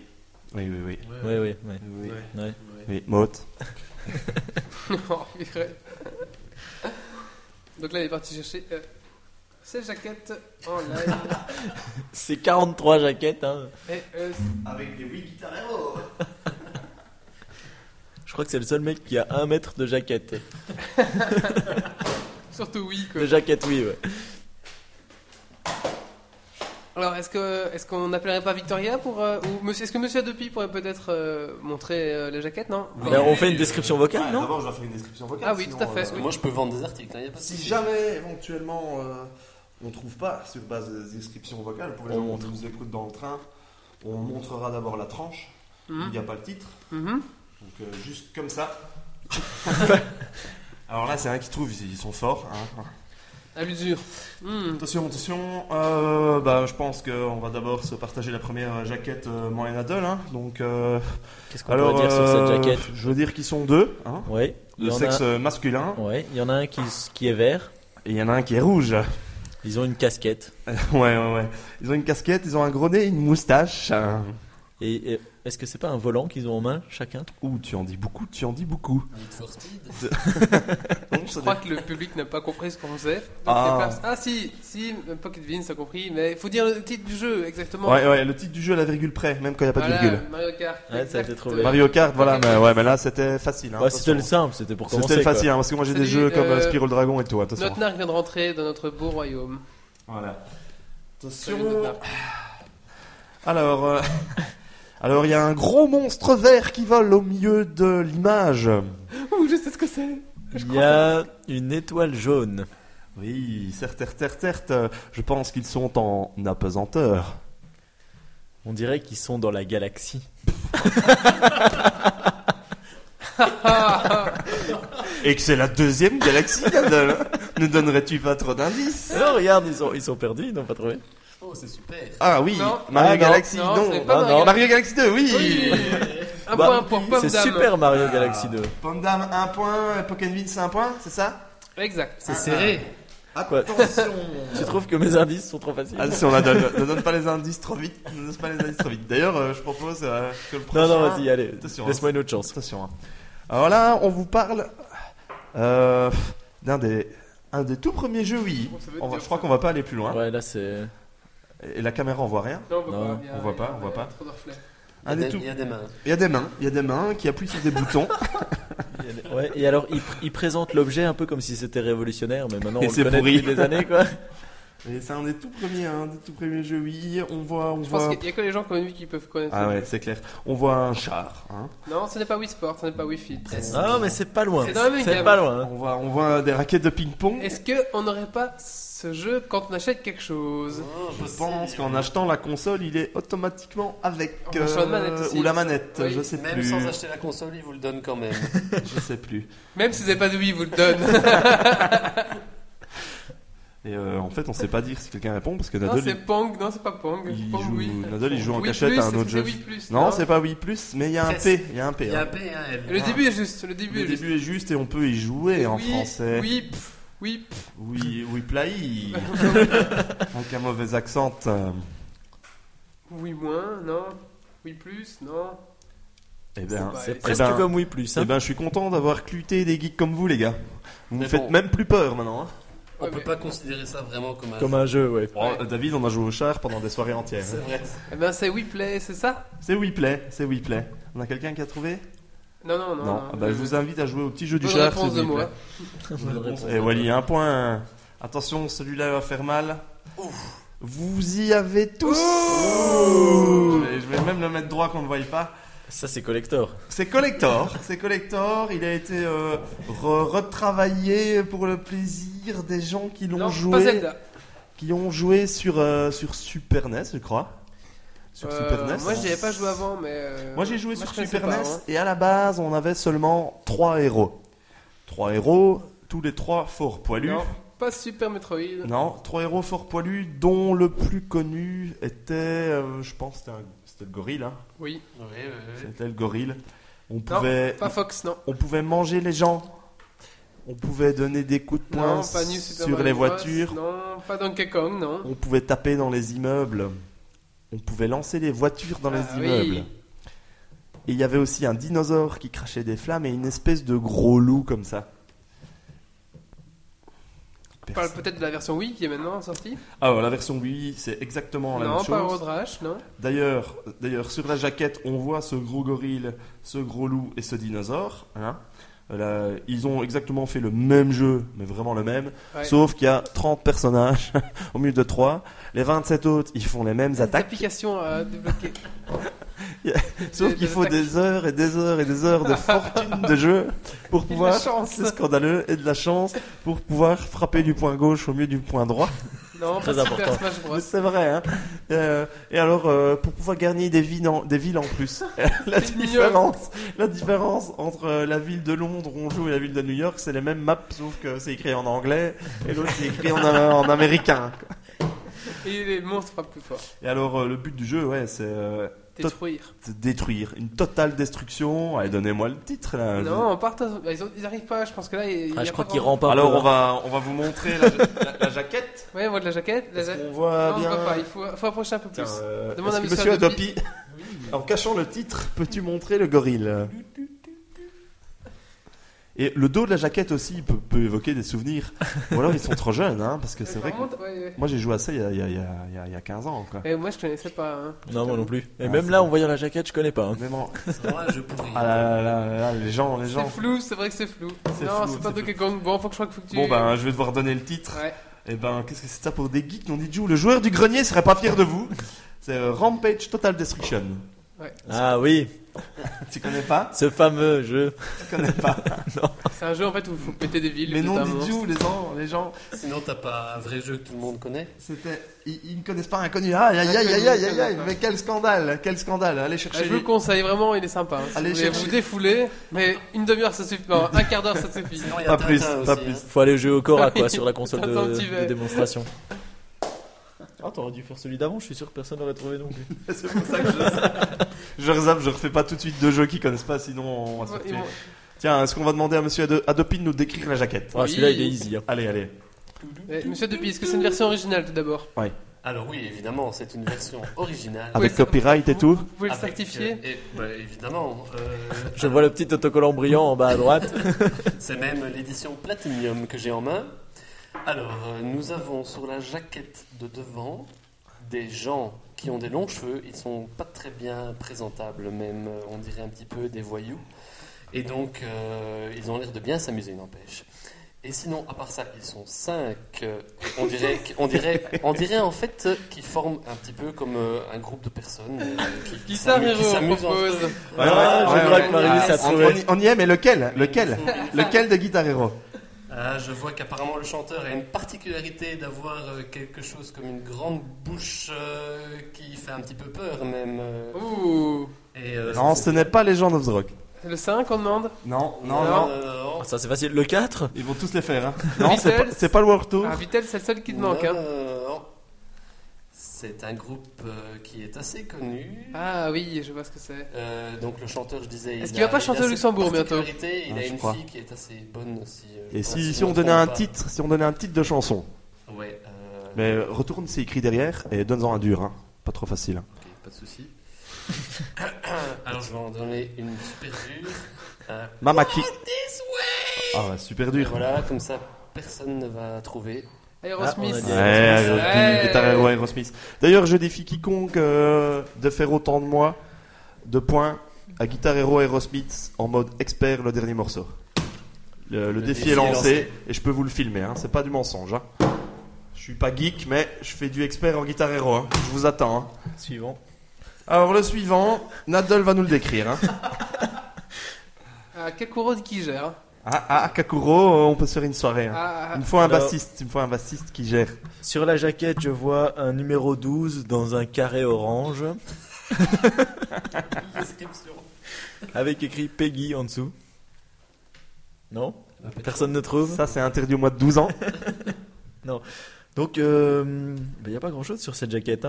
[SPEAKER 4] Oui, oui, oui.
[SPEAKER 3] Oui, oui, oui.
[SPEAKER 4] Oui.
[SPEAKER 3] Ouais.
[SPEAKER 4] Oui. Motte.
[SPEAKER 1] Oh, purée. Donc là, il est parti chercher euh, ses jaquettes en live.
[SPEAKER 3] C'est 43 jaquettes. Hein.
[SPEAKER 1] Et, euh,
[SPEAKER 3] Je crois que c'est le seul mec qui a un mètre de jaquette.
[SPEAKER 1] surtout oui, quoi.
[SPEAKER 3] De jaquette, oui. Ouais.
[SPEAKER 1] Alors, est-ce que est-ce qu'on n'appellerait pas Victoria pour euh, ou Monsieur Est-ce que Monsieur Adopi pourrait peut-être euh, montrer euh, la jaquette, non
[SPEAKER 4] Bah,
[SPEAKER 5] Oui.
[SPEAKER 3] Alors, on fait une description vocale, non
[SPEAKER 4] je dois faire une description vocale.
[SPEAKER 1] Ah oui, sinon, tout à fait. euh,
[SPEAKER 5] Parce que moi, je peux vendre des articles. hein, y a pas de
[SPEAKER 4] Si
[SPEAKER 5] souci.
[SPEAKER 4] jamais éventuellement euh, on trouve pas sur base des descriptions vocales pour les
[SPEAKER 3] On
[SPEAKER 4] gens
[SPEAKER 3] montre.
[SPEAKER 4] qui nous écoutent dans le train, on montrera d'abord la tranche.
[SPEAKER 1] Mhm.
[SPEAKER 4] Il n'y a pas le titre,
[SPEAKER 1] Mhm.
[SPEAKER 4] donc euh, juste comme
[SPEAKER 3] <laughs>
[SPEAKER 4] ça. Alors là, c'est un qui trouve, ils ils sont forts. hein.
[SPEAKER 1] À l'usure. Hmm.
[SPEAKER 4] Attention, attention. euh, bah, je pense qu'on va d'abord se partager la première jaquette euh, moi et Nadal. hein. Donc, euh,
[SPEAKER 3] Qu'est-ce qu'on
[SPEAKER 4] alors,
[SPEAKER 3] pourrait dire sur
[SPEAKER 4] euh,
[SPEAKER 3] cette jaquette
[SPEAKER 4] je veux dire qu'ils sont deux, hein,
[SPEAKER 3] Ouais. Il
[SPEAKER 4] de
[SPEAKER 3] y en
[SPEAKER 4] sexe
[SPEAKER 3] a.
[SPEAKER 4] masculin,
[SPEAKER 3] Ouais. Il y en a un qui, qui est vert.
[SPEAKER 4] et il y en a un qui est rouge. <laughs>
[SPEAKER 3] Ils ont une casquette.
[SPEAKER 4] Ouais, ouais, ouais. Ils ont une casquette, ils ont un gros nez, une moustache. un-
[SPEAKER 3] Et, et est-ce que c'est pas un volant qu'ils ont en main chacun
[SPEAKER 4] Ouh, tu en dis beaucoup, tu en dis beaucoup.
[SPEAKER 5] Need for Speed.
[SPEAKER 1] Je crois que le public n'a pas compris ce qu'on faisait. Donc,
[SPEAKER 4] Ah.
[SPEAKER 1] les places- ah si, si, même Pocket Vince a compris, mais il faut dire le titre du jeu exactement.
[SPEAKER 4] Ouais, ouais, le titre du jeu à la virgule près, même quand il n'y a pas
[SPEAKER 1] Voilà,
[SPEAKER 4] de virgule.
[SPEAKER 1] Mario Kart.
[SPEAKER 3] Ouais, ça a été
[SPEAKER 1] exact.
[SPEAKER 3] trouvé.
[SPEAKER 4] Mario Kart, voilà,
[SPEAKER 1] Ok.
[SPEAKER 4] mais, ouais, mais là c'était facile. Hein,
[SPEAKER 3] Bah,
[SPEAKER 4] attention.
[SPEAKER 3] C'était le simple, c'était pour commencer.
[SPEAKER 4] C'était le
[SPEAKER 3] quoi.
[SPEAKER 4] facile, hein, parce que moi j'ai
[SPEAKER 1] C'est
[SPEAKER 4] des
[SPEAKER 1] dit,
[SPEAKER 4] jeux comme
[SPEAKER 1] euh,
[SPEAKER 4] euh, Spyro le Dragon et tout, attention.
[SPEAKER 1] Notre narc vient de rentrer dans notre beau royaume.
[SPEAKER 4] Voilà.
[SPEAKER 1] Salut, notre narc. <laughs>
[SPEAKER 4] Alors, euh, <laughs> alors il y a un gros monstre vert qui vole au milieu de l'image.
[SPEAKER 1] Ouh, Oh, je sais ce que c'est.
[SPEAKER 3] Il y a une étoile jaune.
[SPEAKER 4] Oui, certes, certes, certes, certes, euh, je pense qu'ils sont en apesanteur.
[SPEAKER 3] On dirait qu'ils sont dans la galaxie.
[SPEAKER 1] Ah,
[SPEAKER 4] Et que c'est la deuxième galaxie, <laughs> Nadal. ne donnerais-tu pas trop d'indices
[SPEAKER 1] Ah.
[SPEAKER 3] Non, Oh, regarde, ils sont, ils sont perdus, ils n'ont pas trouvé.
[SPEAKER 5] Oh, c'est super.
[SPEAKER 4] Ah oui,
[SPEAKER 1] Non.
[SPEAKER 4] Mario
[SPEAKER 3] Ah, non.
[SPEAKER 4] Galaxy,
[SPEAKER 1] Non,
[SPEAKER 4] non.
[SPEAKER 1] ce n'est pas
[SPEAKER 4] Ah,
[SPEAKER 1] Mario
[SPEAKER 4] non.
[SPEAKER 1] Galaxy.
[SPEAKER 4] Mario Galaxy 2, <laughs> oui.
[SPEAKER 1] Oui. Un
[SPEAKER 3] Bah,
[SPEAKER 1] point pour Pomme
[SPEAKER 3] C'est
[SPEAKER 1] Dame.
[SPEAKER 3] Super Mario
[SPEAKER 4] Ah.
[SPEAKER 3] Galaxy 2.
[SPEAKER 4] Pomme Dame, un point, Pokémon, c'est un point, c'est ça
[SPEAKER 1] Exact.
[SPEAKER 5] C'est serré.
[SPEAKER 3] Quoi Tu trouves que mes indices sont trop faciles
[SPEAKER 4] Ah si, on la donne. ne donne pas les indices trop vite. Ne donne pas les indices trop vite. D'ailleurs, euh, je propose euh, que le prochain...
[SPEAKER 3] Non, non, vas-y, allez.
[SPEAKER 4] Attention, hein.
[SPEAKER 3] Laisse-moi une autre chance.
[SPEAKER 4] Attention. hein. Alors là, on vous parle euh, d'un des, un des tout premiers jeux Wii.
[SPEAKER 1] Ça veut
[SPEAKER 4] On va-
[SPEAKER 1] dire
[SPEAKER 4] je crois
[SPEAKER 1] ça.
[SPEAKER 4] qu'on va pas aller plus loin.
[SPEAKER 3] Ouais, là c'est.
[SPEAKER 4] Et la caméra, on voit rien.
[SPEAKER 1] Non, on voit
[SPEAKER 3] Non,
[SPEAKER 1] pas. Il y a-
[SPEAKER 4] on
[SPEAKER 1] il
[SPEAKER 4] voit
[SPEAKER 1] y a-
[SPEAKER 4] pas, on voit
[SPEAKER 1] il y a
[SPEAKER 4] pas.
[SPEAKER 1] Trop de reflets.
[SPEAKER 4] Un
[SPEAKER 5] Ah, il, y
[SPEAKER 4] des
[SPEAKER 5] a des,
[SPEAKER 4] Ah, tout-
[SPEAKER 5] il y a des mains.
[SPEAKER 4] Il y a des mains, il y a des mains qui appuient <laughs> sur des boutons.
[SPEAKER 3] Ouais, et alors, il, il présente l'objet un peu comme si c'était révolutionnaire, mais maintenant
[SPEAKER 4] Et
[SPEAKER 3] on
[SPEAKER 4] c'est
[SPEAKER 3] le connaît
[SPEAKER 4] pourri.
[SPEAKER 3] depuis des années,
[SPEAKER 4] <laughs>
[SPEAKER 3] quoi.
[SPEAKER 4] Et c'est un des tout premiers, hein, des tout premiers jeux Wii. On voit, on
[SPEAKER 1] Je
[SPEAKER 4] voit.
[SPEAKER 1] pense qu'il y a que les gens comme lui qui peuvent connaître.
[SPEAKER 4] Ah ouais, c'est clair. On voit un char. hein.
[SPEAKER 1] Non, ce n'est pas Wii Sport, ce n'est pas Wii Fit.
[SPEAKER 5] Presque.
[SPEAKER 3] Ah, mais c'est pas loin.
[SPEAKER 1] C'est dans la même
[SPEAKER 3] C'est
[SPEAKER 1] gamme.
[SPEAKER 3] pas loin. hein.
[SPEAKER 4] On voit, on voit des raquettes de ping-pong.
[SPEAKER 1] Est-ce que on n'aurait pas ce jeu quand on achète quelque chose
[SPEAKER 5] Oh,
[SPEAKER 4] Je pense qu'en achetant la console, il est automatiquement avec euh,
[SPEAKER 1] En achetant une manette aussi.
[SPEAKER 4] ou la manette.
[SPEAKER 1] Oui.
[SPEAKER 4] Je sais
[SPEAKER 5] Même
[SPEAKER 4] plus.
[SPEAKER 5] sans acheter la console, ils vous le donnent quand même.
[SPEAKER 4] <laughs> Je sais plus.
[SPEAKER 1] Même si vous n'avez pas de Wii, vous le donne.
[SPEAKER 4] Et euh, en fait, on sait pas dire si quelqu'un répond parce
[SPEAKER 1] <laughs>
[SPEAKER 4] que
[SPEAKER 1] non,
[SPEAKER 4] Nadal,
[SPEAKER 1] c'est Pong, non, c'est pas Pong.
[SPEAKER 4] il
[SPEAKER 1] Pong,
[SPEAKER 4] joue-
[SPEAKER 1] oui.
[SPEAKER 4] Nadal, il joue en
[SPEAKER 1] Wii
[SPEAKER 4] cachette
[SPEAKER 1] Plus,
[SPEAKER 4] à un
[SPEAKER 1] est-ce
[SPEAKER 4] autre
[SPEAKER 1] que c'est
[SPEAKER 4] jeu.
[SPEAKER 1] Wii Plus,
[SPEAKER 4] Non, c'est pas Wii Plus, mais il y a un
[SPEAKER 5] Presque.
[SPEAKER 4] P, il y a un P.
[SPEAKER 5] Il y a
[SPEAKER 4] hein.
[SPEAKER 5] un P et un L.
[SPEAKER 1] Le début est juste, le début
[SPEAKER 4] Le
[SPEAKER 1] est juste.
[SPEAKER 4] début est juste et on peut y jouer en
[SPEAKER 1] Oui,
[SPEAKER 4] français.
[SPEAKER 1] Oui, pff, oui, pff.
[SPEAKER 4] oui, oui, play. Avec un mauvais accent. euh,
[SPEAKER 1] oui moins, non. Oui plus, non.
[SPEAKER 4] Eh bien,
[SPEAKER 1] pas-
[SPEAKER 3] C'est
[SPEAKER 1] Eh
[SPEAKER 3] presque
[SPEAKER 4] ben-
[SPEAKER 3] comme oui plus. hein.
[SPEAKER 4] eh ben, je suis content d'avoir cluté des geeks comme vous, les gars. Vous me
[SPEAKER 5] Mais
[SPEAKER 4] faites
[SPEAKER 5] bon.
[SPEAKER 4] même plus peur maintenant. hein.
[SPEAKER 5] On
[SPEAKER 1] Ouais,
[SPEAKER 5] peut
[SPEAKER 1] mais-
[SPEAKER 5] pas considérer ça vraiment comme un.
[SPEAKER 3] Comme un jeu, ouais.
[SPEAKER 4] Oh, euh, David, on a joué au char pendant des soirées entières.
[SPEAKER 5] C'est vrai.
[SPEAKER 1] Eh ben, c'est Wii Play, c'est ça
[SPEAKER 4] C'est WePlay, c'est WePlay. On a quelqu'un qui a trouvé
[SPEAKER 1] Non, non, non.
[SPEAKER 4] Ah bah, je vous invite à jouer au petit jeu du
[SPEAKER 1] Bonne
[SPEAKER 4] char.
[SPEAKER 1] réponse de
[SPEAKER 4] c'est WePlay.
[SPEAKER 1] moi.
[SPEAKER 3] Bonne réponse.
[SPEAKER 4] Et Wally, un point. Attention, celui-là va faire mal. Vous y avez tous. Je vais- je vais même le mettre droit qu'on ne le voie pas.
[SPEAKER 3] Ça, c'est collector.
[SPEAKER 4] C'est Collector. C'est Collector. Il a été euh, re- retravaillé pour le plaisir des gens qui l'ont
[SPEAKER 1] Non,
[SPEAKER 4] joué.
[SPEAKER 1] pas Zelda.
[SPEAKER 4] Qui ont joué sur, euh, sur Super NES, je crois. Sur
[SPEAKER 1] Euh,
[SPEAKER 4] Super E NES.
[SPEAKER 1] Moi, j'y avais pas joué avant, mais. euh,
[SPEAKER 4] Moi j'ai joué sur
[SPEAKER 1] je connaissais
[SPEAKER 4] Super
[SPEAKER 1] pas,
[SPEAKER 4] NES
[SPEAKER 1] hein.
[SPEAKER 4] et à la base on avait seulement trois héros. Trois héros, tous les trois forts poilus.
[SPEAKER 1] Non, pas Super Metroid.
[SPEAKER 4] Non, trois héros fort poilus, dont le plus connu était, euh, je pense, c'était, un- c'était le gorille. Hein.
[SPEAKER 1] Oui.
[SPEAKER 5] Oui,
[SPEAKER 4] <laughs>
[SPEAKER 5] oui, oui.
[SPEAKER 4] C'était le gorille. On pouvait,
[SPEAKER 1] Pas Fox, non.
[SPEAKER 4] on pouvait manger les gens. On pouvait donner des coups de poing
[SPEAKER 1] Non, pas New Super
[SPEAKER 4] sur
[SPEAKER 1] Mario
[SPEAKER 4] les
[SPEAKER 1] Bros.
[SPEAKER 4] voitures.
[SPEAKER 1] Non, pas Donkey Kong, non.
[SPEAKER 4] On pouvait taper dans les immeubles. On pouvait lancer les voitures dans
[SPEAKER 1] Ah,
[SPEAKER 4] les immeubles.
[SPEAKER 1] oui.
[SPEAKER 4] Et il y avait aussi un dinosaure qui crachait des flammes et une espèce de gros loup comme ça.
[SPEAKER 1] On parle peut-être de la version Wii qui est maintenant sortie.
[SPEAKER 4] Ah, ouais, la version Wii, c'est exactement la
[SPEAKER 1] non,
[SPEAKER 4] même
[SPEAKER 1] pas
[SPEAKER 4] chose.
[SPEAKER 1] Road Rash, non.
[SPEAKER 4] D'ailleurs, d'ailleurs, sur la jaquette, on voit ce gros gorille, ce gros loup et ce dinosaure. hein. Euh, là, ils ont exactement fait le même jeu, mais vraiment le même.
[SPEAKER 1] Ouais.
[SPEAKER 4] Sauf qu'il y a 30 personnages <laughs> au milieu de 3. Les 27 autres, ils font les mêmes
[SPEAKER 1] Des
[SPEAKER 4] attaques.
[SPEAKER 1] applications
[SPEAKER 4] <laughs>
[SPEAKER 1] à débloquer.
[SPEAKER 4] Sauf
[SPEAKER 1] Des-
[SPEAKER 4] qu'il
[SPEAKER 1] des
[SPEAKER 4] faut
[SPEAKER 1] attaques.
[SPEAKER 4] des heures et des heures et des heures de fortune de jeu pour
[SPEAKER 1] Et de la
[SPEAKER 4] pouvoir.
[SPEAKER 1] chance.
[SPEAKER 4] C'est scandaleux et de la chance pour pouvoir frapper du point gauche au mieux du point droit. <laughs>
[SPEAKER 1] Non,
[SPEAKER 3] Très
[SPEAKER 1] pas Super
[SPEAKER 3] important.
[SPEAKER 1] Smash Bros.
[SPEAKER 4] Mais C'est vrai, hein. Euh, et alors, euh, pour pouvoir gagner des villes en, des villes en plus. <laughs> la,
[SPEAKER 1] C'est mignon.
[SPEAKER 4] différence, la différence entre euh, la ville de Londres où on joue et la ville de New York, c'est les mêmes maps, sauf que c'est écrit en anglais et l'autre c'est écrit en, euh, en américain.
[SPEAKER 1] Et les monstres frappent plus fort.
[SPEAKER 4] Et alors, euh, le but du jeu, ouais, c'est euh,
[SPEAKER 1] détruire.
[SPEAKER 4] détruire. Une totale destruction. Allez, donnez-moi le titre là.
[SPEAKER 1] Non, on part. Bah, Ils, ont- ils arrivent pas. Je pense que là, il,
[SPEAKER 3] Ah,
[SPEAKER 1] il y
[SPEAKER 3] je
[SPEAKER 1] a
[SPEAKER 3] crois
[SPEAKER 1] pas
[SPEAKER 3] qu'il
[SPEAKER 1] vraiment-
[SPEAKER 3] rend pas.
[SPEAKER 4] Alors,
[SPEAKER 3] peur.
[SPEAKER 4] on va, Ah, on va vous montrer la, la- la jaquette.
[SPEAKER 1] Ouais, on voit de la jaquette. la ja-
[SPEAKER 4] On voit
[SPEAKER 1] Non, on
[SPEAKER 4] Ah, bien.
[SPEAKER 1] voit pas. Il faut, faut approcher un peu plus.
[SPEAKER 4] Tiens, euh,
[SPEAKER 1] Demande
[SPEAKER 4] est-ce
[SPEAKER 1] à
[SPEAKER 4] que
[SPEAKER 1] monsieur
[SPEAKER 4] monsieur
[SPEAKER 1] Adopi.
[SPEAKER 4] Adopi, <laughs> en cachant le titre, peux-tu montrer le gorille Et le dos de la jaquette aussi il peut, peut évoquer des souvenirs. Ou alors ils sont trop jeunes, hein, parce que c'est
[SPEAKER 1] Ça
[SPEAKER 4] vrai que
[SPEAKER 1] remonte, ouais, ouais.
[SPEAKER 4] moi j'ai joué à ça il y a, il y a- il y a- il y a- il y a 15 ans. Quoi.
[SPEAKER 1] Et moi, je connaissais pas. hein.
[SPEAKER 3] Non, moi non plus. Et
[SPEAKER 4] Ah,
[SPEAKER 3] même
[SPEAKER 4] c'est
[SPEAKER 3] là,
[SPEAKER 4] bon.
[SPEAKER 3] en voyant la jaquette, je connais pas. hein.
[SPEAKER 4] Même en-
[SPEAKER 5] je pourris.
[SPEAKER 4] Ah là là là là là, les gens, les
[SPEAKER 1] C'est
[SPEAKER 4] gens.
[SPEAKER 1] flou, c'est vrai que c'est flou.
[SPEAKER 4] C'est
[SPEAKER 1] non,
[SPEAKER 4] flou,
[SPEAKER 1] c'est pas
[SPEAKER 4] c'est
[SPEAKER 1] Donkey Kong. Bon, faut que je crois que faut que tu.
[SPEAKER 4] Bon ben je vais devoir donner le titre.
[SPEAKER 1] Ouais.
[SPEAKER 4] Et ben qu'est-ce que c'est ça pour des geeks non dit Jou Le joueur du grenier serait pas fier de vous. C'est euh, Rampage Total Destruction.
[SPEAKER 3] Ah oui,
[SPEAKER 4] Tu connais pas
[SPEAKER 3] ce fameux jeu.
[SPEAKER 4] Tu connais pas.
[SPEAKER 1] C'est un jeu en fait où il faut péter des villes.
[SPEAKER 4] Mais non
[SPEAKER 1] notamment.
[SPEAKER 4] dit Jou, les gens, les gens.
[SPEAKER 5] Sinon, t'as pas un vrai jeu que tout le monde connaît
[SPEAKER 4] C'était. Ils, ils ne connaissent pas inconnu. Aïe aïe aïe aïe aïe aïe aïe. Mais quel scandale Quel scandale Allez
[SPEAKER 1] Ah,
[SPEAKER 4] chercher.
[SPEAKER 1] je vous
[SPEAKER 4] les-
[SPEAKER 1] le conseille vraiment, il est sympa. hein. Si
[SPEAKER 4] Allez
[SPEAKER 1] vous voulez
[SPEAKER 4] chercher-
[SPEAKER 1] vous défouler, mais une demi-heure ça suffit pas, un quart d'heure ça
[SPEAKER 4] <laughs>
[SPEAKER 1] suffit.
[SPEAKER 5] Sinon, il y a
[SPEAKER 4] Pas plus,
[SPEAKER 5] Tintin
[SPEAKER 4] pas
[SPEAKER 5] aussi,
[SPEAKER 4] plus.
[SPEAKER 5] hein.
[SPEAKER 3] Faut aller jouer au Cora
[SPEAKER 1] <laughs> Oui.
[SPEAKER 3] quoi sur la console de,
[SPEAKER 1] Attends, tu vas.
[SPEAKER 3] de démonstration. Ah, t'aurais dû faire celui d'avant, je suis sûr que personne n'aurait trouvé non plus.
[SPEAKER 4] C'est pour ça que je. <laughs> je rezappe, je refais pas tout de suite deux jeux qu'ils connaissent pas, sinon on va se faire
[SPEAKER 1] Ils
[SPEAKER 4] tuer.
[SPEAKER 1] m'ont-
[SPEAKER 4] Tiens, est-ce qu'on va demander à monsieur Ado- Adopi de nous décrire la jaquette
[SPEAKER 3] Ah,
[SPEAKER 1] Oui.
[SPEAKER 3] celui-là il est easy. hein.
[SPEAKER 4] Allez, allez.
[SPEAKER 1] Eh, Monsieur Dupuis, est-ce que c'est une version originale tout d'abord
[SPEAKER 5] Alors oui, évidemment, c'est une version originale.
[SPEAKER 1] Avec
[SPEAKER 4] Avec
[SPEAKER 1] Oui, ça-
[SPEAKER 4] copyright et
[SPEAKER 1] vous,
[SPEAKER 4] tout
[SPEAKER 1] vous pouvez le
[SPEAKER 5] Avec,
[SPEAKER 1] certifier
[SPEAKER 5] euh, et- bah, évidemment, euh,
[SPEAKER 3] Je vois le petit autocollant brillant en bas à <laughs> droite.
[SPEAKER 5] c'est même l'édition Platinum que j'ai en main. Alors, euh, nous avons sur la jaquette de devant des gens qui ont des longs cheveux. Ils sont pas très bien présentables, même euh, on dirait un petit peu des voyous. Et donc, euh, ils ont l'air de bien s'amuser, n'empêche. Et sinon, à part ça, ils sont cinq. euh, On dirait, qu- on dirait, on dirait en fait euh, qu'ils forment un petit peu comme euh, un groupe de personnes euh, qui,
[SPEAKER 1] Qui savent
[SPEAKER 5] s'amusent- qui
[SPEAKER 1] on
[SPEAKER 5] s'amusent entre eux.
[SPEAKER 1] propose
[SPEAKER 4] hein.
[SPEAKER 3] Ouais, Ah, je crois que Marie-Lise a
[SPEAKER 4] on,
[SPEAKER 3] trouvé.
[SPEAKER 4] on y- on y est, mais lequel Lequel Lequel de Guitar Hero
[SPEAKER 5] Ah, je vois qu'apparemment le chanteur a une particularité d'avoir euh, quelque chose comme une grande bouche euh, qui fait un petit peu peur même. euh,
[SPEAKER 1] Ouh
[SPEAKER 5] et, euh,
[SPEAKER 4] Non, ce n'est pas Legend of the Rock.
[SPEAKER 1] C'est le 5 on demande
[SPEAKER 4] Non,
[SPEAKER 5] non, non, non,
[SPEAKER 3] Ah, ça c'est facile. Le 4
[SPEAKER 4] Ils vont tous les faire. hein. Non,
[SPEAKER 1] Beatles.
[SPEAKER 4] c'est pas, c'est pas le World Tour.
[SPEAKER 1] Ah, Vitel, c'est le seul qui te
[SPEAKER 5] non,
[SPEAKER 1] manque. Hein.
[SPEAKER 5] non, non. C'est un groupe euh, qui est assez connu.
[SPEAKER 1] Ah oui, je vois ce que c'est.
[SPEAKER 5] Euh, donc le chanteur, je disais.
[SPEAKER 1] Est-ce
[SPEAKER 5] il
[SPEAKER 1] qu'il va
[SPEAKER 5] a-
[SPEAKER 1] pas
[SPEAKER 5] il a
[SPEAKER 1] chanter au
[SPEAKER 5] cette
[SPEAKER 1] Luxembourg bientôt
[SPEAKER 5] particularité, Il
[SPEAKER 4] Ah,
[SPEAKER 5] a
[SPEAKER 4] je
[SPEAKER 5] une
[SPEAKER 4] crois.
[SPEAKER 5] fille qui est assez bonne aussi. euh,
[SPEAKER 4] Et
[SPEAKER 5] je
[SPEAKER 3] Ah,
[SPEAKER 5] pense,
[SPEAKER 4] si,
[SPEAKER 5] je
[SPEAKER 4] si on
[SPEAKER 5] me
[SPEAKER 4] donnait
[SPEAKER 5] trompe
[SPEAKER 4] un
[SPEAKER 5] pas.
[SPEAKER 4] titre, si on donnait un titre de chanson.
[SPEAKER 5] Ouais. euh,
[SPEAKER 4] Mais euh, retourne, c'est écrit derrière et donne-en un dur. hein. Pas trop facile. hein.
[SPEAKER 5] Ok, pas de souci. <coughs> Alors je vais en donner une super dure. Euh,
[SPEAKER 4] Mamaki.
[SPEAKER 5] this way.
[SPEAKER 4] Ah, ouais, super
[SPEAKER 5] Et
[SPEAKER 4] dur.
[SPEAKER 5] Voilà, comme ça, personne ne va trouver.
[SPEAKER 1] Aerosmith.
[SPEAKER 3] Ah, on a dit
[SPEAKER 4] Ouais,
[SPEAKER 3] Aerosmith.
[SPEAKER 4] Aerosmith,
[SPEAKER 1] Ouais.
[SPEAKER 4] Guitar Hero, Aerosmith. D'ailleurs, je défie quiconque euh, de faire autant de moi de points à Guitar Hero Aerosmith en mode expert le dernier morceau. Le, le défi, est lancé, et je peux vous le filmer, hein, c'est pas du mensonge. hein. Je suis pas geek, mais je fais du expert en Guitar Hero, hein. je vous attends. hein.
[SPEAKER 3] Suivant.
[SPEAKER 4] Alors le suivant, Nadal va nous le décrire. hein.
[SPEAKER 1] Ah, Kakuro qui gère. hein.
[SPEAKER 4] Ah, ah, Kakuro, euh, on peut se faire une soirée. hein.
[SPEAKER 1] Ah,
[SPEAKER 4] Il
[SPEAKER 1] ah,
[SPEAKER 4] me faut un
[SPEAKER 3] Alors-
[SPEAKER 4] bassiste, il me faut un bassiste qui gère.
[SPEAKER 3] Sur la jaquette, je vois un numéro 12 dans un carré orange
[SPEAKER 5] Description.
[SPEAKER 3] avec écrit Peggy en dessous. Non
[SPEAKER 1] Ah,
[SPEAKER 3] Personne ne trouve
[SPEAKER 4] Ça, c'est interdit au moins de 12 ans.
[SPEAKER 3] Donc, il euh, n'y a pas grand chose sur cette jaquette.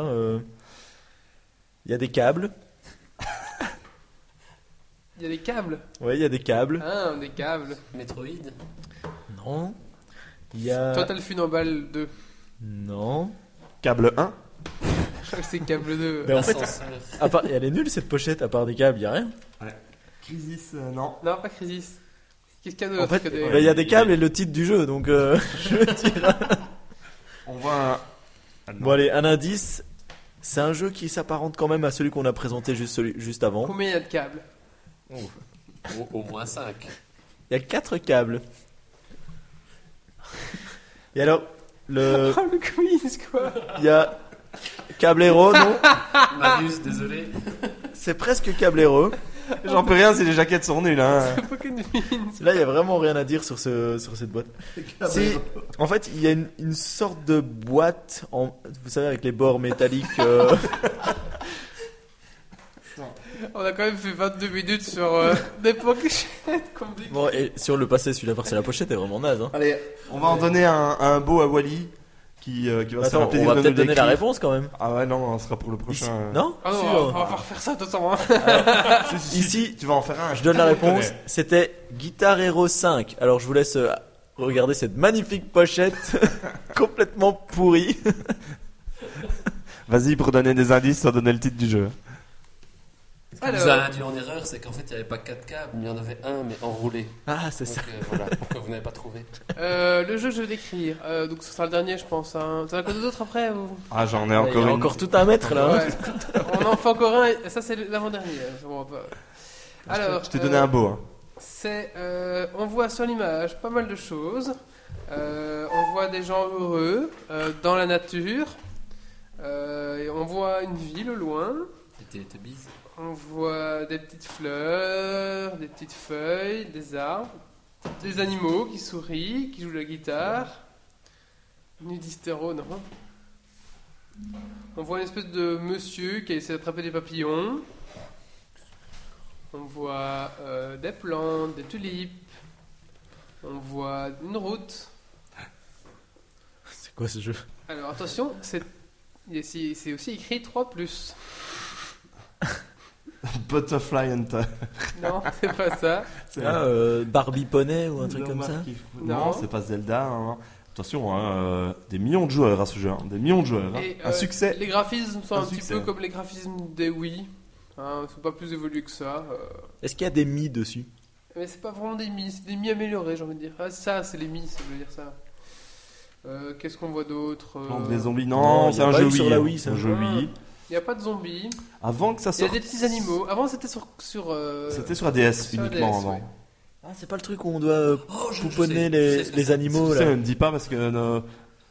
[SPEAKER 3] Il y a des câbles.
[SPEAKER 1] il y a des câbles.
[SPEAKER 3] Oui, il y a des câbles.
[SPEAKER 1] Ah, des câbles.
[SPEAKER 5] Metroid.
[SPEAKER 3] Non. Il y a.
[SPEAKER 1] Toi, t'as le funambal 2.
[SPEAKER 3] Non.
[SPEAKER 4] Câble 1.
[SPEAKER 1] <laughs> Je crois que c'est câble 2.
[SPEAKER 3] Mais en fait,
[SPEAKER 5] Ascenseur.
[SPEAKER 3] à part- elle est nulle cette pochette, à part des câbles, il n'y a rien.
[SPEAKER 4] <laughs> Crisis, euh, non.
[SPEAKER 1] Non, pas Crisis. Qu'est-ce qu'il y a
[SPEAKER 3] En
[SPEAKER 1] d'autre
[SPEAKER 3] fait,
[SPEAKER 1] que des-
[SPEAKER 3] il Bah, y a des câbles et le titre du jeu, donc euh, <laughs> je veux dire.
[SPEAKER 4] On voit un,
[SPEAKER 3] Bon, allez, un indice. C'est un jeu qui s'apparente quand même à celui qu'on a présenté juste, celui- juste avant.
[SPEAKER 1] Combien il y a de câbles
[SPEAKER 5] Au, au moins 5.
[SPEAKER 3] Il y a quatre câbles. Et alors, le,
[SPEAKER 1] Oh, le quiz, quoi
[SPEAKER 3] il y a Cablero, non
[SPEAKER 5] Marius, désolé.
[SPEAKER 3] C'est presque Cablero.
[SPEAKER 4] <laughs> J'en peux rien si les jaquettes sont nulles. Hein.
[SPEAKER 1] Faut qu'on devine.
[SPEAKER 3] Là, il y a vraiment rien à dire sur, ce, sur cette boîte. C'est- en fait, il y a une, une sorte de boîte, en, vous savez, avec les bords métalliques. <laughs> euh,
[SPEAKER 1] On a quand même fait 22 minutes sur euh, des <laughs> pochettes qu'on dit.
[SPEAKER 3] bon, et sur le passé, celui-là, parce que la pochette est vraiment naze. Hein.
[SPEAKER 4] Allez, on va en donner un, un beau à Wally. qui, euh, qui va se
[SPEAKER 3] Attends,
[SPEAKER 4] rappeler
[SPEAKER 3] on va peut-être donner la
[SPEAKER 4] réponse.
[SPEAKER 3] réponse quand même.
[SPEAKER 4] Ah ouais, non, ce sera pour le
[SPEAKER 3] Ici-
[SPEAKER 4] prochain. euh, Ah,
[SPEAKER 3] Non
[SPEAKER 1] Ah non,
[SPEAKER 3] Si,
[SPEAKER 1] on va-
[SPEAKER 3] on-
[SPEAKER 1] on va pas refaire ça, de toute façon. hein.
[SPEAKER 4] si, si, si,
[SPEAKER 3] Ici-
[SPEAKER 4] tu vas en faire un.
[SPEAKER 3] Je donne la réponse.
[SPEAKER 4] connais.
[SPEAKER 3] C'était Guitar Hero 5. Alors je vous laisse euh, regarder cette magnifique pochette <laughs> complètement pourrie.
[SPEAKER 4] Vas-y pour donner des indices sans donner le titre du jeu.
[SPEAKER 5] Vous
[SPEAKER 1] Alors,
[SPEAKER 5] avez induit en erreur, c'est qu'en fait, il n'y avait pas 4 câbles, mais il y en avait un, mais enroulé.
[SPEAKER 3] Ah, c'est
[SPEAKER 5] Donc
[SPEAKER 3] ça.
[SPEAKER 5] euh, voilà, pourquoi vous n'avez pas trouvé
[SPEAKER 1] euh, le jeu, je vais décrire. Euh, donc, ce sera le dernier, je pense. hein. Ça va cause d'autres après ou-
[SPEAKER 4] Ah, j'en ai
[SPEAKER 3] Il y
[SPEAKER 4] encore
[SPEAKER 3] a
[SPEAKER 4] une.
[SPEAKER 3] encore tout un mètre
[SPEAKER 4] Ah
[SPEAKER 3] là. hein.
[SPEAKER 1] Ouais. On en fait encore un, et ça, c'est l'avant-dernier. Je comprends pas. Alors,
[SPEAKER 4] Je t'ai donné
[SPEAKER 1] euh,
[SPEAKER 4] un beau. hein. <laughs>
[SPEAKER 1] C'est, euh, on voit sur l'image pas mal de choses. Euh, on voit des gens heureux euh, dans la nature. Euh, et on voit une ville au loin.
[SPEAKER 5] C'était t'es bise.
[SPEAKER 1] On voit des petites fleurs, des petites feuilles, des arbres, des animaux qui sourient, qui jouent de la guitare. Nudistero, non On voit une espèce de monsieur qui a essayé d'attraper des papillons. On voit euh, des plantes, des tulipes. On voit une route.
[SPEAKER 3] C'est quoi ce jeu
[SPEAKER 1] Alors attention, c'est il y a- c'est c'est aussi écrit 3 ⁇
[SPEAKER 4] Butterfly Hunter.
[SPEAKER 1] Non, c'est pas ça.
[SPEAKER 4] C'est
[SPEAKER 3] Ah, euh, Barbie Poney ou un truc
[SPEAKER 4] Le
[SPEAKER 3] comme ça
[SPEAKER 4] marque qui-
[SPEAKER 1] Non.
[SPEAKER 4] Non, c'est pas Zelda. hein. Attention, hein, euh, des millions de joueurs à ce jeu. hein, Des millions de joueurs. hein.
[SPEAKER 1] Et,
[SPEAKER 4] un
[SPEAKER 1] euh,
[SPEAKER 4] succès.
[SPEAKER 1] Les graphismes sont un,
[SPEAKER 4] Un
[SPEAKER 1] petit
[SPEAKER 4] succès.
[SPEAKER 1] peu comme les graphismes des Wii. Hein, ils sont pas plus évolués que ça. euh.
[SPEAKER 3] Est-ce qu'il y a des mi dessus
[SPEAKER 1] Mais c'est pas vraiment des mi, c'est des mi améliorés, j'ai envie de dire. Ah, ça, c'est les mi, ça veut dire ça. Euh, Qu'est-ce qu'on voit d'autre euh,
[SPEAKER 4] Plante des
[SPEAKER 1] Il
[SPEAKER 4] zombies.
[SPEAKER 3] Non,
[SPEAKER 4] Non,
[SPEAKER 3] il y
[SPEAKER 4] c'est
[SPEAKER 3] a
[SPEAKER 4] un
[SPEAKER 3] pas
[SPEAKER 4] jeu
[SPEAKER 3] eu
[SPEAKER 4] Wii.
[SPEAKER 3] sur la
[SPEAKER 4] hein.
[SPEAKER 3] Wii, ça.
[SPEAKER 4] un jeu Wii.
[SPEAKER 1] n'y a pas de zombies.
[SPEAKER 4] Avant que ça
[SPEAKER 1] Il y a
[SPEAKER 4] sorte.
[SPEAKER 1] des petits animaux. Avant, c'était sur. sur euh,
[SPEAKER 4] C'était sur la DS
[SPEAKER 1] sur la
[SPEAKER 4] uniquement
[SPEAKER 1] DS,
[SPEAKER 4] avant.
[SPEAKER 1] ouais.
[SPEAKER 3] Ah, c'est pas le truc où on doit euh,
[SPEAKER 5] Oh, je- je
[SPEAKER 3] pouponner
[SPEAKER 5] sais, je
[SPEAKER 3] les,
[SPEAKER 5] sais ce que
[SPEAKER 3] les
[SPEAKER 5] c'est.
[SPEAKER 3] animaux
[SPEAKER 4] Tu sais,
[SPEAKER 3] là.
[SPEAKER 4] ne me dis pas parce que nos,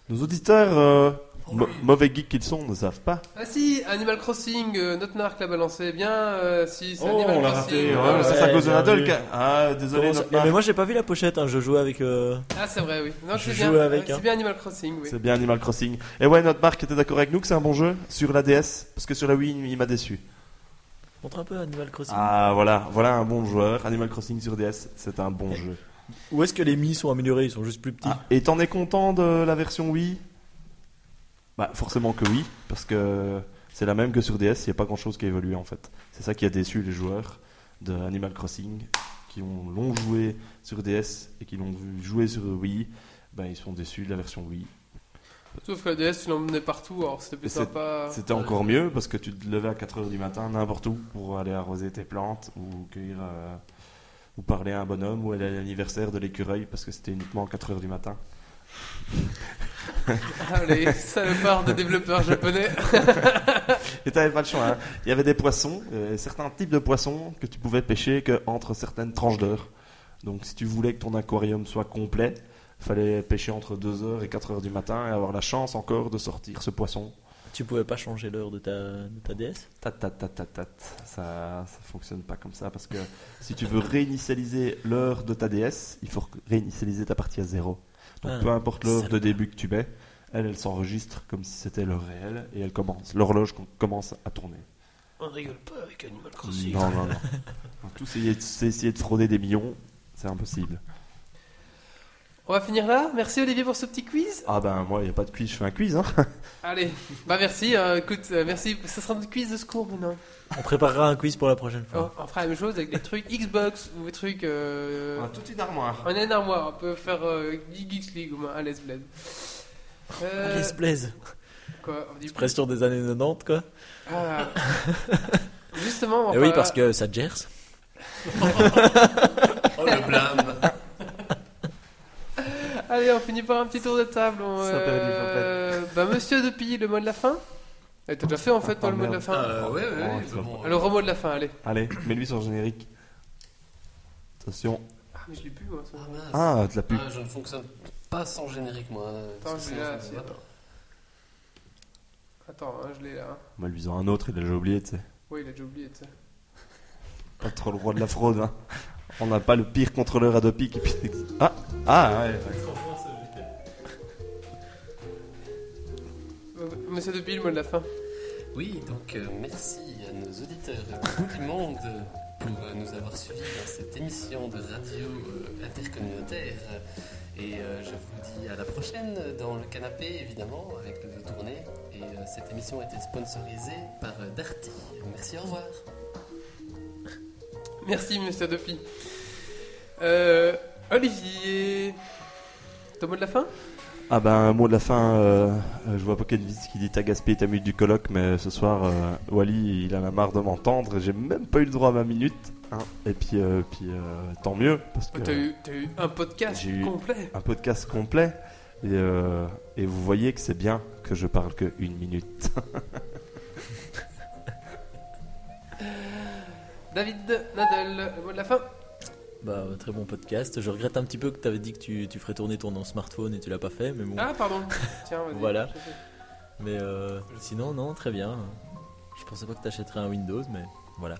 [SPEAKER 4] nos auditeurs, euh,
[SPEAKER 5] Oh,
[SPEAKER 4] mo-
[SPEAKER 5] oui.
[SPEAKER 4] mauvais geeks qu'ils sont, ne savent pas.
[SPEAKER 1] Ah si, Animal Crossing, euh, Notnark l'a balancé bien. euh, si, c'est Animal
[SPEAKER 4] on l'a
[SPEAKER 1] Crossing.
[SPEAKER 4] raté.
[SPEAKER 1] ouais,
[SPEAKER 4] ça, c'est
[SPEAKER 3] ouais,
[SPEAKER 4] à cause de
[SPEAKER 3] bien
[SPEAKER 4] Nadal.
[SPEAKER 3] vu.
[SPEAKER 4] qu'a- Ah, désolé,
[SPEAKER 3] Comment ça-
[SPEAKER 4] notre
[SPEAKER 3] Mais
[SPEAKER 4] marque.
[SPEAKER 3] moi j'ai pas vu la pochette, hein, je jouais avec. euh,
[SPEAKER 1] Ah, c'est vrai, oui. Non,
[SPEAKER 3] Je
[SPEAKER 1] c'est bien.
[SPEAKER 3] jouais avec,
[SPEAKER 1] C'est
[SPEAKER 3] hein.
[SPEAKER 1] bien Animal Crossing, oui.
[SPEAKER 4] C'est bien Animal Crossing. Et ouais, notre marque était d'accord avec nous que c'est un bon jeu sur la DS, parce que sur la Wii, il m'a déçu.
[SPEAKER 3] Montre un peu Animal Crossing.
[SPEAKER 4] Ah voilà, voilà un bon joueur. Animal Crossing sur DS, c'est un bon jeu.
[SPEAKER 3] Où est-ce que les mi sont améliorés Ils sont juste plus petits.
[SPEAKER 4] Ah, et t'en es content de la version Wii Bah forcément que oui, parce que c'est la même que sur DS, il n'y a pas grand-chose qui a évolué en fait. C'est ça qui a déçu les joueurs de Animal Crossing, qui ont l'ont joué sur DS et qui l'ont vu jouer sur Wii. Bah ils sont déçus de la version Wii.
[SPEAKER 1] Sauf que la DS, tu l'emmenais partout, alors c'était plus
[SPEAKER 4] Et c'est-
[SPEAKER 1] sympa. <laughs>
[SPEAKER 4] C'était encore mieux parce que tu te levais à 4h du matin n'importe où pour aller arroser tes plantes ou cueillir euh, ou parler à un bonhomme ou aller à l'anniversaire de l'écureuil parce que c'était uniquement 4h du matin.
[SPEAKER 1] Ah, les salopards de développeurs japonais.
[SPEAKER 4] <laughs> Et t'avais pas le choix. hein. Il y avait des poissons, euh, certains types de poissons que tu pouvais pêcher que entre certaines tranches d'heure. Donc si tu voulais que ton aquarium soit complet, fallait pêcher entre 2h et 4h du matin et avoir la chance encore de sortir ce poisson.
[SPEAKER 3] Tu pouvais pas changer l'heure de ta, de ta DS
[SPEAKER 4] Tat, tat, tat, tat, tat. Ça, ça fonctionne pas comme ça parce que si tu veux réinitialiser l'heure de ta DS, il faut réinitialiser ta partie à zéro. Donc
[SPEAKER 3] Ah,
[SPEAKER 4] peu importe l'heure de
[SPEAKER 3] salope.
[SPEAKER 4] début que tu mets, elle, elle s'enregistre comme si c'était l'heure réelle et elle commence. L'horloge com- commence à tourner.
[SPEAKER 7] On rigole pas avec Animal Crossing.
[SPEAKER 4] Non,
[SPEAKER 7] <laughs>
[SPEAKER 4] non, non. On a tous essayer de, c'est essayer de frauder des millions, c'est impossible.
[SPEAKER 1] On va finir là. Merci Olivier pour ce petit quiz.
[SPEAKER 4] Ah ben moi, il n'y a pas de quiz, je fais un quiz. Hein.
[SPEAKER 1] Allez, bah merci. hein, écoute, euh, merci. Ça sera notre quiz de secours maintenant.
[SPEAKER 3] On préparera un quiz pour la prochaine
[SPEAKER 1] On,
[SPEAKER 3] fois.
[SPEAKER 1] on fera la même chose avec des trucs Xbox ou des trucs. Euh,
[SPEAKER 4] toute une armoire.
[SPEAKER 1] on est une armoire. On peut faire euh, Geeks League ou un Les Blade. Euh,
[SPEAKER 3] Allez, se plaise.
[SPEAKER 1] quoi, on dit-
[SPEAKER 3] Pression des années 90 quoi.
[SPEAKER 1] Ah. <laughs> Justement, on
[SPEAKER 3] Eh oui,
[SPEAKER 1] parlera-
[SPEAKER 3] parce que ça te gère.
[SPEAKER 5] Oh, le blâme
[SPEAKER 1] euh, Allez, on finit par un petit tour de table. on,
[SPEAKER 4] Ça s'appelle
[SPEAKER 1] euh, Bah, monsieur Depilly, le mot de la fin Eh, T'as déjà fait en fait, toi,
[SPEAKER 4] Ah,
[SPEAKER 1] le mot de la
[SPEAKER 4] merde.
[SPEAKER 1] fin
[SPEAKER 5] Euh, Ouais, ouais,
[SPEAKER 4] Oh,
[SPEAKER 5] ouais.
[SPEAKER 4] ça
[SPEAKER 5] mais
[SPEAKER 4] va.
[SPEAKER 5] bon,
[SPEAKER 1] Alors, au mot de la fin, allez.
[SPEAKER 4] <coughs> Allez, mets-lui sur le générique. Attention.
[SPEAKER 1] Ah, mais je l'ai plus, moi. ça.
[SPEAKER 5] Ah, mince.
[SPEAKER 4] Ah, de la pub.
[SPEAKER 5] Ah, je ne fonctionne pas sans générique, moi.
[SPEAKER 1] Attends,
[SPEAKER 5] Parce
[SPEAKER 1] je
[SPEAKER 5] que
[SPEAKER 1] l'ai
[SPEAKER 5] sinon,
[SPEAKER 1] là.
[SPEAKER 5] ça
[SPEAKER 1] si,
[SPEAKER 5] ne va
[SPEAKER 1] attends.
[SPEAKER 5] pas.
[SPEAKER 1] Attends, hein, je l'ai là. hein.
[SPEAKER 4] En lui disant un autre, il a déjà oublié, tu sais.
[SPEAKER 1] Oui, il a déjà oublié, tu sais.
[SPEAKER 4] Pas trop le roi de la fraude, hein. On n'a pas le pire contrôleur à deux pics. et puis- Ah, ah, ouais.
[SPEAKER 1] Euh, Monsieur Depilly, le mot de la fin.
[SPEAKER 5] Oui, donc euh, merci à nos auditeurs de <laughs> tout le monde pour euh, nous avoir suivis dans cette émission de radio euh, intercommunautaire. Et euh, je vous dis à la prochaine dans le canapé, évidemment, avec le tourné. Et euh, cette émission a été sponsorisée par euh, Darty. Merci, au revoir.
[SPEAKER 1] Merci, monsieur Duffy. Euh, Olivier. Ton mot de la fin
[SPEAKER 2] Ah ben, un mot de la fin, euh, euh, je vois Pocket Viz qui dit T'as gaspillé ta minute du colloque, mais ce soir, euh, Wally, il en a marre de m'entendre, et j'ai même pas eu le droit à ma minute. hein. Et puis, euh, puis euh, tant mieux, parce que
[SPEAKER 1] Ah, Oh, T'as eu, t'as eu un podcast
[SPEAKER 2] j'ai eu-
[SPEAKER 1] complet.
[SPEAKER 2] un podcast complet, et, euh, et vous voyez que c'est bien que je parle que une minute.
[SPEAKER 1] David Nadel, le mot de la fin
[SPEAKER 3] Bah, très bon podcast. Je regrette un petit peu que tu avais dit que tu, tu ferais tourner ton smartphone et tu l'as pas fait, mais bon.
[SPEAKER 1] Ah, pardon. Tiens, vas-y.
[SPEAKER 3] Voilà. Mais euh, sinon, non, très bien. Je pensais pas que t'achèterais un Windows, mais voilà.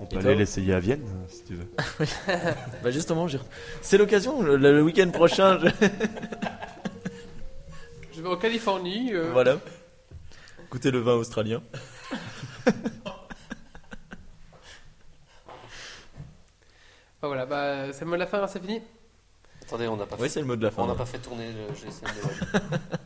[SPEAKER 2] On peut
[SPEAKER 3] Et
[SPEAKER 2] aller
[SPEAKER 3] toi
[SPEAKER 2] l'essayer à Vienne, euh, si tu veux.
[SPEAKER 3] Bah justement, j'ai- c'est l'occasion, le, le week-end prochain, je-
[SPEAKER 1] Je vais en Californie. euh,
[SPEAKER 3] voilà. Goûtez le vin australien.
[SPEAKER 1] Bah voilà, bah, c'est le mot de la fin, c'est fini.
[SPEAKER 5] Attendez, on n'a pas,
[SPEAKER 3] Oui,
[SPEAKER 5] fait...
[SPEAKER 3] c'est le mot de la
[SPEAKER 5] on
[SPEAKER 3] fin.
[SPEAKER 5] n'a pas fait tourner le GSM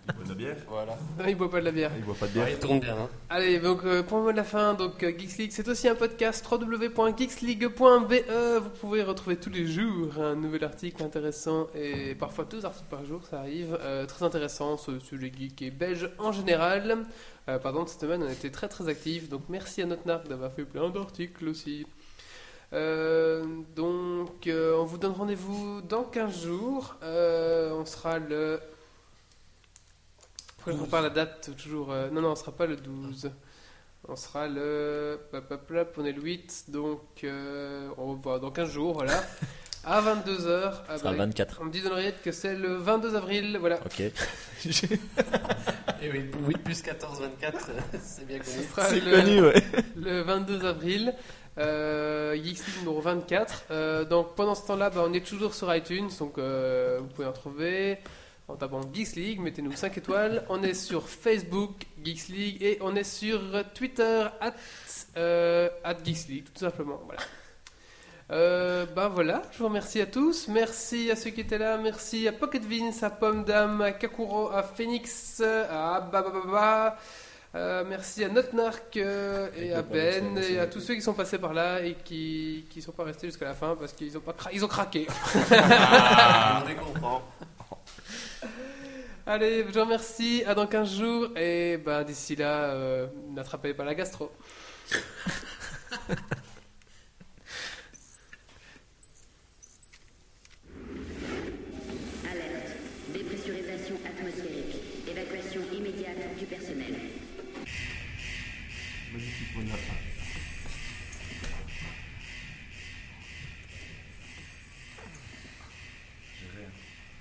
[SPEAKER 5] de
[SPEAKER 4] Bonne bière.
[SPEAKER 5] Voilà.
[SPEAKER 1] Non, il boit pas de la bière.
[SPEAKER 4] Il boit pas de bière.
[SPEAKER 5] Ouais, hein, il tourne bien. hein.
[SPEAKER 1] Allez, donc euh, pour le mot de la fin, donc euh, Geeks League, c'est aussi un podcast www.geeksleague.be. e. Vous pouvez retrouver tous les jours un nouvel article intéressant et parfois deux articles par jour, ça arrive. Euh, très intéressant ce sujet geek et belge en général. Euh, pardon, cette semaine on était très très actifs, donc merci à notre narc d'avoir fait plein d'articles aussi. Euh, donc euh, on vous donne rendez-vous dans 15 jours. Euh, on sera le. Pourquoi je repars la date toujours euh, Non, non, on sera pas le 12. On sera le. Hop, hop, hop, on est le 8, donc euh, on va dans 15 jours,
[SPEAKER 3] <laughs>
[SPEAKER 1] voilà. À 22h.
[SPEAKER 3] Ce sera le 24.
[SPEAKER 1] On me dit dans l'oreillette que c'est le 22 avril, voilà.
[SPEAKER 3] Ok.
[SPEAKER 5] Et 8, plus 14, 24, <laughs> c'est bien connu.
[SPEAKER 1] Ce sera
[SPEAKER 3] c'est
[SPEAKER 1] Ah, le-
[SPEAKER 3] connu, ouais.
[SPEAKER 1] <laughs> le 22 avril. Euh, Geeks League numéro 24. Euh, donc pendant ce temps-là, bah, on est toujours sur iTunes, donc euh, vous pouvez en trouver en tapant Geeks League, mettez-nous 5 étoiles. On est sur Facebook Geeks League et on est sur Twitter at, euh, at Geeks League, tout simplement. Voilà. Euh, ben voilà, je vous remercie à tous. Merci à ceux qui étaient là. Merci à Pocket Vince, à Pomme Dame, à Kakuro, à Phoenix, à Babababa. Euh, merci à Notnark euh, et
[SPEAKER 3] Avec
[SPEAKER 1] à
[SPEAKER 3] le pardon, c'est-
[SPEAKER 1] Ben
[SPEAKER 3] c'est-
[SPEAKER 1] et à tous ceux qui sont passés par là et qui qui sont pas restés jusqu'à la fin parce qu'ils ont pas cra- ils ont craqué.
[SPEAKER 5] Ah, on les comprend.
[SPEAKER 1] Allez, je vous remercie. À dans 15 jours bah, et ben d'ici là, euh, n'attrapez pas la gastro.